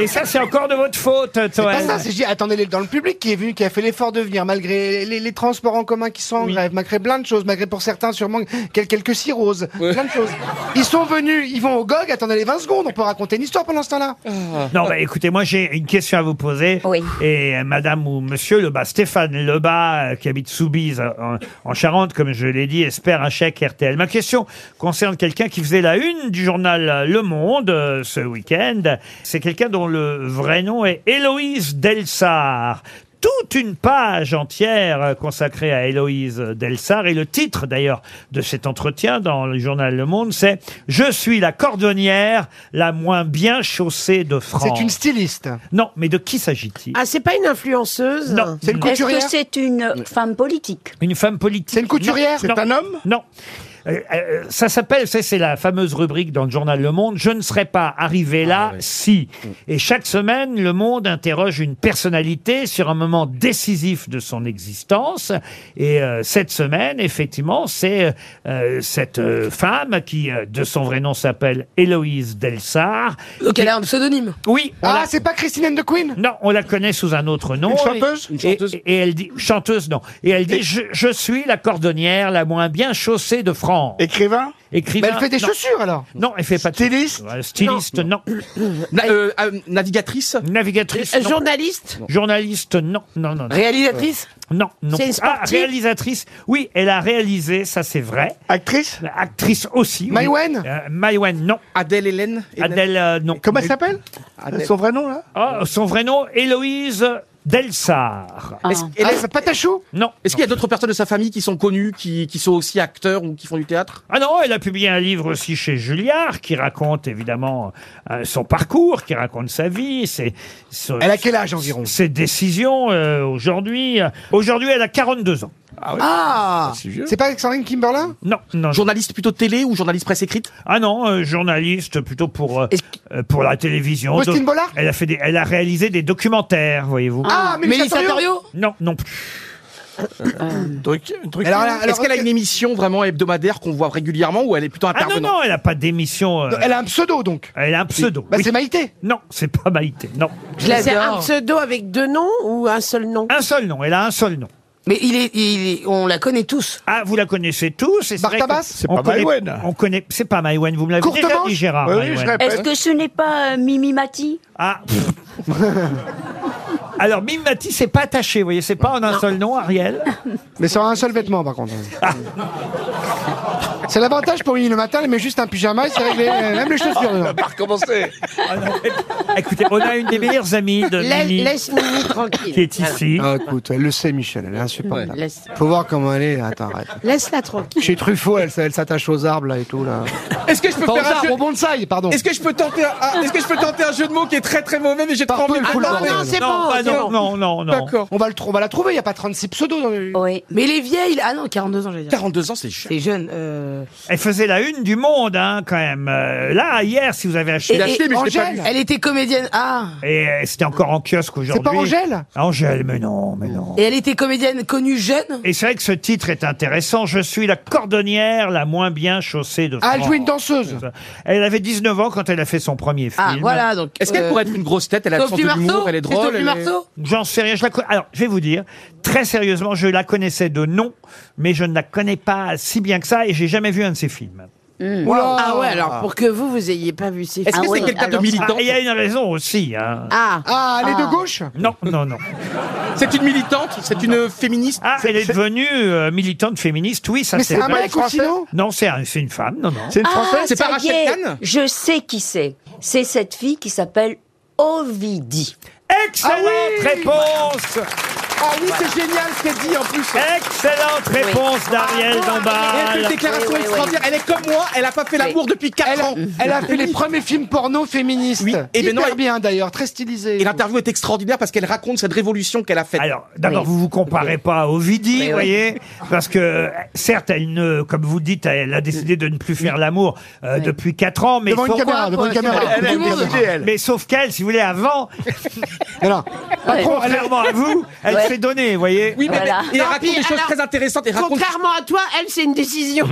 S2: Et ça, c'est encore de votre faute,
S3: Pas
S2: Toen.
S3: ça, c'est juste- attendez, les- dans le public qui est venu, qui a fait l'effort de venir, malgré les, les- les transports en commun qui sont en grève, malgré plein de choses, malgré pour certains sûrement quel- quelques cirrhoses, plein de choses. Ils sont venus, ils vont au GOG, attendez les 20 secondes, on peut raconter une histoire pendant ce temps-là.
S2: Non, bah, écoutez, moi j'ai une question à vous poser.
S7: Oui.
S2: Et euh, madame ou monsieur Lebas, Stéphane Lebas, euh, qui habite Soubise euh, en, en Charente, comme je l'ai dit, espère un chèque RTL. Ma question concerne quelqu'un qui faisait la une du journal Le Monde euh, ce week-end. C'est quelqu'un dont le vrai nom est Héloïse Delsar. Toute une page entière euh, consacrée à Héloïse Delsar. Et le titre, d'ailleurs, de cet entretien dans le journal Le Monde, c'est Je suis la cordonnière la moins bien chaussée de France.
S3: C'est une styliste.
S2: Non, mais de qui s'agit-il
S9: Ah, c'est pas une influenceuse
S2: Non,
S3: C'est une
S7: Est-ce que
S3: couturière.
S7: c'est une euh, femme politique
S2: une femme politique.
S3: C'est une couturière
S2: Non,
S6: C'est un homme
S2: Non. Euh, euh, ça s'appelle, c'est c'est la fameuse rubrique dans le journal Le Monde, Je ne serais pas arrivé là si. Et chaque semaine, Le Monde interroge une personnalité sur un moment décisif de son existence. Et euh, cette semaine, effectivement, c'est euh, euh, cette euh, femme qui, euh, de son vrai nom, s'appelle Héloïse Delsar.
S5: Donc elle a un pseudonyme.
S2: Oui, on
S3: Ah,
S2: la-
S3: c'est pas Christine and the Queen
S2: Non, on la connaît sous un autre nom.
S6: Une chanteuse
S2: Et- Et, et elle dit chanteuse, non. Et elle dit je, je suis la cordonnière la moins bien chaussée de France.
S6: Écrivain
S2: Écrivain.
S3: Bah, Elle fait des
S2: non.
S3: chaussures alors
S2: Non, elle fait pas de
S6: Styliste
S2: chaussures. Euh, Styliste, non.
S4: Na- euh, euh, navigatrice
S2: Navigatrice,
S9: Euh,
S2: non.
S9: Journaliste
S2: Journaliste, non, non, non, non,
S9: Réalisatrice
S2: non, non.
S9: C'est une
S2: Ah,
S9: sportive
S2: réalisatrice, oui, elle a réalisé, ça c'est vrai.
S6: Actrice
S2: Actrice aussi. oui.
S3: Maïwenn
S2: Euh, Maïwenn, non.
S4: Adèle Hélène
S2: Adèle, euh, non.
S6: Comment elle s'appelle
S4: Adèle.
S6: Son vrai nom là
S2: Ah, son vrai nom, Héloïse Delsar.
S4: Ah, Patachou
S2: Non.
S4: Est-ce qu'il y a d'autres personnes de sa famille qui sont connues, qui, qui sont aussi acteurs ou qui font du théâtre
S2: Ah non, elle a publié un livre aussi chez Julliard qui raconte évidemment euh, son parcours, qui raconte sa vie, ses, elle a quel âge environ Ses décisions euh, aujourd'hui. Aujourd'hui, elle a 42 ans.
S3: Ah, c'est pas Alexandrine Kimberlin
S2: Non, non. Journaliste plutôt télé ou journaliste presse écrite Ah non, euh, journaliste plutôt pour euh, euh, pour la télévision.
S3: Faustine
S2: Donc,
S3: Bollard
S2: Elle a fait des, elle a réalisé des documentaires, voyez-vous.
S3: Ah, Mélissa Mélissa Thoriot
S2: Non, non plus.
S4: Mais alors, alors, Est-ce qu'elle a une émission vraiment hebdomadaire qu'on voit régulièrement ou elle est plutôt
S2: Ah non,
S4: intervenante
S2: non, elle n'a pas d'émission. euh,
S4: Elle a
S2: un pseudo, donc. Elle a un pseudo.
S4: Bah,
S2: c'est Maïté. Non, c'est pas Maïté, non.
S9: C'est un pseudo avec deux noms ou un seul nom
S2: Un seul nom, elle a un seul nom.
S5: Mais il est, il est- on la connaît tous.
S2: Ah, vous la connaissez tous. et c'est vrai
S5: Bartabas
S2: que
S5: C'est
S2: on
S5: pas
S2: connaît-
S5: Maïwenn.
S2: On connaît, c'est pas Maïwen, vous me l'avez déjà dit, Gérard.
S7: Bah
S2: hein, Maïwenn.
S7: Est-ce que ce n'est pas euh, Mimi Mati
S2: Ah. Alors, Mim Mati, c'est pas attaché, vous voyez, c'est pas en un seul nom, Ariel.
S3: Mais sur un seul vêtement, par contre. C'est l'avantage pour lui le matin, elle met juste un pyjama et c'est réglé, même les chaussures.
S6: On
S3: dedans.
S6: va pas recommencer.
S2: Écoutez, on a une des meilleures amies de
S9: Laisse-
S2: Mimi.
S9: laisse Mimi tranquille.
S2: Qui est ici.
S3: Ah, écoute, elle le sait, Michel, elle est insupportable.
S9: Ouais, laisse-
S3: Faut voir comment elle est. Attends, arrête.
S9: Laisse-la tranquille.
S3: Chez Truffaut, elle, s- elle s'attache aux arbres, là, et tout, là.
S4: Est-ce que je peux
S3: Enfin,
S4: faire
S3: aux
S4: un
S3: arbres,
S4: jeu-
S3: aux bonsaïs, pardon.
S4: Est-ce que je peux tenter un, ah, est-ce que je peux tenter un jeu de mots qui est très très mauvais mais j'ai trempé
S3: il fout le bordel. Non, bah non, non,
S2: non,
S4: D'accord.
S3: On va, le tr- on va la trouver, il n'y a pas 36 pseudos dans le...
S7: Oui.
S5: Mais les vieilles, ah non, 42 ans, j'allais dire.
S4: 42 ans, c'est jeune.
S5: C'est jeune. euh.
S2: Elle faisait la une du monde, hein, quand même. Euh, là, hier, si vous avez acheté.
S5: Et- et Angèle, Elle était comédienne. Ah.
S2: Et euh, c'était encore en kiosque aujourd'hui.
S5: pas Angèle
S2: Angèle, mais non, mais non.
S5: Et elle était comédienne connue jeune.
S2: Et c'est vrai que ce titre est intéressant. Je suis la cordonnière la moins bien chaussée de France.
S5: Ah, elle jouait une
S2: danseuse. Elle avait 19 ans quand elle a fait son premier film.
S5: Ah, voilà, donc,
S4: Est-ce qu'elle euh, pourrait être une grosse tête Elle a le Sophie sens de l'humour, Marceau elle est drôle, Sophie elle est- Marceau
S2: J'en sais rien. Je la co- Alors, je vais vous dire, très sérieusement, je la connaissais de nom, mais je ne la connais pas si bien que ça et j'ai jamais vu un de ses films.
S9: Oula. Ah ouais, alors pour que vous, vous ayez pas vu ces films. Ah ouais, alors-
S2: Ah, Il y a une raison aussi. hein.
S9: Ah,
S3: Ah, elle est de gauche
S2: Non, non, non.
S4: C'est une militante, c'est une féministe.
S2: Ah, elle est devenue euh, militante féministe, oui, ça
S3: Mais
S2: c'est
S3: c'est un
S2: vrai.
S3: mec aussi, non
S2: Non, c'est un- c'est une femme, non, non.
S7: Ah, ça y est, Je sais qui c'est. C'est cette fille qui s'appelle Ovidie.
S2: Excellente Ah réponse
S4: Ah oui, c'est génial ce qu'elle dit en plus.
S2: Excellente réponse d'Ariel
S3: Bah,
S2: Dombal.
S4: Elle fait une déclaration
S2: Oui, oui, oui.
S4: extraordinaire. Elle est comme moi, elle a pas fait l'amour depuis 4 ans.
S3: Elle a fait les premiers films porno féministes. Oui,
S4: et ben non, elle-
S3: bien d'ailleurs, très stylisé.
S4: Et l'interview est extraordinaire parce qu'elle raconte cette révolution qu'elle a faite.
S2: Alors, D'abord, vous vous comparez pas à Ovidie,
S4: Oui,
S2: vous
S4: oui.
S2: voyez, parce que euh, certes, elle ne, comme vous dites, elle a décidé de ne plus faire l'amour euh, depuis 4 ans, mais
S3: Devant une
S2: pourquoi
S3: caméra, devant une
S2: Parce
S3: caméra.
S2: qu'elle- elle a
S3: Tout le monde.
S2: décidé, elle. Mais sauf qu'elle, si vous voulez, avant,
S9: Patron, elle-
S2: contrairement à vous, elle
S9: Ouais.
S2: s'est donnée, vous voyez.
S9: Oui, mais- Voilà. mais- et elle
S2: Non,
S9: raconte
S2: puis
S9: des choses
S2: alors-
S9: très
S4: intéressantes
S9: Contrairement à toi, elle, c'est une décision.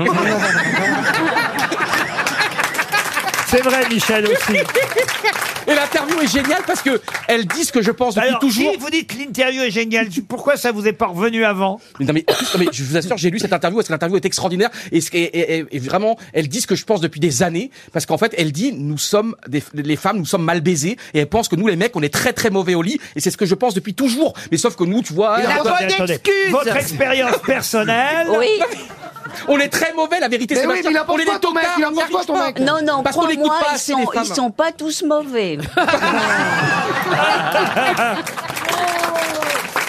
S2: C'est vrai, Michel aussi.
S4: Et l'interview est géniale parce que elle dit ce que je pense depuis
S2: Alors,
S4: toujours.
S2: si vous dites que l'interview est géniale, pourquoi ça vous est pas revenu avant
S4: Mais non, mais, en plus, non, mais je vous assure, j'ai lu cette interview parce que l'interview est extraordinaire et, ce- et- et- et- et vraiment, elle dit ce que je pense depuis des années parce qu'en fait, elle dit nous sommes des- les femmes, nous sommes mal baisées et elle pense que nous les mecs, on est très très mauvais au lit et c'est ce que je pense depuis toujours. Mais sauf que nous, tu vois,
S2: Et
S4: euh,
S2: attendez, attendez. Votre expérience personnelle.
S4: on est très mauvais, la vérité.
S7: Mais oui,
S4: Sébastien.
S7: mais il en pense
S4: on est
S7: quoi,
S4: des
S7: ton mec
S4: tocards,
S7: Il en
S4: on
S7: pense
S4: s'en
S7: quoi,
S4: fiche
S7: ton
S4: pas.
S7: mec Non, non,
S4: parce qu'on n'écoute
S7: crois-moi,
S4: pas
S7: ils
S4: assez les
S7: sont-
S4: femmes.
S7: ils sont pas tous mauvais.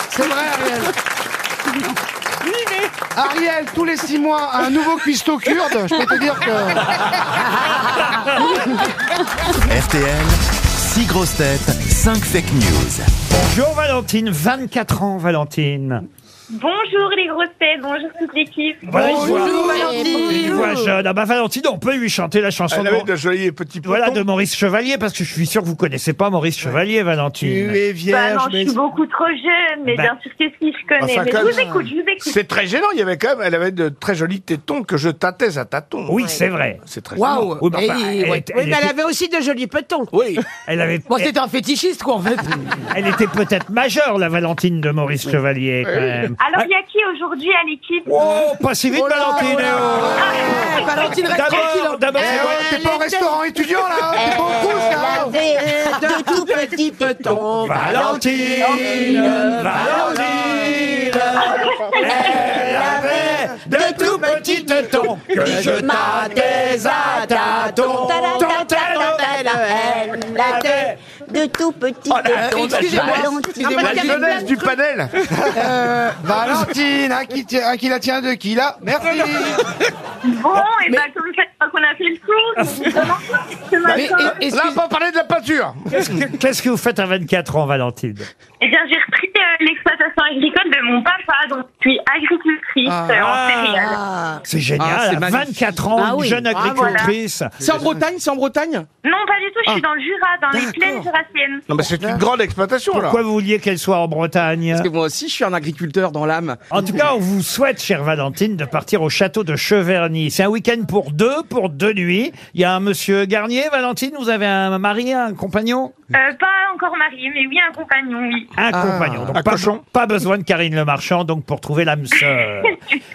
S3: C'est vrai, Ariel. Ariel, tous les six mois, un nouveau cuistot kurde, je peux te dire que...
S1: RTL, 6 grosses têtes, 5 fake news.
S2: Bonjour Valentine, 24 ans Valentine.
S16: Bonjour les grosses têtes, bonjour toute l'équipe.
S2: Voilà, il voit- Il voit jeune. Ah bah Valentine, on peut lui chanter la chanson.
S6: Elle avait
S2: de Voilà, de Maurice Chevalier, parce que je suis sûr que vous connaissez pas Maurice Chevalier, Valentine.
S16: Bah non, je suis beaucoup trop jeune, mais
S2: Bah.
S16: bien sûr, qu'est-ce que je connais
S6: Enfin,
S16: Mais je
S6: Bah, comme-
S16: vous écoute, je vous écoute.
S6: C'est très gênant. Il y avait quand même, elle avait de très jolis tétons que je tâtais à tâtons.
S2: Oui, c'est vrai.
S6: C'est très
S9: Waouh
S6: gênant.
S9: Et- ouais. Oui, mais elle avait aussi de jolis petons.
S4: Oui.
S2: Elle avait.
S5: Bon, c'était un fétichiste, quoi, en fait.
S2: Elle était peut-être majeure, la Valentine de Maurice Chevalier, quand même. Ah.
S16: Alors, il y a qui aujourd'hui à l'équipe
S2: Oh, pas si vite, Valentine. hein.
S16: Ah,
S5: Valentine,
S2: reste D'abord, tranquille. d'abord, c'est quoi
S3: T'es pas au restaurant étudiant, là hein T'es pas au Crous, là
S7: Elle avait de tout
S19: petit peton.
S2: Valentine, Valentine, elle avait de tout petits tons que je tâtais à tâtons.
S19: Elle avait de tout petit peton.
S6: La jeunesse du panel.
S3: Euh, Valentine, un qui, tient- un qui la tient, deux qui la. Merci.
S16: Bon, et ben comme ça, je crois qu'on a fait le
S3: Ah.
S16: tour.
S6: Là, on va parler de la peinture.
S2: Qu'est-ce que- Qu'est-ce que vous faites à 24 ans, Valentine
S16: Eh bien, j'ai repris euh, l'exploitation agricole de mon papa, donc je suis agricultrice
S2: Ah.
S16: euh, en céréales.
S2: C'est génial,
S4: Ah, c'est
S2: à
S4: magnifique.
S2: 24 ans,
S4: Ah
S2: une
S4: oui.
S2: jeune
S4: Ah, voilà.
S2: agricultrice.
S4: C'est en Bretagne, c'est en Bretagne
S16: Non, pas du tout, je suis
S4: Ah.
S16: dans le Jura, dans les plaines jurassiennes.
S6: grande exploitation,
S2: Pourquoi vous vouliez qu'elle soit en Bretagne
S4: Parce que moi aussi, je suis un agriculteur dans l'âme.
S2: En tout cas, on vous souhaite, chère Valentine, de partir au château de Cheverny. C'est un week-end pour deux, pour deux nuits. Il y a un monsieur Garnier, Valentine, vous avez un mari, un compagnon
S16: Euh, pas encore mariée, mais oui, un compagnon, oui.
S2: Un compagnon. Donc pas, pas besoin de Karine Le Marchand, donc pour trouver l'âme sœur.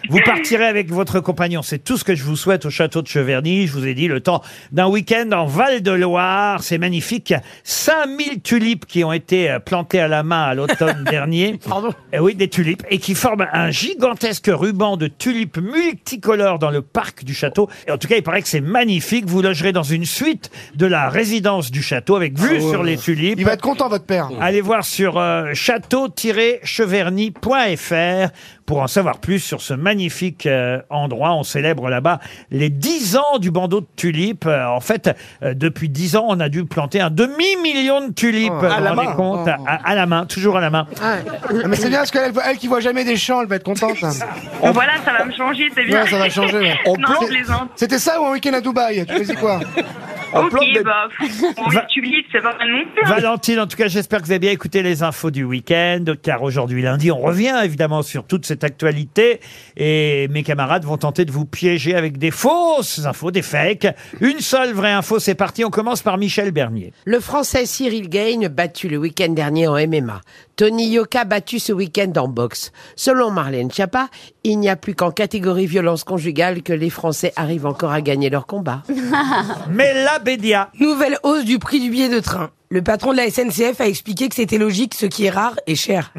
S2: vous partirez avec votre compagnon. C'est tout ce que je vous souhaite au château de Cheverny. Je vous ai dit le temps d'un week-end en Val-de-Loire. C'est magnifique. 5000 tulipes qui ont été euh, plantées à la main à l'automne dernier. Pardon. oui, des tulipes. Et qui forment un gigantesque ruban de tulipes multicolores dans le parc du château. Et en tout cas, il paraît que c'est magnifique. Vous logerez dans une suite de la résidence du château avec vue sur les tulipes.
S3: Ah Il va être content, votre père.
S2: Allez voir sur euh, château-cheverny.fr pour en savoir plus sur ce magnifique euh, endroit. On célèbre là-bas les 10 ans du bandeau de tulipes. Euh, en fait, euh, depuis 10 ans, on a dû planter un demi-million de tulipes.
S3: Oh, à
S2: vous
S3: la
S2: vous rendez
S3: main.
S2: compte
S3: Oh.
S2: à, à la main, toujours à la main.
S3: Ah, Mais c'est bien parce qu'elle elle qui voit jamais des champs, elle va être contente.
S16: Bon, voilà, ça va me changer, c'est bien.
S3: Ouais, ça va changer. ouais.
S16: non, je plaisante.
S3: C'était ça ou un week-end à Dubaï Tu faisais quoi
S16: Ok, bah, pff, bon, les tulipes, c'est pas mal non plus. hein.
S2: Valentine, en tout cas, j'espère que vous avez bien écouté les infos du week-end, car aujourd'hui lundi, on revient évidemment sur toute cette actualité, et mes camarades vont tenter de vous piéger avec des fausses infos, des fakes. Une seule vraie info, c'est parti, on commence par Michel Bernier.
S9: Le Français Cyril Gagne battu le week-end dernier en MMA. Tony Yoka battu ce week-end en boxe. Selon Marlène Schiappa, il n'y a plus qu'en catégorie violence conjugale que les Français arrivent encore à gagner leur combat.
S2: Mais la Bédia.
S21: Nouvelle hausse du prix du billet de train. Le patron de la SNCF a expliqué que c'était logique, ce qui est rare et cher.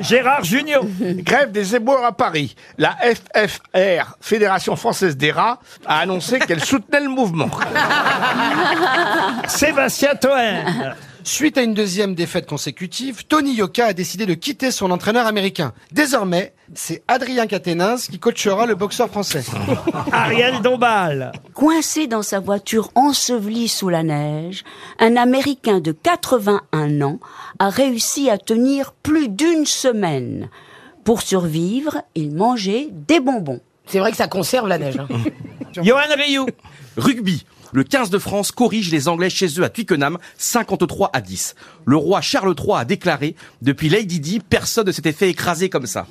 S2: Gérard Junior.
S6: Grève des éboueurs à Paris. La FFR, Fédération Française des Rats, a annoncé qu'elle soutenait le mouvement.
S2: Sébastien Toen.
S3: Suite à une deuxième défaite consécutive, Tony Yoka a décidé de quitter son entraîneur américain. Désormais, c'est Adrien Caténins qui coachera le boxeur français.
S2: Ariel Dombal.
S7: Coincé dans sa voiture ensevelie sous la neige, un Américain de 81 ans a réussi à tenir plus d'une semaine. Pour survivre, il mangeait des bonbons.
S5: C'est vrai que ça conserve la neige. hein.
S2: Johan Rioux.
S4: Rugby. Le 15 de France corrige les Anglais chez eux à Twickenham, 53 à 10. Le roi Charles III a déclaré « Depuis Lady Di, personne ne s'était fait écraser comme ça.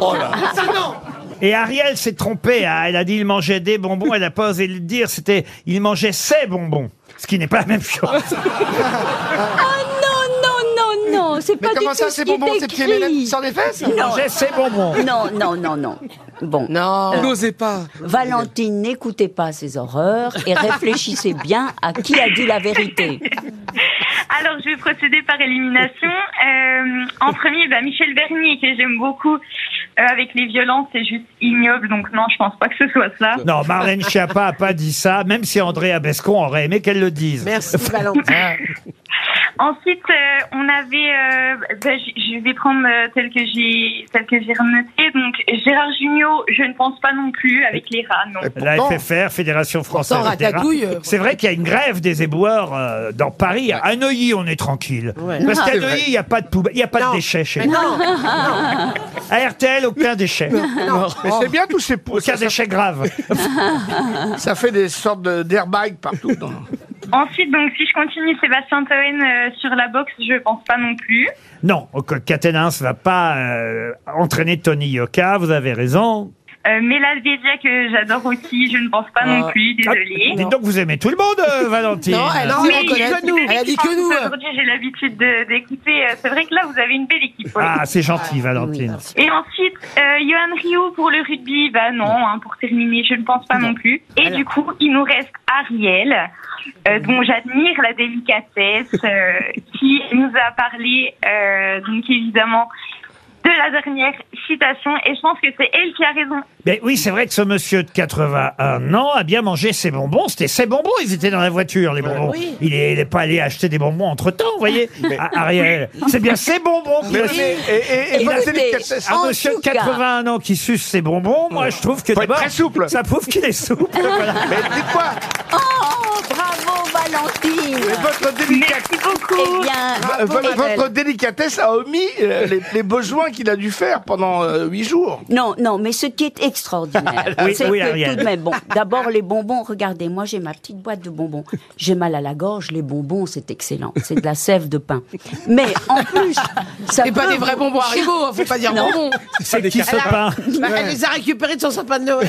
S19: Oh là. Ça,
S9: Ah
S19: non.
S2: Et Ariel s'est trompée, hein. elle a dit il mangeait des bonbons, elle a pas osé le dire, c'était il mangeait ses bonbons. Ce qui n'est pas la même chose.
S7: Ah non, non, non, non, c'est
S3: Mais
S7: pas du
S3: comment
S7: tout
S3: ça,
S7: ce
S3: c'est
S7: qui
S3: bonbon,
S7: est
S3: c'est petit
S7: écrit.
S3: M&M sans des fesses
S7: Non.
S3: J'ai ses bonbons.
S7: Non, non, non, non. Bon. Euh,
S5: Non.
S4: N'osez pas.
S7: Valentine, n'écoutez pas ces horreurs et réfléchissez bien à qui a dit la vérité.
S16: Alors, je vais procéder par élimination. Euh, en premier, bah, Michel Bernier, que j'aime beaucoup, euh, avec les violences, c'est juste ignoble. Donc, non, je pense pas que ce soit ça.
S2: Non, Marlène Schiappa a pas dit ça, même si André Abescon aurait aimé qu'elle le dise. Hein
S9: Merci
S2: Ah.
S9: Valentin.
S16: Ensuite, euh, on avait, euh, bah, j- je vais prendre euh, celle que j'ai, celle que j'ai renotée. Donc, Gérard Jugnot, je ne pense pas non plus avec les rats, non.
S2: La FFR, Fédération Française.
S16: Pourtant,
S2: des Rats.
S16: ratatouille, euh,
S2: C'est vrai qu'il y a une grève des éboueurs euh, dans Paris. À Neuilly, on est tranquille.
S19: Ouais.
S2: Parce qu'à
S19: C'est vrai.
S2: Neuilly, il n'y a pas de poubelle, il n'y a pas
S19: Non.
S2: de déchets chez
S19: Mais
S2: nous.
S19: non.
S2: À RTL, aucun déchet.
S6: Non. Oh. Mais c'est bien tous ces pouces.
S2: Aucun déchet grave.
S6: Ça fait des sortes de- d'airbags partout. dans-
S16: Ensuite, donc, si je continue Sébastien Toen euh, sur la boxe, je pense pas non plus.
S2: Non, que Catenins va pas euh, entraîner Tony Yoka, vous avez raison.
S16: Euh, Mélanie Bédia, que j'adore aussi, je ne pense pas non
S2: Euh,
S16: plus, désolée.
S2: Dites donc, vous aimez tout le monde, euh, Valentine.
S16: Oui,
S9: que nous. Elle a dit que
S16: je pense
S9: nous, hein.
S16: Aujourd'hui, j'ai l'habitude de- d'écouter. euh, C'est vrai que là, vous avez une belle équipe. pour le
S2: Ah,
S16: coup.
S2: c'est gentil, Valentine.
S16: Et ensuite, euh, Johan Rio pour le rugby, bah non, hein, pour terminer, je ne pense pas non plus. Et du coup, il nous reste Ariel. euh, dont j'admire la délicatesse, euh, qui nous a parlé, euh, donc évidemment, de la dernière citation. Et je pense que c'est elle qui a raison.
S2: Ben oui, c'est vrai que ce monsieur de 81 ans a bien mangé ses bonbons. C'était ses bonbons, ils étaient dans la voiture, les bonbons.
S19: Oui.
S2: Il est- il n'est pas allé acheter des bonbons entre-temps, vous voyez,
S19: Mais-
S2: à- Ariel. C'est bien ses bonbons qu'il
S19: Mais
S2: a
S19: oui,
S2: fait.
S19: et- et- et
S2: Il a-
S19: Valérie Pécresse.
S2: Un
S19: En
S2: monsieur de
S19: tout cas.
S2: 81 ans qui suce ses bonbons, moi, je trouve que
S6: Faut être
S2: d'abord,
S6: très souple.
S2: ça prouve qu'il est souple. voilà.
S6: Mais dites-moi,
S7: Oh, bravo Valentine
S6: votre délicatesse.
S7: Eh bien,
S6: Vo- vo- votre délicatesse a omis euh, les, les besoins qu'il a dû faire pendant euh, huit jours.
S7: Non, non, mais ce qui est extraordinaire,
S6: Oui,
S7: c'est
S6: oui,
S7: que
S6: Ariel.
S7: tout de même, bon, d'abord les bonbons, regardez, moi j'ai ma petite boîte de bonbons, j'ai mal à la gorge, les bonbons c'est excellent, c'est de la sève de pain. Mais en plus, ça
S9: C'est pas
S7: peut
S9: des vrais
S7: vous-
S9: bonbons Haribo, hein, faut pas dire
S7: Non.
S9: bonbons.
S2: C'est des
S9: Elle, a- Bah, elle
S3: Ouais.
S9: les a récupérés de son sapin de Noël.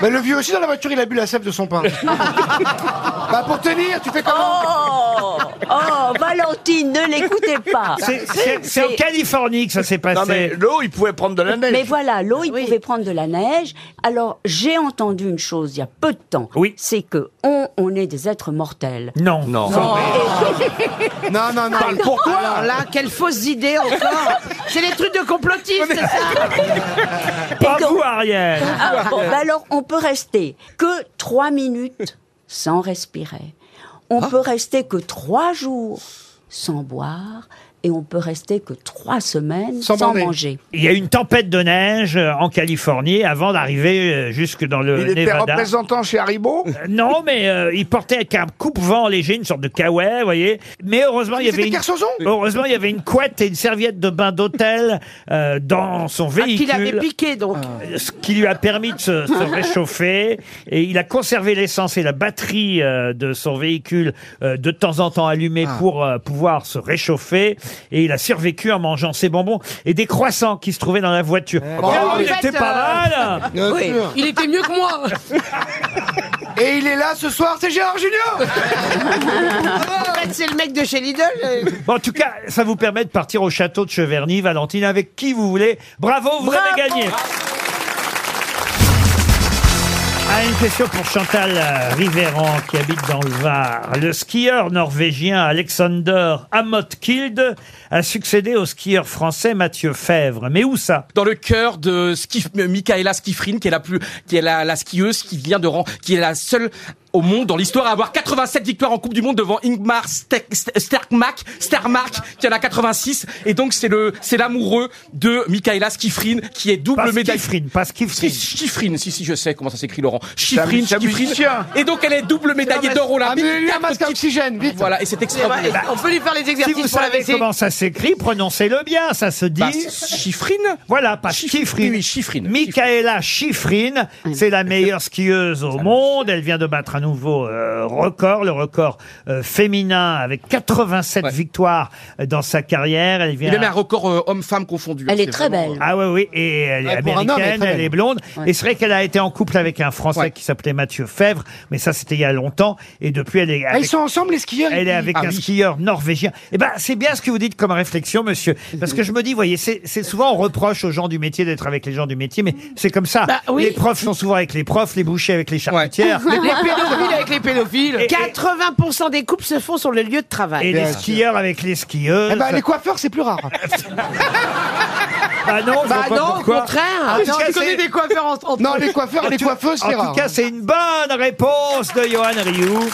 S3: Mais le vieux aussi dans la voiture, il a bu la sève de son pain. bah pour tenir, tu fais comment
S7: Oh, oh, Valentine, ne l'écoutez pas.
S2: Ah. C'est- C'est c'est en Californie que ça s'est passé.
S7: mais
S2: l'eau, il pouvait prendre de la
S7: Mais voilà, l'eau, il pouvait prendre de la neige. Alors, j'ai entendu une chose il y a peu de temps. Oui. C'est que on, on est des êtres mortels.
S2: Non. Non.
S7: Non, non, non.
S9: Parle pour toi. Ah Alors là, quelle fausse idée encore C'est les trucs de complotistes, c'est ça
S2: Ah, Pas vous, Ariel
S7: Ah, bon, bah alors, on peut rester que trois minutes sans respirer. On
S2: Ah.
S7: peut rester que trois jours sans boire. Et on peut rester que trois semaines sans, manger.
S2: Il y a eu une tempête de neige euh, en Californie avant d'arriver euh, jusque dans le
S6: Il était
S2: Nevada.
S6: représentant chez Haribo.
S2: Euh, Non, mais euh, il portait avec un coupe-vent léger, une sorte de kawaii, vous voyez. Mais heureusement, il y avait
S6: C'était
S2: une...
S6: Kersozon
S2: heureusement, il y avait une couette et une serviette de bain d'hôtel euh, dans son véhicule.
S9: Ah,
S2: Euh,
S9: Qu'il avait piqué donc.
S2: ce qui lui a permis de se, se réchauffer. Et il a conservé l'essence et la batterie euh, de son véhicule euh, de temps en temps allumée
S19: Ah.
S2: pour euh, pouvoir se réchauffer. Et il a survécu en mangeant ses bonbons et des croissants qui se trouvaient dans la voiture.
S19: bah
S2: Ah,
S19: oui.
S2: il
S19: En fait,
S2: était pas
S19: euh,
S2: mal
S19: Bien Oui. sûr.
S3: Il
S9: était mieux que moi
S3: Et il est là ce soir, c'est Gérard Junior
S9: En fait, c'est le mec de chez Lidl. euh,
S2: Bon, en tout cas, ça vous permet de partir au château de Cheverny, Valentine, avec qui vous voulez. Bravo, vous
S19: Bravo.
S2: avez gagné. Ah, une question pour Chantal euh, Rivéran qui habite dans le Var. Le skieur norvégien Alexander Amotkild a succédé au skieur français Mathieu Fèvre. Mais où ça
S4: dans le cœur de Skif, euh, Michaela Skifrin, qui est la plus, qui est la, la skieuse qui vient de rang, qui est la seule au monde dans l'histoire à avoir 87 victoires en Coupe du Monde devant Ingmar Ste- Ste- Sterkmark, Stermark, qui en a 86. Et donc c'est le, c'est l'amoureux de Michaela Skifrin, qui est double
S2: Pas
S4: médaille.
S2: Skifrin, pas Skifrin.
S4: Skifrin, si si je sais comment ça s'écrit Laurent.
S6: C'est
S4: Skifrin,
S6: un- c'est un
S4: Skifrin.
S6: musicien.
S4: Et donc elle est double médaillée d'or olympique.
S6: un masque à oxygène, vite.
S4: Voilà, et c'est extraordinaire.
S9: Eh ben, On peut lui faire les exercices
S2: Si vous
S9: pour la
S2: savez
S9: vessie.
S2: comment ça s'écrit, prononcez-le bien, ça se dit.
S4: Bah, Schifrin
S2: Voilà, pas Schifrin.
S4: Oui, Schifrin.
S2: Michaela Schifrin, c'est la meilleure skieuse au monde. Elle vient de battre un nouveau euh, record, le record euh, féminin avec 87 victoires euh, dans sa carrière. Elle
S4: Il
S2: vient.
S4: a même un record euh, homme-femme confondu. hein, c'est vraiment-
S2: Ah oui, oui, et elle est
S4: Ouais, pour un homme, elle est
S2: américaine,
S4: très
S2: elle
S4: belle.
S2: est blonde.
S4: Ouais.
S2: Et c'est vrai qu'elle a été en couple avec un Français qui s'appelait Mathieu Fèvre, mais ça c'était il y a longtemps. Et depuis, elle est. avec-
S3: Ah, Ils sont ensemble les skieurs
S2: elle est avec
S3: Ah
S2: un
S3: oui.
S2: skieur norvégien. Eh ben, c'est bien ce que vous dites comme réflexion, monsieur. Parce que je me dis, voyez, c'est c'est souvent on reproche aux gens du métier d'être avec les gens du métier, mais c'est comme ça.
S3: Bah
S2: Les profs sont souvent avec les profs, les bouchers avec les charcutières.
S9: Les pédophiles avec les pédophiles.
S2: Et- et-
S9: 80% des couples se font sur le lieu de travail.
S2: Et les skieurs avec les skieuses.
S3: Eh ben, les coiffeurs, c'est plus rare.
S2: Ah non, Ah, je
S9: Bah
S2: vois pas
S9: non, au
S2: pourquoi.
S9: contraire.
S2: En tout
S9: Non,
S2: cas,
S9: tu connais
S2: c'est-
S9: des coiffeurs en- en-
S3: Non, les coiffeurs et
S2: En
S3: les
S2: tout-
S3: coiffeuses, c'est
S2: En
S3: rare.
S2: tout cas, c'est une bonne réponse de Johan Rioux.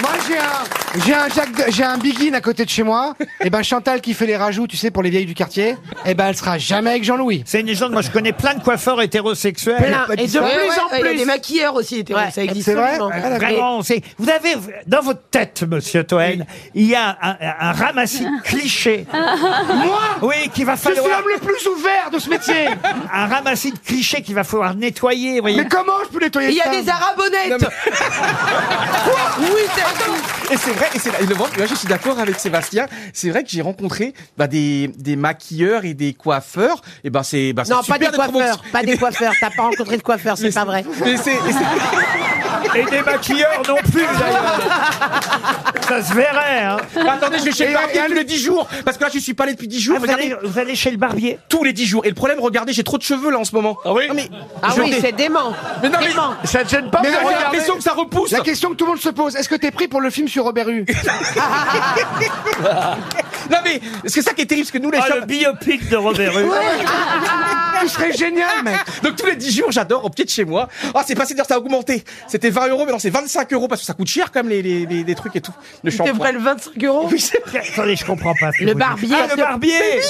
S3: Moi, j'ai un, j'ai un Jacques, de- j'ai un Biguine à côté de chez moi. Et ben, Chantal qui fait les rajouts, tu sais, pour les vieilles du quartier. Et ben, elle sera jamais avec Jean-Louis.
S2: C'est une légende. Moi, je connais plein de coiffeurs hétérosexuels.
S3: Plein. Et de
S9: plus en
S21: Il y a
S9: plus.
S21: des maquilleurs aussi, hétéros,
S9: Ouais,
S21: ça existe.
S2: C'est vrai
S3: Ah,
S21: absolument.
S2: Vraiment, c'est- vous avez dans votre tête, monsieur Toen, il y a un, un- un ramassis de clichés.
S3: Moi
S2: Oui, qu'il va
S3: Je suis
S2: falloir.
S3: l'homme le plus ouvert de ce métier.
S2: un ramassis de clichés qu'il va falloir nettoyer. vous voyez.
S3: Mais comment je peux nettoyer
S21: Il y a
S3: ça
S21: des arabonnettes
S9: Oui, c'est
S4: Et c'est vrai, et c'est et le vent- là, je suis d'accord avec Sébastien. C'est vrai que j'ai rencontré bah, des, des maquilleurs et des coiffeurs. Et ben c'est bah, c'est
S9: Non,
S4: super
S9: pas des
S4: d'être provoqué.
S9: coiffeurs, pas des coiffeurs. T'as pas rencontré de coiffeur, c'est pas vrai.
S4: Mais c'est- et c'est-
S2: Et des maquilleurs non plus, d'ailleurs. ça se verrait. Hein.
S4: Bah, attendez, je vais chez
S2: Et-
S4: le barbier
S2: et-
S4: tous les 10 jours. Parce que là, je suis pas allé depuis 10 jours.
S2: vous allez- chez le barbier
S4: Tous les 10 jours. Et le problème, regardez, j'ai trop de cheveux là en ce moment. Ah oui mais,
S9: Ah
S4: je
S9: oui,
S4: dé-
S9: c'est dément.
S4: Mais non, mais-
S9: Dément.
S4: Ça te gêne pas Mais de non, mais la regarder question que ça repousse.
S3: La question que tout le monde se pose, est-ce que t'es pris pour le film sur Robert Hue
S4: Non mais c'est ça qui est terrible parce que nous les
S2: Ah, le biopic de Robert Hue.
S9: Ah.
S4: Tu serais génial mec. Donc tous les 10 jours j'adore au pied de chez moi. Ah c'est passé de dire ça a augmenté. C'était 20 euros mais non c'est 25 euros parce que ça coûte cher quand même les, les, les- les trucs et tout. Le
S2: Ils te
S4: shampoing.
S2: prennent
S21: 25 euros
S4: Oui c'est vrai.
S2: Attendez, je comprends pas.
S4: Le barbier.
S2: Ah, le barbier
S4: Mais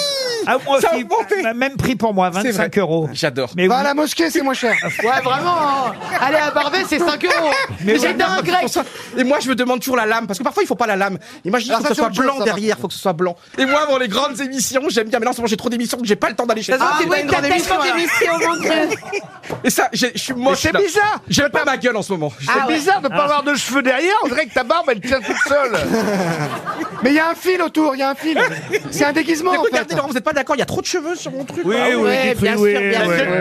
S2: Ah, moi aussi, m'a même prix pour moi,
S4: C'est vrai.
S2: 25 euros.
S4: J'adore.
S2: Mais
S3: Va à
S9: Bah,
S2: vous-
S3: la mosquée, c'est moins cher.
S9: Ouais, vraiment. hein. Allez, à Barbet, c'est 5 euros.
S4: Mais
S9: Mais
S4: ouais,
S9: j'étais un
S4: non,
S9: grec.
S4: pour ça- Et moi, je me demande toujours la lame, parce que parfois, il faut pas la lame. Imagine,
S9: Ah,
S4: faut
S9: ça,
S4: que ce
S9: c'est
S4: soit
S9: autre chose,
S4: blanc
S9: ça, par
S4: derrière, faut que ce soit blanc. Et moi, avant les grandes émissions, j'aime bien. Mais là, en ce moment, j'ai trop d'émissions que j'ai pas le temps d'aller chez Ah,
S9: Ça se voit que t'as pas une grande émission, là.
S4: Et ça, j'ai- je suis moche.
S6: c'est
S4: là.
S6: bizarre.
S4: J'aime pas ma gueule en ce moment. Ah
S6: C'est
S3: Ah
S6: bizarre de pas avoir de cheveux derrière, on dirait que ta barbe elle tient toute seule.
S3: Mais il y a un fil autour, il y a un fil. C'est un déguisement.
S4: Mais
S3: en fait.
S4: regardez, Laurent, vous êtes pas d'accord, il y a trop de cheveux sur mon truc.
S2: Oui,
S4: Ah
S2: oui,
S4: ouais,
S2: dites-lui oui,
S4: bien
S2: ouais,
S4: sûr.
S2: ouais, ouais.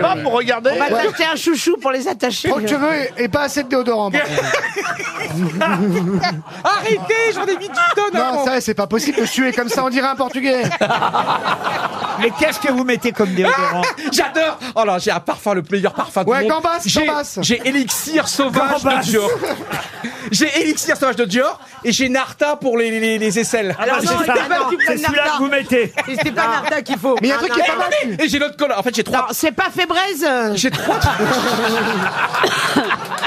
S9: On va t'acheter un chouchou pour les attacher.
S3: Trop de cheveux et- et pas assez de déodorant. par contre.
S4: Arrêtez, j'en ai mis 10 tonnes
S3: Non, ça, c'est pas possible de suer comme ça, on dirait un portugais.
S2: Mais qu'est-ce que vous mettez comme déodorant
S4: J'adore Oh là, j'ai un parfum, le meilleur parfum
S3: Ouais,
S4: du monde.
S3: Gambas,
S4: J'ai-
S3: Gambas.
S4: J'ai Elixir Sauvage
S2: Gambas.
S4: de Dior. J'ai Elixir Sauvage de Dior et j'ai Narta pour les, les- les aisselles.
S2: Alors
S4: Ah,
S2: non,
S4: j'ai
S2: bah, c'est
S4: pas-
S2: pas- non, c'est celui-là que vous mettez.
S9: Et c'est pas
S8: Ah.
S9: Narda qu'il faut.
S3: Mais
S4: Ah,
S3: il y a un truc qui est pas mal.
S4: Et j'ai l'autre collant. En fait, j'ai
S9: Non,
S4: trois.
S9: c'est pas Fébraise.
S4: J'ai trois.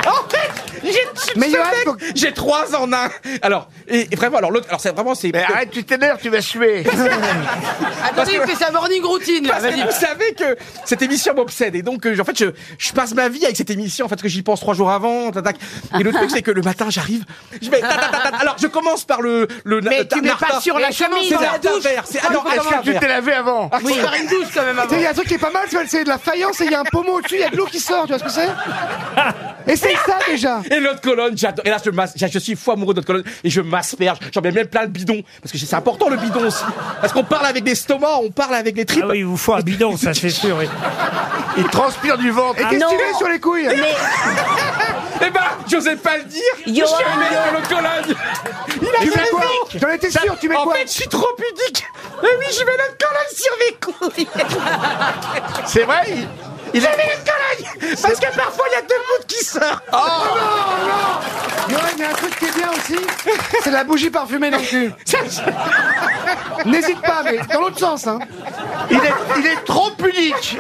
S4: en fait, j'ai
S3: Mais
S4: ce
S3: Johan,
S4: mec,
S3: faut-
S4: j'ai trois en un. Alors, et, et vraiment, alors l'autre, alors c'est vraiment c'est.
S6: Mais arrête, tu t'énerves, tu vas suer.
S2: Ah,
S4: Parce
S9: Attendez,
S4: que-
S9: il fait sa morning routine. là,
S4: Parce que
S9: vas-y.
S4: vous savez que cette émission m'obsède et donc euh, en fait je, je passe ma vie avec cette émission en fait parce que j'y pense trois jours avant tac, tac. et le truc c'est que le matin j'arrive je vais tac, tac, tac, tac. alors je commence par le le
S9: Mais tu mets pas sur la
S4: chemise
S9: chemise,
S4: c'est
S9: dans la
S4: Narda
S9: douche.
S4: vert c'est ah
S9: Ah,
S4: non,
S9: mais comment
S4: Narda
S6: Tu
S4: vert.
S6: t'es lavé avant.
S4: Ah,
S9: Oui,
S4: c'est-
S9: faire une douche quand même
S3: Tu sais,
S9: avant.
S3: Il y a un truc qui est pas mal, tu vois, c'est de la faïence et il y a un pommeau au-dessus, il y a de l'eau qui sort, tu vois ce que c'est Essaye ça déjà
S4: et l'autre colonne, j'adore. Et là, je, mas- je suis fou amoureux de l'autre colonne et je m'asperge. J'en mets même plein le bidon. Parce que c'est important le bidon aussi. Parce qu'on parle avec l'estomac, on parle avec les tripes.
S2: Ah oui, il vous faut un bidon, ça c'est sûr. oui.
S6: Il transpire du
S2: Ah,
S6: ventre.
S3: Et qu'est-ce que tu mets sur les couilles
S7: Mais
S4: Eh ben, j'osais pas le dire.
S7: Johan,
S4: je suis
S7: Johan.
S4: avec l'autre colonne. Il a
S3: Tu mets quoi
S4: raison.
S3: J'en étais sûr, tu mets
S4: En
S3: quoi
S4: fait, je suis trop pudique. Mais oui, je mets l'autre colonne sur mes couilles.
S6: C'est vrai il-
S4: Je mets l'autre colonne. Parce que parfois, il y a deux bouts qui sortent.
S3: Oh Johan, il y a un truc qui est bien aussi, c'est la bougie parfumée dans le cul. N'hésite pas, mais dans l'autre sens, hein
S6: il est, il est trop pudique.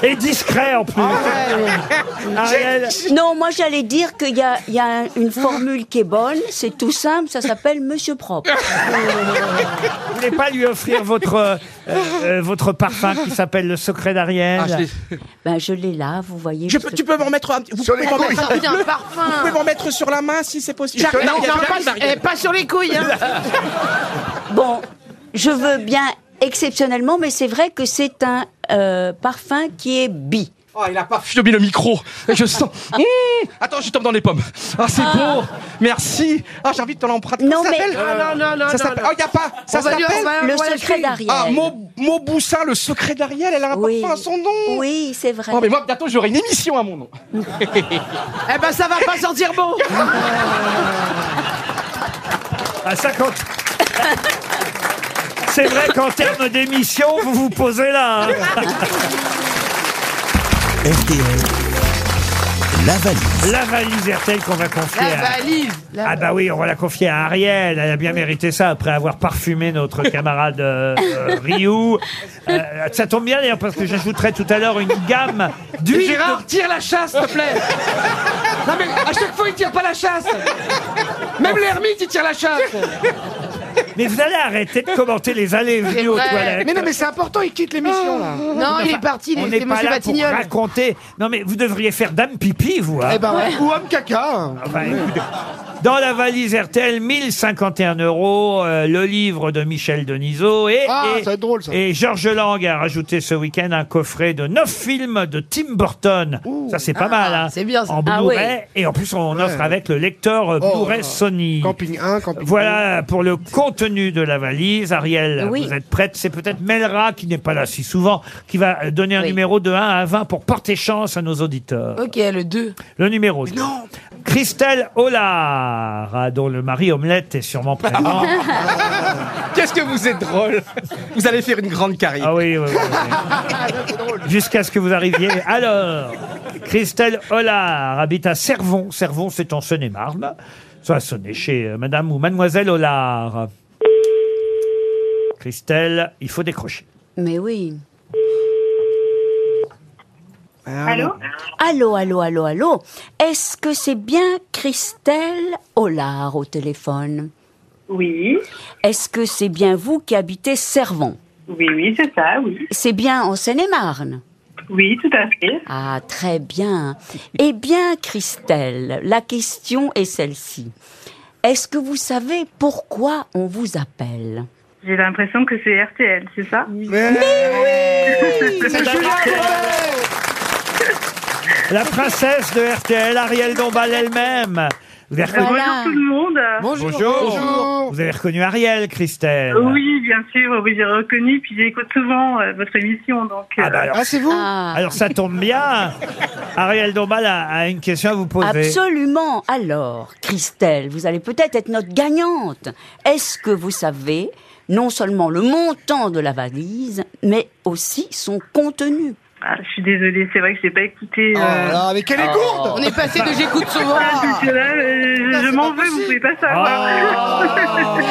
S2: Et discret en plus. Ariel,
S7: Non, moi j'allais dire qu'il y a, il y a un- une formule qui est bonne, c'est tout simple, ça s'appelle Monsieur Propre.
S2: vous voulez pas lui offrir votre, euh, euh, votre parfum qui s'appelle le secret d'Ariel
S7: Ben je l'ai là, vous voyez.
S4: Je
S7: parce
S4: peux-
S7: que-
S4: tu peux m'en mettre un petit- Vous
S6: Sur
S4: pouvez
S6: les
S4: m'en
S6: couilles.
S4: mettre un
S9: Putain,
S4: peu.
S9: parfum.
S4: Vous pouvez m'en mettre sur la main si c'est possible.
S9: J'arrive,
S4: Non,
S9: non,
S4: j'arrive,
S9: pas,
S4: Ariel.
S9: eh, pas sur les couilles. Hein.
S7: Bon, je veux bien exceptionnellement, mais c'est vrai que c'est un euh, parfum qui est bi.
S4: Oh, il a pas fumé le micro. Et je sens. Mmh Attends, je tombe dans les pommes. Ah, c'est beau. Merci. Ah, j'ai envie de te l'emprunter.
S7: Non,
S4: Comment ça
S7: mais-
S4: s'appelle
S9: Ah, non, non, non,
S4: Ça
S9: non,
S4: s'appelle.
S9: non.
S4: Oh, y a pas. Ça
S9: On va lui- on
S4: s'appelle.
S9: va-
S7: Le
S9: on va la
S7: secret
S9: tuer.
S7: d'Ariel.
S4: Ah, Mo- Mauboussin, le secret d'Ariel, elle a un
S7: Oui.
S4: parfum à son nom.
S7: Oui, c'est vrai.
S4: Oh, mais moi, bientôt, j'aurai une émission à mon nom.
S9: Eh ben, ça va pas sentir bon.
S2: À 50. Ah, C'est vrai qu'en termes d'émission, vous vous posez là. hein.
S1: RTL, la valise.
S2: La valise RTL qu'on va confier
S9: La
S3: euh,
S2: à...
S9: valise. La-
S2: Ah bah oui, on va la confier à Ariel. Elle a bien mérité ça après avoir parfumé notre camarade euh, euh, Ryu. Euh, ça tombe bien d'ailleurs parce que j'ajouterai tout à l'heure une gamme d'huile.
S4: Gérard, tire la chasse, s'il te plaît. Non, Ah, mais à chaque fois, il tire pas la chasse. Même l'ermite, il tire la chasse.
S2: Mais vous allez arrêter de commenter les allées et venues aux
S9: vrai.
S2: toilettes. Ah.
S3: Mais non, mais c'est important, il quitte l'émission, là
S9: Non, il est parti, il
S2: on
S9: était
S2: n'est pas
S9: monsieur
S2: là pour
S9: Batignol.
S2: raconter. Non mais vous devriez faire dame pipi, vous. hein.
S3: Eh ben, ou homme caca hein.
S2: Ah bah, écoutez. Dans la valise RTL, 1051 euros, euh, le livre de Michel Denisot et,
S3: Ah,
S2: et,
S3: ça va être drôle, ça.
S2: et Georges Lang a rajouté ce week-end un coffret de 9 films de Tim Burton. ça, c'est pas
S9: Ah,
S2: mal. Hein,
S9: c'est bien, ça.
S2: En
S7: Ah
S2: Blu-ray.
S7: ouais.
S2: Et en plus, on offre avec le lecteur euh,
S3: Oh,
S2: Blu-ray
S3: là.
S2: Sony.
S3: Camping 1, camping
S2: Voilà pour le contenu de la valise. Ariel,
S7: Oui.
S2: vous êtes prête C'est peut-être Melra, qui n'est pas là si souvent, qui va euh, donner un
S9: Oui.
S2: numéro de 1 à 20 pour porter chance à nos auditeurs.
S21: Ok, le 2.
S2: Le numéro 2. Christelle Hollard, dont le mari Omelette est sûrement présent.
S3: Ah.
S8: Qu'est-ce que vous êtes drôle Vous allez faire une grande carrière.
S2: Ah oui, oui, Jusqu'à ce que vous arriviez. Alors, Christelle Hollard habite à Cervon. Cervon, c'est en Seine-et-Marne. Soit sonner chez euh, Madame ou Mademoiselle Hollard. Christelle, il faut décrocher.
S7: Mais oui.
S22: Allô
S7: Allô, allô, allô, allô. Est-ce que c'est bien Christelle Hollard au téléphone
S22: Oui.
S7: Est-ce que c'est bien vous qui habitez Servon
S22: Oui, oui, c'est ça, oui.
S7: C'est bien en Seine-et-Marne
S22: Oui, tout à fait.
S7: Ah, très bien. Eh bien, Christelle, la question est celle-ci. Est-ce que vous savez pourquoi on vous appelle
S22: J'ai l'impression que c'est RTL, c'est ça
S7: Mais
S22: oui
S7: C'est Julien
S2: La princesse de RTL, Ariel Dombal elle-même. Vous avez reconnu
S22: Bonjour tout le monde.
S2: Vous avez reconnu Ariel, Christelle.
S22: Oui, bien sûr, oui, j'ai reconnu, puis j'écoute souvent euh, votre émission. Donc, euh,
S2: Ah, bah alors- Ah, c'est vous Alors ça tombe bien. Ariel Dombal a, a une question à vous poser.
S7: Absolument. Alors, Christelle, vous allez peut-être être notre gagnante. Est-ce que vous savez non seulement le montant de la valise, mais aussi son contenu
S22: Ah, je suis désolée, c'est vrai que je n'ai pas écouté.
S3: Ah,
S7: Oh
S2: euh,
S7: là
S23: Ah,
S7: là, mais quelle est gourde On est passé de j'écoute souvent.
S22: Ah, parce que là, euh,
S23: Ah,
S22: je- je m'en veux, vous pouvez pas
S7: Ah.
S22: savoir.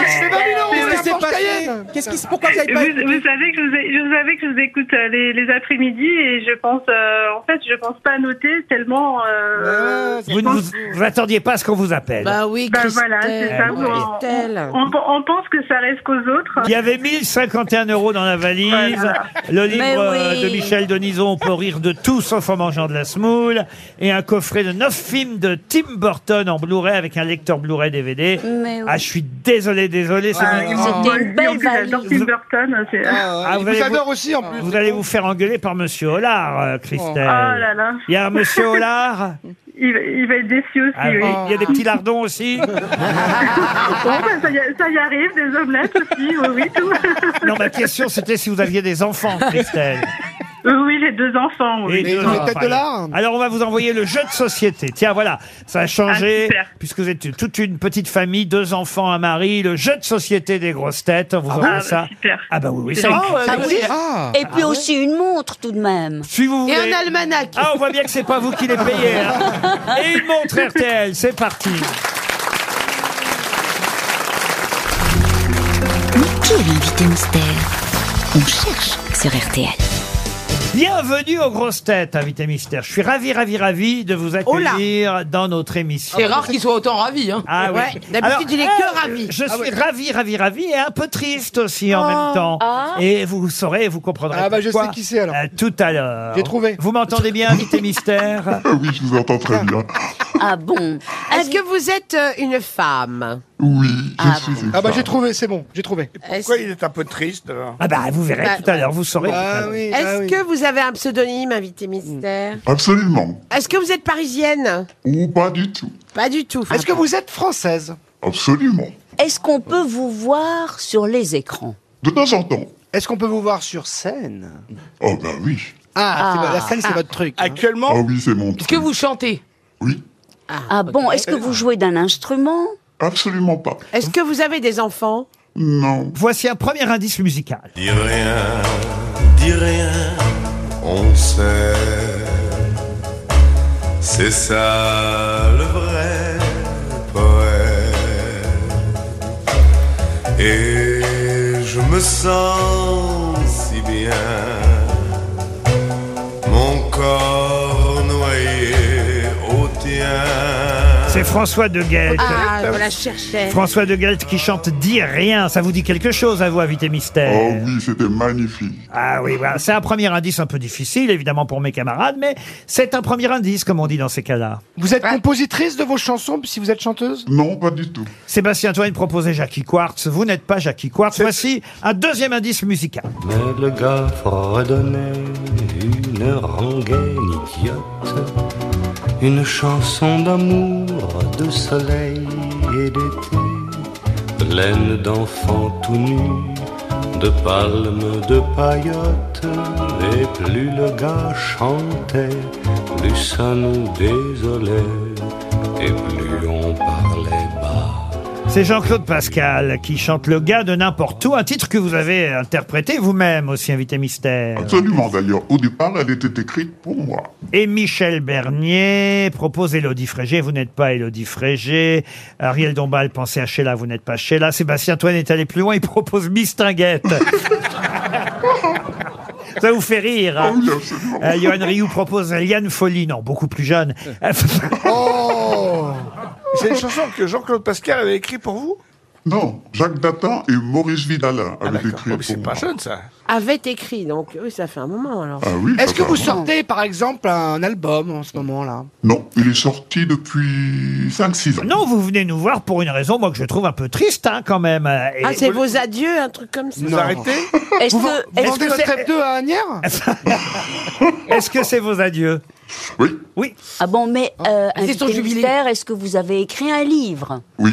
S23: C'est 20 000 euros,
S22: Mais
S23: la
S22: laissez
S23: Porsche
S22: passer.
S23: Cayenne. Qu'est-ce qui se- pourquoi vous avez pas
S22: vous,
S23: écouté
S22: vous savez que je vous, ai- je savais que je vous écoute euh, les, les après-midi et je pense, euh, en fait, je pense pas noter tellement.
S23: Ah,
S22: euh,
S2: Vous ne vous, vous attendiez pas à ce qu'on vous appelle.
S22: Bah oui, Ben, voilà, c'est ça.
S2: Bah Christelle.
S22: on- On, on pense que ça reste qu'aux autres.
S2: Il y avait 1051 euros dans la valise. Le livre
S22: Mais
S2: euh,
S22: oui.
S2: de Michel Denisot, On peut rire de tout sauf en mangeant de la semoule. Et un coffret de 9 films de Tim Burton en Blu-ray avec un lecteur Blu-ray DVD.
S7: Mais oui.
S2: Ah, je suis désolé, désolé. c'est
S22: Ah,
S2: mon-
S22: ils m'ont
S2: mon-
S22: pas eu, en plus, j'adore Tim Burton. hein, c'est-
S2: Ah, vous allez vous- Vous allez vous faire engueuler par Monsieur Hollard, euh, Christelle.
S22: Oh là là.
S2: Il y a un Monsieur Hollard.
S22: Il, va- il va être déçu aussi.
S2: Ah,
S22: oui.
S2: Il y a des petits lardons aussi.
S22: Bon, ben, ça, y, ça y arrive, des omelettes aussi, oui, oui, tout.
S2: Non, ma question c'était si vous aviez des enfants, Christelle.
S22: Oui, j'ai deux enfants. Oui.
S2: Et deux enfants. Alors on va vous envoyer le jeu de société. Tiens, voilà, ça a changé
S22: Ah, super.
S2: puisque vous êtes toute une petite famille, deux enfants, un mari. Le jeu de société des grosses têtes, on vous envoie
S7: bah,
S2: ça. Ah bah oui, oui, ça.
S7: Ah oui. Et puis aussi une montre tout de même.
S2: Ah Si vous
S7: Et
S2: voulez.
S7: un almanach.
S2: Ah, on voit bien que c'est pas vous qui les payez. hein. Et une montre RTL, c'est parti.
S24: Qui est l'invité mystère On cherche sur RTL.
S2: Bienvenue aux grosses têtes, invité mystère. Je suis ravi, ravi, ravi de vous
S5: Oh là.
S2: accueillir dans notre émission.
S5: C'est rare qu'il soit autant ravi. Hein.
S2: Ah oui.
S5: Ouais,
S2: Alors,
S5: D'habitude, il est
S2: euh,
S5: que ravi.
S2: Je suis ravi, ravi, ravi et un peu triste aussi en
S5: Oh.
S2: même temps.
S5: Ah.
S2: Et vous saurez, vous comprendrez.
S3: Ah bah, je
S2: pourquoi,
S3: sais qui c'est, alors.
S2: euh, tout à l'heure.
S3: J'ai trouvé. Euh,
S2: Vous m'entendez bien, invité mystère
S25: Oui, je vous entends très bien.
S7: Ah bon
S9: Est-ce que vous êtes euh, une femme
S25: Oui, je
S9: Ah
S25: suis une
S3: Ah bah j'ai
S25: femme.
S3: trouvé, c'est bon, j'ai trouvé.
S6: Pourquoi il est un peu triste alors
S2: Ah bah vous verrez
S9: Bah,
S2: tout à l'heure, vous saurez.
S6: Ah,
S3: Ah,
S2: tout à
S3: Bah
S2: l'heure.
S9: Est-ce que vous avez un pseudonyme, invité mystère
S25: Absolument.
S9: Est-ce que vous êtes parisienne
S25: Ou pas du tout.
S9: Pas du tout.
S3: Est-ce que vous êtes française
S25: Absolument.
S7: Est-ce qu'on peut vous voir sur les écrans
S25: De temps en temps.
S3: Est-ce qu'on peut vous voir sur scène
S25: Oh bah oui.
S3: Ah, c'est
S7: Ah.
S3: vo- la scène c'est votre truc. hein.
S25: Actuellement Ah oui, c'est mon truc.
S7: que vous chantez Oui. Ah, bon Est-ce que vous jouez d'un instrument
S25: Absolument pas.
S9: Est-ce que vous avez des enfants
S25: Non.
S2: Voici un premier indice musical.
S23: Dis rien, dis rien, on sait. C'est ça le vrai poème. Et je me sens si bien, mon corps noyé au tien.
S2: C'est François de Guelte.
S9: Ah, on la cherchait.
S2: François de Guelte qui chante Dis rien, ça vous dit quelque chose à vous, invité mystère
S25: Oh oui, c'était magnifique.
S2: Ah oui, voilà. c'est un premier indice un peu difficile, évidemment, pour mes camarades, mais c'est un premier indice, comme on dit dans ces cas-là.
S3: Vous êtes compositrice de vos chansons si vous êtes chanteuse
S25: Non, pas du tout.
S2: Sébastien Toine proposait Jackie Quartz, vous n'êtes pas Jackie Quartz. Voici un deuxième indice musical.
S26: Mais le gars fredonnait une rengaine idiote, une chanson d'amour, de soleil et d'été, pleine d'enfants tout nus, de palmes, de paillotes. Et plus le gars chantait, plus ça nous désolait. et plus on parlait bas.
S2: C'est Jean-Claude Pascal qui chante Le gars de n'importe où, un titre que vous avez interprété vous-même aussi, invité
S6: Ah,
S2: mystère.
S25: Absolument d'ailleurs. Au départ, elle était écrite pour moi.
S2: Et Michel Bernier propose Élodie Frégé, vous n'êtes pas Élodie Frégé. Ariel Dombal, pensez à Sheila, vous n'êtes pas Sheila. Sébastien Toine est allé plus loin, il propose Mistinguette. Ça vous fait rire.
S25: Ah
S2: hein. Euh, Johan Rioux propose Liane Folie, non, beaucoup plus jeune.
S6: Oh C'est une chanson que Jean-Claude Pascal avait écrite pour vous
S25: Non, Jacques Datan et Maurice Vidalin avaient
S6: d'accord.
S25: écrit
S6: Oh, mais
S25: pour
S6: c'est
S25: moi.
S6: pas jeune, ça.
S9: Avait écrit, donc oui, ça fait un moment alors.
S25: Ah oui,
S3: Est-ce que vous
S25: apparemment.
S3: sortez, par exemple, un album en ce moment-là
S25: Non, il est sorti depuis 5-6 ans.
S2: Non, vous venez nous voir pour une raison, moi, que je trouve un peu triste, hein, quand même. Euh, et-
S9: Ah, c'est vos adieux, un truc comme ça
S2: Vous arrêtez
S9: Est-ce
S3: Vous
S9: que- est-ce
S3: vendez
S9: que-
S3: votre F2 à Agnières
S2: Est-ce que c'est vos adieux
S25: Oui.
S2: Oui.
S7: Ah bon, mais euh,
S9: c'est
S7: invité
S9: son jubilé.
S7: mystère, est-ce que vous avez écrit un livre
S25: Oui.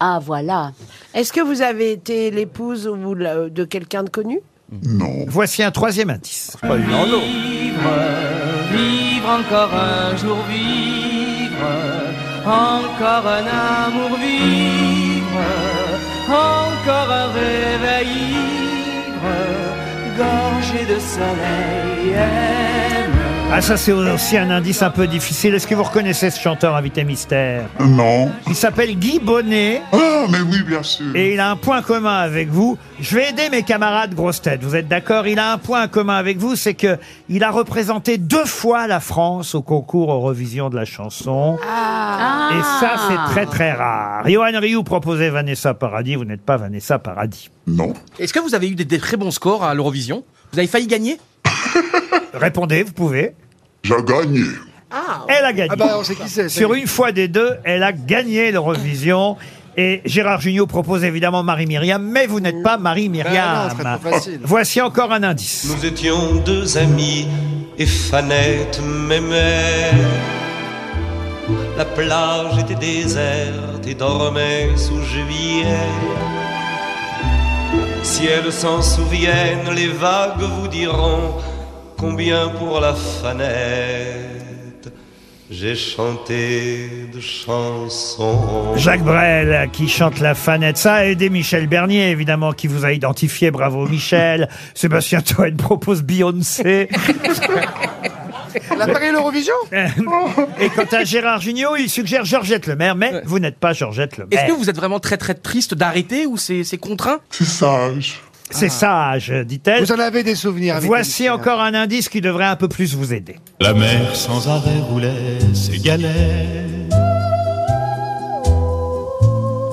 S7: Ah voilà.
S9: Est-ce que vous avez été l'épouse ou la- de quelqu'un de connu
S25: Non.
S2: Voici un troisième indice.
S8: Vivre encore un jour, vivre encore un amour, vivre encore un réveil, ivre, gorgé de soleil. aime.
S2: Ah, ça, c'est aussi un indice un peu difficile. Est-ce que vous reconnaissez ce chanteur invité mystère
S25: Euh, Non.
S2: Il s'appelle Guy Bonnet.
S25: Ah, mais oui, bien sûr.
S2: Et il a un point commun avec vous. Je vais aider mes camarades grosses têtes. Vous êtes d'accord Il a un point commun avec vous, c'est que il a représenté deux fois la France au concours Eurovision de la chanson. Et ça, c'est très très rare. Johan Rioux proposait Vanessa Paradis. Vous n'êtes pas Vanessa Paradis.
S25: Non.
S4: Est-ce que vous avez eu des, des très bons scores à l'Eurovision Vous avez failli gagner
S2: Répondez, vous pouvez.
S25: J'ai gagné.
S2: Elle a gagné.
S3: Ah bah, on sait qui c'est, ça
S2: Sur
S3: y est.
S2: une fois des deux, elle a gagné l'Eurovision. Et Gérard Jugnot propose évidemment Marie-Myriam, mais vous n'êtes pas
S3: Ah
S2: Marie-Myriam.
S19: Ben non, ce serait trop facile.
S2: oh, Voici encore un indice.
S19: Nous étions deux amis et Fanette m'aimait. La plage était déserte et dormait sous juillet. Si elles s'en souviennent, les vagues vous diront combien pour la Fanette j'ai chanté de chansons.
S2: Jacques Brel qui chante la fanette, ça a aidé Michel Bernier évidemment qui vous a identifié, bravo Michel. Sébastien Toen propose Beyoncé.
S3: Elle a parlé l'Eurovision
S2: Euh, Et quant à Gérard Jugnot, il suggère Georgette Lemaire, mais vous n'êtes pas Georgette Lemaire.
S4: Est-ce que vous êtes vraiment très très triste d'arrêter ou c'est c'est contraint Ah.
S25: C'est sage.
S2: C'est sage, dit-elle.
S3: Vous en avez des souvenirs hein. avec
S2: Voici encore un indice qui devrait un peu plus vous aider.
S1: La mer sans arrêt roulait ses galets.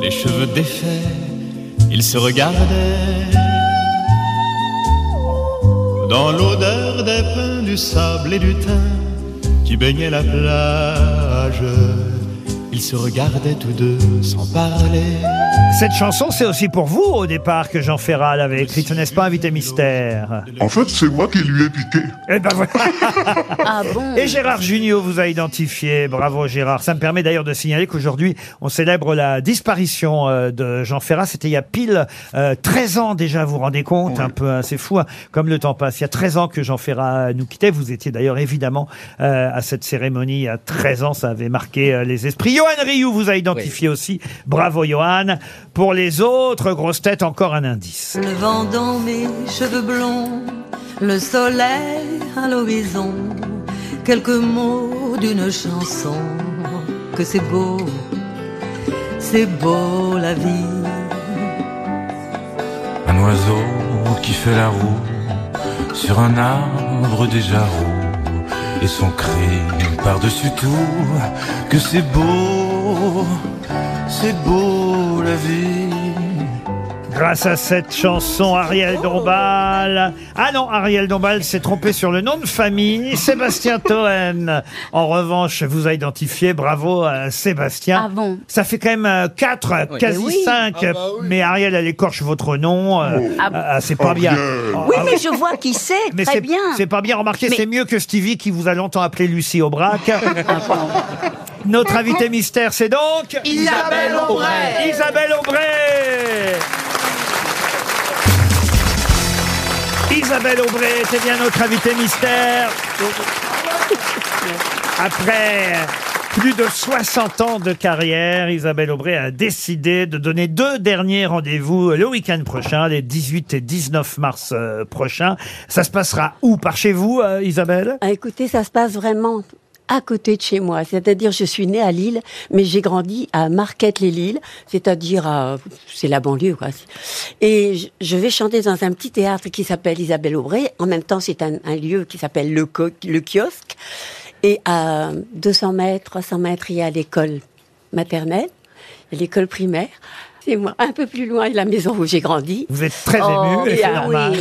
S1: Les cheveux défaits, ils se regardaient. Dans l'odeur des pins, du sable et du thym qui baignait la plage, ils se regardaient tous deux sans parler.
S2: Cette chanson, c'est aussi pour vous au départ que Jean Ferral avait écrite, n'est-ce pas, invité mystère
S25: En fait, c'est moi qui lui ai piqué.
S2: Eh ben voilà.
S7: Ah bon
S2: Et Gérard Junior vous a identifié. Bravo Gérard. Ça me permet d'ailleurs de signaler qu'aujourd'hui, on célèbre la disparition euh, de Jean Ferrat. C'était il y a pile euh, 13 ans déjà, vous vous rendez compte Un peu, hein, c'est fou, hein, comme le temps passe. Il y a 13 ans que Jean Ferrat nous quittait. Vous étiez d'ailleurs évidemment euh, à cette cérémonie il y a 13 ans. Ça avait marqué euh, les esprits. Johan Rioux vous a identifié aussi. Bravo Johan. Pour les autres grosses têtes, encore un indice.
S22: Le vent dans mes cheveux blonds, le soleil à l'horizon, quelques mots d'une chanson, que c'est beau, c'est beau la vie.
S27: Un oiseau qui fait la roue sur un arbre déjà roux et son cri par-dessus tout que c'est beau, c'est beau la vie.
S2: Grâce à cette chanson, Ariel Dombal. Ah non, Ariel Dombal s'est trompé sur le nom de famille. Sébastien Toen, en revanche, vous a identifié. Bravo, euh, Sébastien.
S7: Ah bon
S2: Ça fait quand même 4,
S7: Oui.
S2: quasi
S7: Mais oui.
S2: 5.
S7: Ah bah oui.
S2: Mais Ariel, elle écorche votre nom. euh,
S7: Ah bon
S2: ah, c'est pas bien. Ah,
S7: Oui,
S2: ah
S7: mais je vois qui c'est,
S2: mais
S7: très
S2: c'est
S7: bien.
S2: C'est pas bien remarqué,
S7: Mais- Ah
S2: c'est mieux que Stevie qui vous a longtemps appelé Lucie Aubrac. Notre invité mystère, c'est donc
S8: Isabelle Aubray.
S2: Isabelle Aubray. Isabelle Aubray était bien notre invitée mystère. Après Plus de 60 ans de carrière, Isabelle Aubray a décidé de donner deux derniers rendez-vous le week-end prochain, les 18 et 19 mars euh, prochains. Ça se passera où Par chez vous, euh, Isabelle
S28: Ah, écoutez, ça se passe vraiment à côté de chez moi. C'est-à-dire, je suis née à Lille, mais j'ai grandi à Marquette-les-Lilles, c'est-à-dire, à- c'est la banlieue, quoi. Et je- je vais chanter dans un petit théâtre qui s'appelle Isabelle Aubray. En même temps, c'est un, un lieu qui s'appelle le, Co- le kiosque. Et à 200 mètres, 300 mètres, il y a l'école maternelle, il y a l'école primaire. C'est moi. Un peu plus loin, il y a la maison où j'ai grandi. Oh,
S2: Vous êtes très émue, et
S28: et ah
S2: c'est
S28: à-
S2: normal.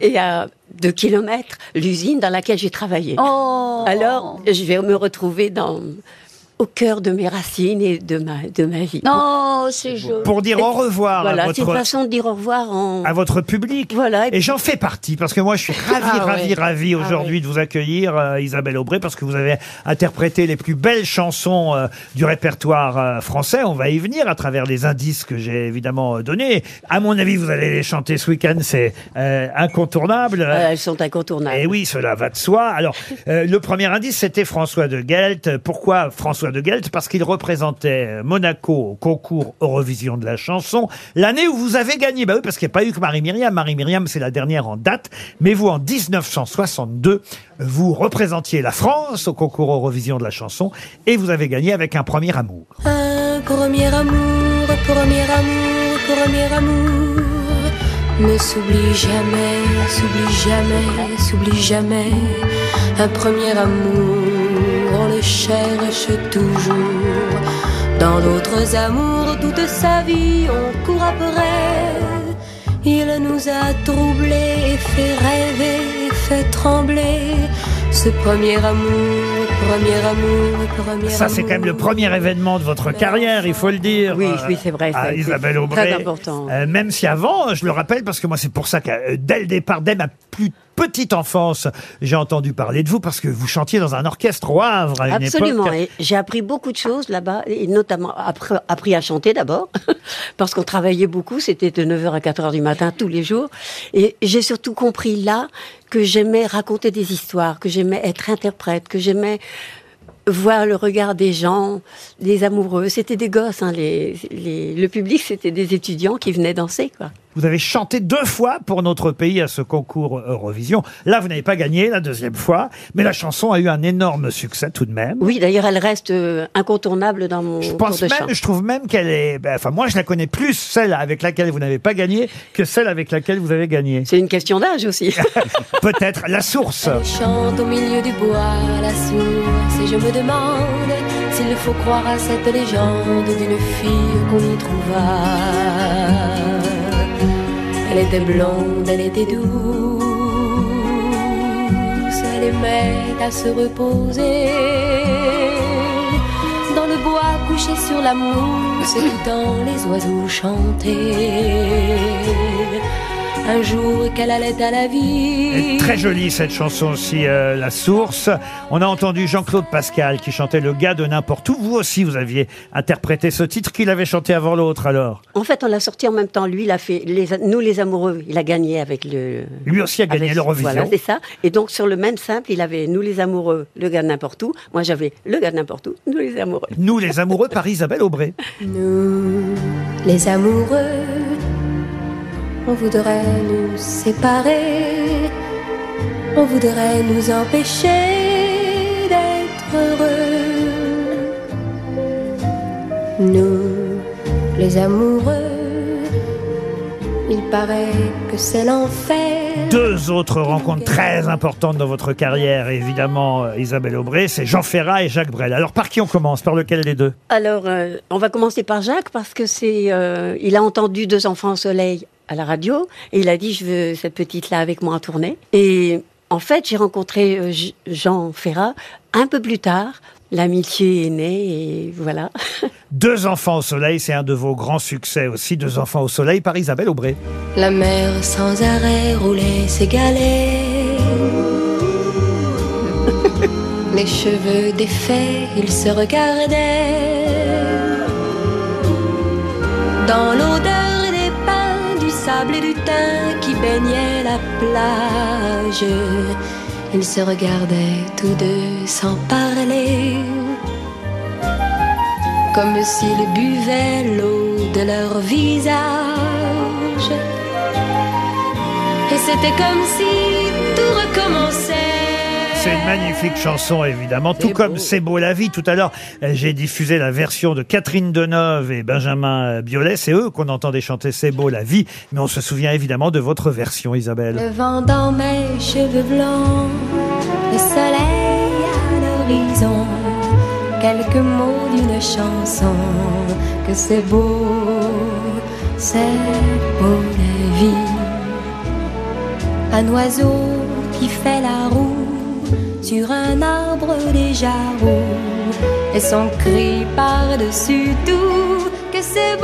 S28: et à deux kilomètres, l'usine dans laquelle j'ai travaillé. Oh.
S7: Oh.
S28: Alors, je vais me retrouver dans, au cœur de mes racines et de ma, de ma vie. Non, c'est joli.
S2: Pour dire au revoir à
S28: Voilà, c'est une
S2: votre-
S28: façon de dire au revoir en...
S2: à votre public.
S28: Voilà.
S2: Et j'en fais partie parce que moi je suis ravi,
S28: Ah
S2: ravi,
S28: ouais.
S2: ravi
S28: Ah
S2: aujourd'hui de vous accueillir, euh, Isabelle Aubray, parce que vous avez interprété les plus belles chansons euh, du répertoire euh, français. On va y venir à travers les indices que j'ai évidemment euh, donnés. À mon avis, vous allez les chanter ce week-end, c'est euh, incontournable.
S28: Euh, elles sont incontournables.
S2: Et oui, cela va de soi. Alors, euh, le premier indice, c'était François de Gelt. Pourquoi François de Gelt Parce qu'il représentait Monaco au concours Eurovision de la chanson, l'année où vous avez gagné. Bah oui, parce qu'il n'y a pas eu que Marie-Myriam. Marie-Myriam, c'est la dernière en date. Mais vous, en 1962, vous représentiez la France au concours Eurovision de la chanson et vous avez gagné avec un premier amour.
S11: Un premier amour, premier amour, premier amour ne s'oublie jamais, s'oublie jamais, s'oublie jamais. Un premier amour, on le cherche toujours. Dans d'autres amours, toute sa vie, on court après. Il nous a troublés, fait rêver, fait trembler. Ce premier amour, premier amour, premier
S2: Ça, c'est quand même le premier événement de votre carrière, il faut le dire.
S28: Oui,
S2: euh,
S28: oui, c'est vrai,
S2: à
S28: ça, c'est
S2: Isabelle Aubray.
S28: très important.
S2: Euh, même si avant, euh, je le rappelle, parce que moi, c'est pour ça que euh, dès le départ, dès ma plus petite enfance, j'ai entendu parler de vous, parce que vous chantiez dans un orchestre au Havre à une
S28: Absolument.
S2: époque.
S28: Et j'ai appris beaucoup de choses là-bas, et notamment appr- appris à chanter d'abord, parce qu'on travaillait beaucoup, c'était de 9h à 4h du matin tous les jours. Et j'ai surtout compris là que j'aimais raconter des histoires, que j'aimais être interprète, que j'aimais voir le regard des gens, des amoureux. C'était des gosses, hein, les, les- le public, c'était des étudiants qui venaient danser, quoi.
S2: Vous avez chanté deux fois pour notre pays à ce concours Eurovision. Là, vous n'avez pas gagné la deuxième fois, mais la chanson a eu un énorme succès tout de même.
S28: Oui, d'ailleurs, elle reste euh, incontournable dans mon
S2: Je pense
S28: cours de
S2: même,
S28: chant.
S2: je trouve même qu'elle est, ben, enfin moi je la connais plus celle avec laquelle vous n'avez pas gagné que celle avec laquelle vous avez gagné.
S28: C'est une question d'âge aussi.
S2: Peut-être la source.
S11: chante au milieu du bois la source et je me demande s'il faut croire à cette légende d'une fille qu'on y trouva. Elle était blonde, elle était douce, elle aimait à se reposer. Dans le bois couché sur la mousse, écoutant les oiseaux chanter. Un jour qu'elle allait à la vie.
S2: Très jolie cette chanson aussi, euh, La Source. On a entendu Jean-Claude Pascal qui chantait Le gars de n'importe où. Vous aussi, vous aviez interprété ce titre qu'il avait chanté avant l'autre alors.
S28: En fait, on l'a sorti en même temps. Lui, il a fait les, nous les amoureux. Il a gagné avec le.
S2: Lui aussi a gagné
S28: avec-
S2: l'Eurovision.
S28: Voilà, c'est ça. Et donc sur le même simple, il avait nous les amoureux, le gars de n'importe où. Moi, j'avais le gars de n'importe où, nous les amoureux.
S2: Nous les amoureux par Isabelle Aubray.
S11: Nous, les amoureux, on voudrait nous séparer, on voudrait nous empêcher d'être heureux. Nous, les amoureux, il paraît que c'est l'enfer.
S2: Deux autres rencontres très importantes dans votre carrière, évidemment, euh, Isabelle Aubray, c'est Jean Ferrat et Jacques Brel. Alors par qui on commence Par lequel des deux
S28: Alors, euh, on va commencer par Jacques parce que c'est. euh, il a entendu deux enfants au soleil à la radio et il a dit je veux cette petite là avec moi en tournée. Et en fait, j'ai rencontré euh, J- Jean Ferrat un peu plus tard. L'amitié est née et voilà.
S2: Deux enfants au soleil, c'est un de vos grands succès aussi. Deux enfants au soleil par Isabelle Aubray.
S11: La mer sans arrêt roulait ses galets. Les cheveux défaits, ils se regardaient. Dans l'odeur des pins, du sable et du thym qui baignait la plage, ils se regardaient tous deux sans parler. comme s'ils buvaient l'eau de leur visage. Et c'était comme si tout recommençait.
S2: C'est une magnifique chanson, évidemment, tout comme C'est beau la vie. Tout à l'heure, euh, j'ai diffusé la version de Catherine Deneuve et Benjamin euh, Biolay. C'est eux qu'on entendait chanter C'est beau la vie, mais on se souvient évidemment de votre version, Isabelle.
S11: Le vent dans mes cheveux blancs, le soleil à l'horizon, quelques mots d'une chanson, que c'est beau, c'est beau la vie. Un oiseau qui fait la roue sur un arbre déjà roux, et son cri par-dessus tout, que c'est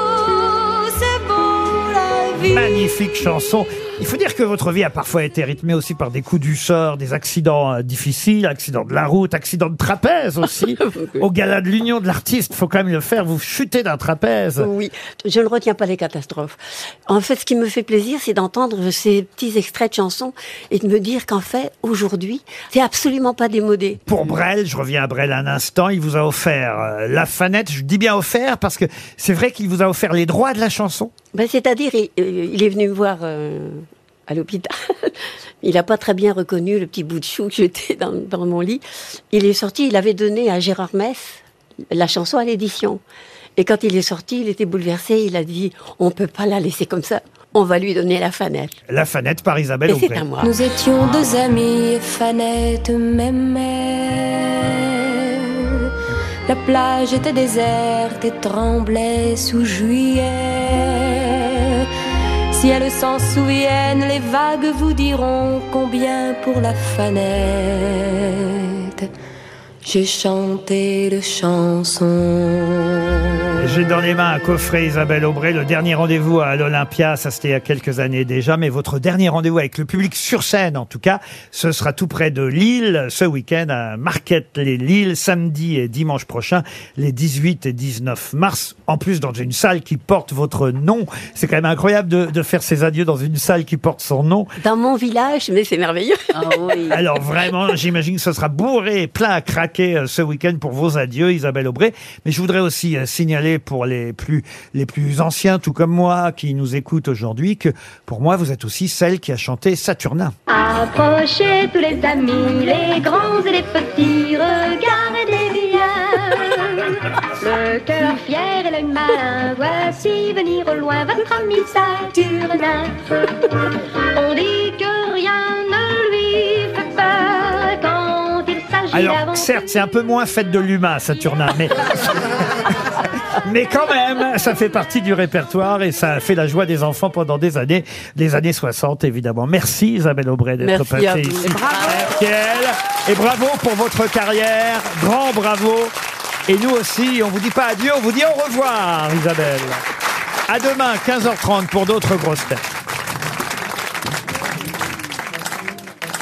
S11: beau, c'est beau la vie.
S2: Magnifique chanson. Il faut dire que votre vie a parfois été rythmée aussi par des coups du sort, des accidents euh, difficiles, accidents de la route, accidents de trapèze aussi. Au gala de l'Union de l'artiste, faut quand même le faire, vous chutez d'un trapèze.
S28: Oui, je ne retiens pas les catastrophes. En fait, ce qui me fait plaisir, c'est d'entendre ces petits extraits de chansons et de me dire qu'en fait, aujourd'hui, c'est absolument pas démodé.
S2: Pour Brel, je reviens à Brel un instant, il vous a offert euh, la fanette. Je dis bien offert parce que c'est vrai qu'il vous a offert les droits de la chanson.
S28: Ben, C'est-à-dire, il, euh, il est venu me voir euh, à l'hôpital. Il n'a pas très bien reconnu le petit bout de chou que j'étais dans, dans mon lit. Il est sorti, il avait donné à Gérard Metz la chanson à l'édition. Et quand il est sorti, il était bouleversé. Il a dit On ne peut pas la laisser comme ça. On va lui donner la fanette.
S2: La fanette par Isabelle
S28: Et c'est
S2: Aubray.
S28: à moi.
S11: Nous étions deux amis, Fanette, m'aimait. La plage était déserte et tremblait sous juillet. Si elles s'en souviennent, les vagues vous diront combien pour la fanette. J'ai chanté de chansons.
S2: J'ai dans les mains un coffret Isabelle Aubray, le dernier rendez-vous à l'Olympia, ça c'était il y a quelques années déjà, mais votre dernier rendez-vous avec le public sur scène en tout cas, ce sera tout près de Lille ce week-end à Marquette les Lille, samedi et dimanche prochain, les 18 et 19 mars, en plus dans une salle qui porte votre nom. C'est quand même incroyable de, de faire ses adieux dans une salle qui porte son nom.
S28: Dans mon village, mais c'est merveilleux.
S2: Alors vraiment, j'imagine que ce sera bourré et plein à craquer euh, ce week-end pour vos adieux, Isabelle Aubray. Mais je voudrais aussi euh, signaler pour les plus, les plus anciens, tout comme moi, qui nous écoutent aujourd'hui, que pour moi, vous êtes aussi celle qui a chanté Saturnin.
S8: Approchez tous les amis, les grands et les petits, regardez bien. Le cœur fier et l'œil malin, voici venir au loin votre ami Saturnin. On dit que rien ne lui fait peur quand il s'agit
S2: Alors, certes, c'est un peu moins fête de l'humain, Saturnin, mais. Mais quand même, ça fait partie du répertoire et ça a fait la joie des enfants pendant des années, les années 60 évidemment. Merci Isabelle Aubray d'être
S1: Merci à
S2: passée
S1: vous.
S2: ici.
S1: Et bravo.
S2: RTL. Et bravo pour votre carrière, grand bravo. Et nous aussi, on vous dit pas adieu, on vous dit au revoir Isabelle. À demain 15h30 pour d'autres grosses têtes.